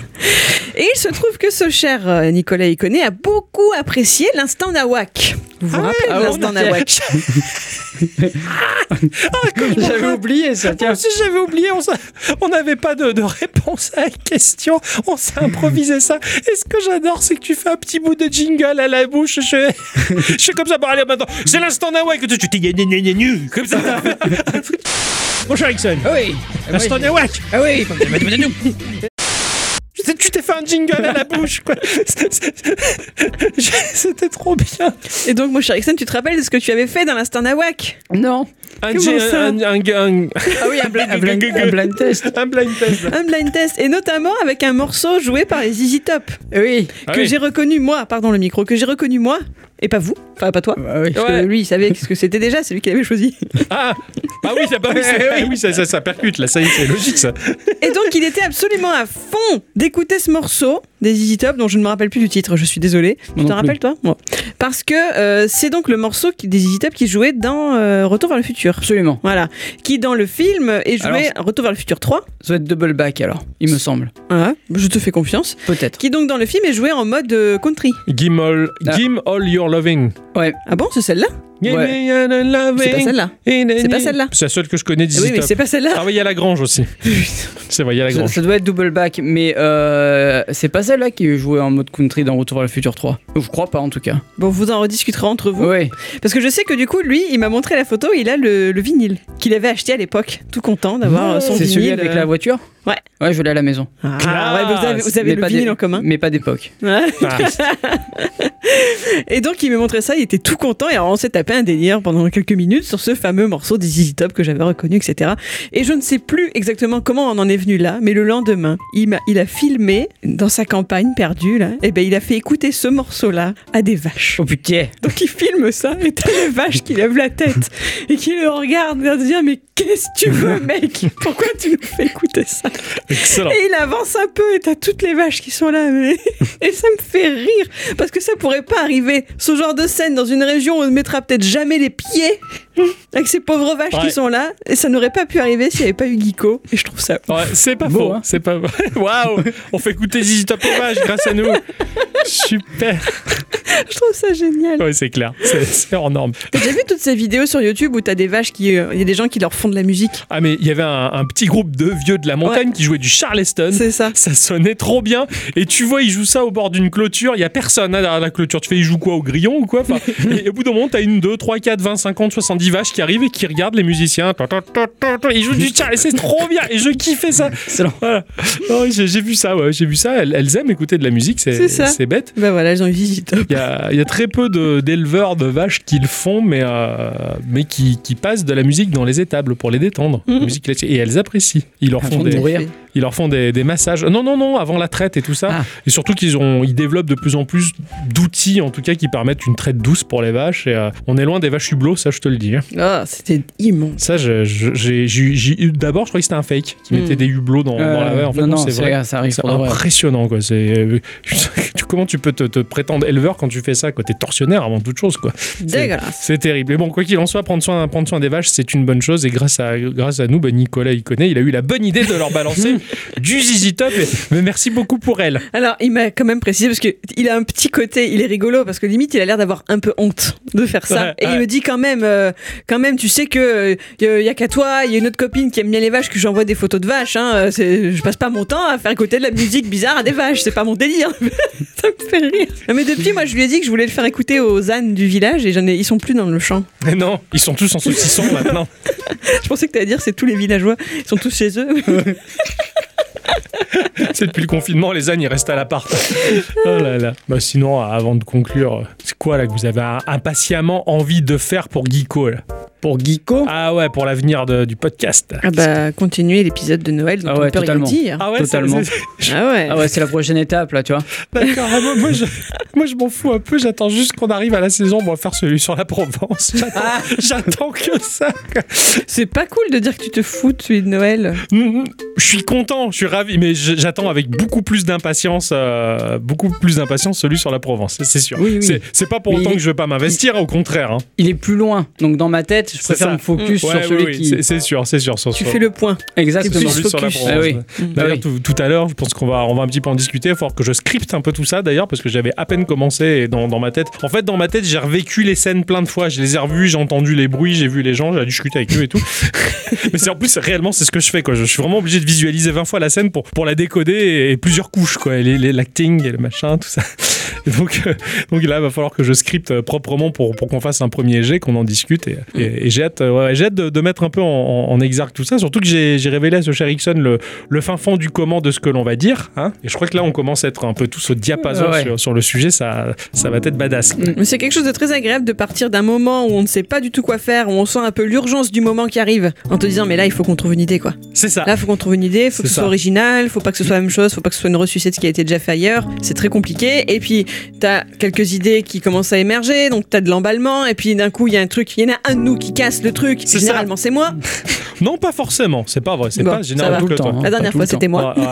A: Et il se trouve que ce cher euh, Nicolas Iconé a beaucoup apprécié l'instant Nawak. Vous vous rappelez de
C: ah bon,
A: l'instant
C: ok.
A: Nawak
C: J'avais oublié ça, tiens.
B: si j'avais oublié, on s'a- on n'avait pas de, de réponse à la question. On s'est improvisé ça. Et ce que j'adore, c'est que tu fais un petit bout de jingle à la bouche. Je, je suis comme ça. Bon, allez, maintenant, c'est l'instant Nawak. Tu tu- tu- tu- tu- tu- Comme ça. Bonjour, Ixon.
C: Ah oui
B: L'instant Nawak.
C: Ah oui
B: Tu t'es- Tu t'es fait un jingle à la bouche, quoi. C'est- c'est- je- C'était trop bien.
A: Et donc, mon cher Ixon, tu te rappelles de ce que tu avais fait dans l'instant Nawak
C: Non
B: Un,
A: Comment
B: ji-
A: ça
B: un, un- un-
C: Ah oui, un blind, un blind- un blind test
B: un blind test.
A: Un blind test, et notamment avec un morceau joué par les Easy Top,
C: Ah oui
B: Ah
A: que
B: oui.
A: j'ai reconnu moi, pardon le micro, que j'ai reconnu moi, et pas vous, enfin pas toi.
C: Ah oui.
A: Parce que
B: Ouais.
A: lui, il savait ce que c'était déjà, c'est lui qui l'avait choisi.
B: Ah, ah oui, ça, bah oui, c'est- ah oui, ça, ça, ça percute, là, ça y est, c'est logique, ça.
A: Et donc, il était absolument à fond d'écouter ce morceau des Easy Top, dont je ne me rappelle plus du titre, je suis désolée. Tu
C: non
A: t'en
C: plus.
A: rappelles, toi Moi. Parce que euh, c'est donc le morceau qui, des Easy Top qui jouait dans euh, Retour vers le futur.
C: Absolument.
A: Voilà. Qui, dans le film, est joué Retour vers le futur 3.
C: Ça doit être double back alors, il me semble.
A: Voilà, je te fais confiance.
C: Peut-être.
A: Qui, donc, dans le film, est joué en mode euh, country.
B: Give all,
C: Ah.
B: give all your loving.
A: Ah bon, c'est celle-là
B: Give
C: Ouais.
B: me all your loving.
A: C'est pas celle-là.
B: In any-
A: C'est pas celle-là.
B: C'est la seule que je connais
A: Eh
B: d'Izzy
A: Oui, mais
B: Top.
A: c'est pas celle-là.
B: Ah oui, il y a la grange aussi. C'est vrai, il y a la
C: Ça,
B: grange.
C: ça doit être double back, mais euh, c'est pas celle-là qui est jouée en mode country dans Retour à le futur 3. Je crois pas en tout cas.
A: Bon, vous en rediscuterez entre vous.
C: Ouais.
A: Parce que je sais que, du coup, lui, il m'a montré la photo il a le, le vinyle qu'il avait acheté à l'époque. Tout content d'avoir euh, son
C: C'est
A: vinyle.
C: celui avec
A: euh.
C: la voiture
A: Ouais.
C: Ouais, je l'ai à la maison.
A: Ah, ouais, vous avez, vous avez
C: Mais
A: le
C: pas
A: vinyle
C: d'é-
A: en commun.
C: Mais pas d'époque.
A: Ouais.
B: Ah.
A: Et donc il me montrait ça, il était tout content et alors on s'est tapé un délire pendant quelques minutes sur ce fameux morceau des Easy Top que j'avais reconnu, etc. Et je ne sais plus exactement comment on en est venu là, mais le lendemain, il a, il a filmé dans sa campagne perdue là, et ben il a fait écouter ce morceau-là à des vaches.
C: Oh putain
A: Donc il filme ça et t'as les vaches qui lèvent la tête et qui le regardent et dire Ah, mais qu'est-ce que tu veux mec Pourquoi tu nous fais écouter ça
B: Excellent.
A: et il avance un peu et t'as toutes les vaches qui sont là. mais- Et ça me fait rire parce que ça pourrait pas arriver. Ce genre de scène dans une région où on ne mettra peut-être jamais les pieds avec ces pauvres vaches
B: Ouais.
A: qui sont là. Et ça n'aurait pas pu arriver s'il n'y avait pas eu Geeko. Et je trouve ça.
B: Ouais, c'est pas
C: Beau,
B: faux.
C: hein.
B: C'est pas Waouh On fait écouter Izzy Top aux vaches grâce à nous. Super.
A: Je trouve ça génial.
B: Ouais, c'est clair. C'est- C'est hors norme.
A: T'as déjà vu toutes ces vidéos sur YouTube où t'as des vaches qui. euh, Il y a des gens qui leur font de la musique.
B: Ah, mais il y avait un, un petit groupe de vieux de la montagne qui jouait du Charleston.
A: C'est ça.
B: Ça sonnait trop bien. Et tu vois, ils jouent ça au bord d'une clôture. Il y a personne hein, derrière la clôture. Tu fais, ils jouent quoi au grillon ou quoi Enfin, Et au bout d'un moment, t'as une, deux, trois, quatre, 20, 50, 70 vaches qui arrivent et qui regardent les musiciens. Ils jouent du Charles. C'est trop bien. Et je kiffais ça.
C: Excellent.
B: Voilà. Oh, j'ai j'ai vu ça. Ouais, j'ai vu ça. Elles, elles aiment écouter de la musique. C'est
A: C'est ça.
B: c'est bête.
A: Bah voilà, ils ont eu visite.
B: Il y a, il y a très peu de- d'éleveurs de, vaches qui le font, mais, euh, mais qui, qui passent de la musique dans les étables pour les détendre. La
A: Mhm.
B: musique classique. et elles apprécient. Ils leur
C: Avant
B: font
C: de
B: des,
C: mourir.
B: ils leur font des, des massages. Non, non, non, avant la traite et tout ça.
C: Ah.
B: Et surtout qu'ils ont, ils développent de plus en plus d'outils, en tout cas, qui permettent une traite douce pour les vaches. Et euh, on est loin des vaches hublots, ça je te le dis. hein.
A: Ah, c'était immense.
B: Ça, je- je- j'ai, j'ai- j'ai eu- d'abord, je croyais que c'était un fake, qui
A: Mm.
B: mettait des hublots dans, dans la
C: Hmm. Euh,
B: vache. bah, En fait,
C: non,
B: non,
C: non,
B: c'est vrai.
C: ça arrive
B: C'est
C: pour de vrai.
B: impressionnant, quoi. C'est, euh, tu- comment tu peux te, te prétendre éleveur quand tu fais ça, quoi T'es tortionnaire avant toute chose, quoi.
A: Dégueulasse.
B: C'est terrible. Mais bon, quoi qu'il en soit, prendre soin, prendre soin des vaches, c'est une bonne chose. Et grâce à, grâce à nous, ben, Nicolas, il connaît, il a eu la bonne idée de leur balancer du zizi top. Et- mais merci beaucoup pour elle.
A: Alors, il m'a quand même précisé parce que il a un petit côté, il est rigolo parce que limite il a l'air d'avoir un peu honte de faire ça.
B: Ouais,
A: et
B: ouais.
A: il me dit quand même, euh, quand même, tu sais que il y a qu'à toi, il y a une autre copine qui aime bien les vaches que j'envoie des photos de vaches. Hein, euh, c'est- je passe pas mon temps à faire écouter de la musique bizarre à des vaches, c'est pas mon délire. ça me fait rire. Non, mais depuis, moi, je lui ai dit que je voulais le faire écouter aux ânes du village et j'en ai, ils sont plus dans le champ.
B: Mais non, ils sont tous en saucisson maintenant.
A: Je pensais que t'allais dire c'est tous les villageois, ils sont tous chez eux.
B: C'est depuis le confinement, les ânes, ils restent à l'appart. Oh là là. Bah, sinon, avant de conclure, c'est quoi là que vous avez impatiemment envie de faire pour Geeko là
C: pour Geeko.
B: Ah ouais, pour l'avenir de- du podcast.
A: Ah bah, continuez l'épisode de Noël, donc
C: Ah ouais,
A: on peut
C: totalement.
A: rien dire.
B: Ah ouais,
C: Totalement.
B: ça-
A: Ah ouais.
C: Ah ouais, c'est la prochaine étape là, tu vois.
B: D'accord, ah, moi, moi, je, moi, je m'en fous un peu, j'attends juste qu'on arrive à la saison, on va faire celui sur la Provence. J'attends,
C: Ah.
B: j'attends que ça. quoi.
A: C'est pas cool de dire que tu te fous de celui de Noël.
B: Mm, mm, Je suis content, je suis ravi, mais je- j'attends avec beaucoup plus d'impatience, euh, beaucoup plus d'impatience celui sur la Provence, c'est sûr.
C: Oui, oui.
B: C'est, c'est pas pour
C: Mais
B: autant
C: il est-
B: que je veux pas m'investir, au contraire. hein.
C: Il est plus loin. Donc dans ma tête, je
B: C'est
C: préfère
B: ça. Mmh.
C: me focus
B: Ouais,
C: sur
B: oui,
C: celui
B: oui,
C: qui.
B: c'est, c'est sûr, c'est sûr. sur-
A: Tu
B: sur-
A: fais le point.
C: Exactement.
B: Celui sur la Provence.
C: Ah oui.
B: D'ailleurs,
C: Ah oui.
B: tout, tout à l'heure, je pense qu'on va, on va un petit peu en discuter. Il va falloir que je scripte un peu tout ça, d'ailleurs, parce que j'avais à peine commencé et dans, dans ma tête. En fait, dans ma tête, j'ai revécu les scènes plein de fois. Je les ai revues, j'ai entendu les bruits, j'ai vu les gens, j'ai discuté avec eux et tout. Mais c'est en plus, réellement, c'est ce que je fais. Quoi. Je, je suis vraiment obligé de visualiser 20 fois la scène pour, pour la décoder et, et plusieurs couches. Quoi. Et les- les- L'acting et le machin, tout ça. Et donc, euh, donc là, il va falloir que je scripte euh, proprement pour, pour qu'on fasse un premier jet, qu'on en discute. Et,
A: Mm.
B: et- et j'ai hâte, euh, ouais, j'ai hâte de, de mettre un peu en, en- en exergue tout ça. Surtout que j'ai j'ai révélé à ce cher Ixon le, le fin fond du comment de ce que l'on va dire. hein. et je crois que là, on commence à être un peu tous au diapason
C: Ouais.
B: sur, sur le sujet. Ça, ça va être badass.
A: Mais c'est quelque chose de très agréable de partir d'un moment où on ne sait pas du tout quoi faire, où on sent un peu l'urgence du moment qui arrive, en te disant mais là il faut qu'on trouve une idée quoi.
B: C'est ça.
A: Là faut qu'on trouve une idée, faut
B: C'est
A: que ce
B: ça.
A: soit original, faut pas que ce soit la même chose, faut pas que ce soit une ressuscité de ce qui a été déjà fait ailleurs. C'est très compliqué. Et puis t'as quelques idées qui commencent à émerger, donc t'as de l'emballement. Et puis d'un coup il y a un truc, il y en a un de nous qui casse le truc.
B: C'est ça.
A: Généralement c'est moi.
B: Non, pas forcément. C'est pas vrai. C'est
A: Bon,
B: pas
A: ça
B: généralement
A: va.
B: que toi.
C: Tout le temps, hein.
A: La
C: pas
A: dernière
C: tout
A: fois
C: le temps.
A: c'était moi.
B: Ouais,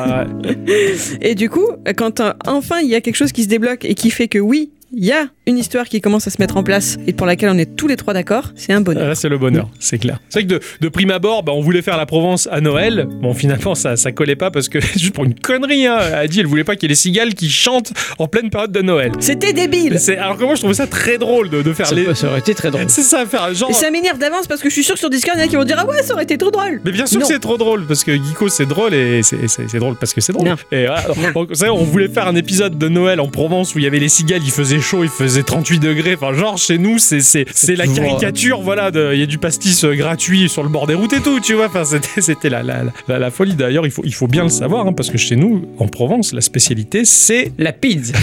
B: ouais, ouais.
A: Et du coup quand euh, enfin il y a quelque chose qui se débloque et qui fait que oui il y a une histoire qui commence à se mettre en place et pour laquelle on est tous les trois d'accord, c'est un bonheur.
B: Euh, Là, c'est le bonheur, c'est clair. C'est vrai que de, de prime abord, bah, on voulait faire la Provence à Noël. Bon, finalement, ça, ça collait pas parce que, juste pour une connerie, hein, Adi, elle voulait pas qu'il y ait les cigales qui chantent en pleine période de Noël.
A: C'était débile.
B: Mais c'est- alors que moi, je trouvais ça très drôle de, de faire
C: Ça,
B: les.
C: peut- ça aurait été très drôle.
B: C'est ça, faire genre.
A: Et ça m'énerve d'avance parce que je suis sûr que sur Discord, il y en a qui vont dire Ah ouais, ça aurait été trop drôle.
B: Mais bien sûr
A: Non.
B: que c'est trop drôle parce que Geeko c'est drôle et c'est- c'est c'est drôle parce que c'est drôle.
A: Non.
B: Et voilà. Donc, vous savez, on voulait faire un épisode de Noël en Provence où il y avait les cigales, il faisait chaud, il faisait 38 degrés. Enfin, genre chez nous, c'est- c'est c'est la
C: toujours, euh,
B: caricature, voilà. de- Il y a du pastis euh, gratuit sur le bord des routes et tout, tu vois. Enfin, c'était c'était la, la, la, la folie. D'ailleurs, il faut, il faut bien le savoir hein, parce que chez nous, en Provence, la spécialité c'est
C: La pizza.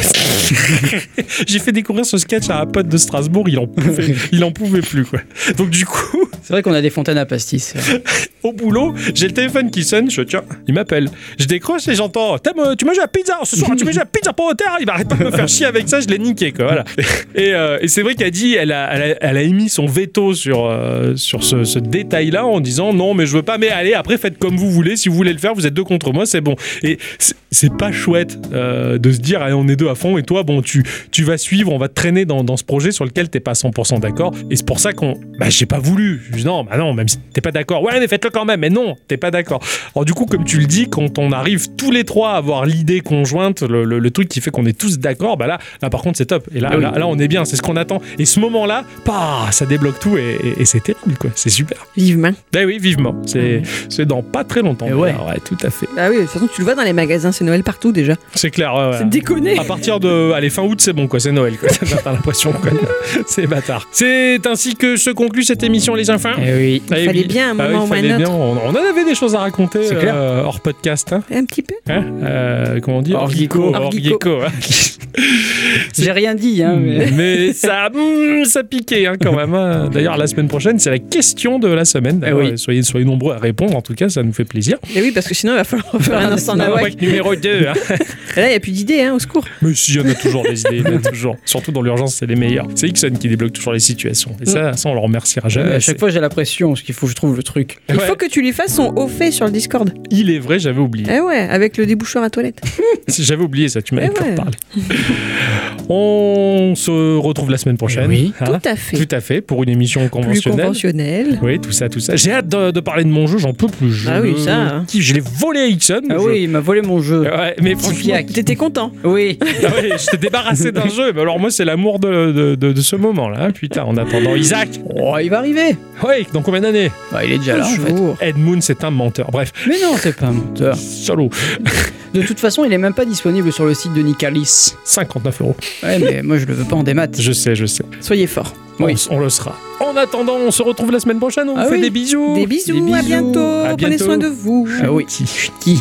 B: j'ai fait découvrir ce sketch à un pote de Strasbourg, il en pouvait, il en pouvait plus quoi. Donc du coup,
C: C'est vrai qu'on a des fontaines à pastis.
B: au boulot, j'ai le téléphone qui sonne, je fais, tiens, il m'appelle. Je décroche et j'entends T'as, euh, tu manges la pizza ce soir, tu manges la pizza pour terre, il m'arrête pas de me faire chier avec ça, je l'ai niqué quoi, voilà. Et, euh, et c'est vrai qu'elle dit, elle a, elle, a, elle a émis son veto sur, euh, sur ce, ce détail-là en disant non mais je veux pas, mais allez après faites comme vous voulez, si vous voulez le faire, vous êtes deux contre moi, c'est bon. Et c'est- c'est pas chouette euh, de se dire allez on est deux à fond et toi bon tu, tu vas suivre, on va te traîner dans, dans ce projet sur lequel t'es pas 100% d'accord. Et c'est pour ça qu'on, bah j'ai pas voulu. Je dis, non, bah non, même si t'es pas d'accord, ouais mais faites-le quand même. Mais non, t'es pas d'accord. Alors du coup, comme tu le dis, quand on arrive tous les trois à avoir l'idée conjointe, le, le- le truc qui fait qu'on est tous d'accord, bah là, là par contre c'est top. Et là,
C: Ah oui.
B: là, là, on est bien, c'est ce qu'on attend. Et ce moment-là, bah, ça débloque tout et, et- et c'est terrible quoi. C'est super.
A: Vivement.
B: Ben oui, vivement. C'est c'est dans pas très longtemps.
C: Et ouais.
B: Alors, tout à fait.
A: Bah oui, de toute façon, tu le vois dans les magasins, c'est Noël partout déjà.
B: Ah. C'est clair. ouais, ouais.
A: C'est déconné.
B: À partir de allez, fin août, c'est bon, quoi. C'est Noël, quoi. T'as l'impression, quoi. C'est bâtard. C'est ainsi que se conclut cette émission, les enfants.
C: Eh oui.
B: Eh
A: fallait
B: oui.
A: bien un
B: Ah oui,
A: moment ou
B: fallait
A: un
B: bien.
A: autre.
B: On, on en avait des choses à raconter
C: C'est clair.
B: euh, hors podcast. Hein
A: Un petit peu.
B: Hein Euh, comment dire
C: Hors geeko.
B: Hors
A: Hors
B: geeko, hein.
C: J'ai rien dit, hein. Mais...
B: Mais ça, mm, ça piquait hein, quand même. hein. D'ailleurs, la semaine prochaine, c'est la question de la semaine. D'ailleurs,
C: Eh oui.
B: Soyez, soyez nombreux à répondre. En tout cas, ça nous fait plaisir.
A: Et oui, parce que sinon, il va falloir faire un instant
B: Ah,
A: nawak.
B: ouais, numéro 2.
A: Et Là, il n'y a plus d'idées, hein, au secours.
B: Mais si, il y en a toujours des idées, il y en a toujours. Surtout dans l'urgence, c'est les meilleurs. C'est Ixon qui débloque toujours les situations. Et ça, ça on le remerciera jamais.
C: à chaque fois, j'ai la pression parce qu'il faut que je trouve le truc.
A: Il
B: Ouais.
A: faut que tu lui fasses son au fait sur le Discord.
B: Il est vrai, j'avais oublié.
A: Eh ouais, avec le débouchoir à toilette.
B: J'avais oublié ça, tu m'avais
A: Eh
B: pas
A: ouais.
B: parlé. On se retrouve la semaine prochaine.
C: Eh oui.
B: Hein
A: Tout à fait.
B: Tout à fait, pour une émission
A: Plus
B: conventionnelle.
A: conventionnel.
B: Oui, tout ça, tout ça. J'ai hâte de, de parler de mon jeu, j'en peux plus. Je
A: Ah oui,
B: le
A: ça, hein.
B: kiffe. Je l'ai volé à Ixon.
C: Ah
B: Je- Ah.
C: oui, il m'a volé mon jeu.
B: Ouais, mais franchement,
C: Fiac.
A: T'étais content.
C: Oui.
B: ah ouais, je t'ai débarrassé d'un jeu. Mais alors, moi, c'est l'amour de, de- de- de ce moment-là. hein. Putain, en attendant, Isaac.
C: Oh, il va arriver.
B: Ouais, dans combien d'années
C: Bah, il est déjà là, en fait.
A: Toujours.
B: Ed Moon, c'est un menteur. Bref,
C: Mais non, c'est pas un menteur.
B: salaud.
C: De toute façon, il est même pas disponible sur le site de Nicalis.
B: 59 euros.
C: Ouais, mais moi, je le veux pas en démat.
B: Je sais, je sais.
A: Soyez forts.
B: On-
C: Oui.
B: On, le sera. En attendant, on se retrouve la semaine prochaine. On vous
C: Ah
B: fait
C: oui.
B: des bisous.
A: Des bisous,
C: Des
A: à
C: bisous.
A: bientôt.
B: À
A: Prenez
B: bientôt.
A: soin de vous.
C: Ah oui. Ch'ti.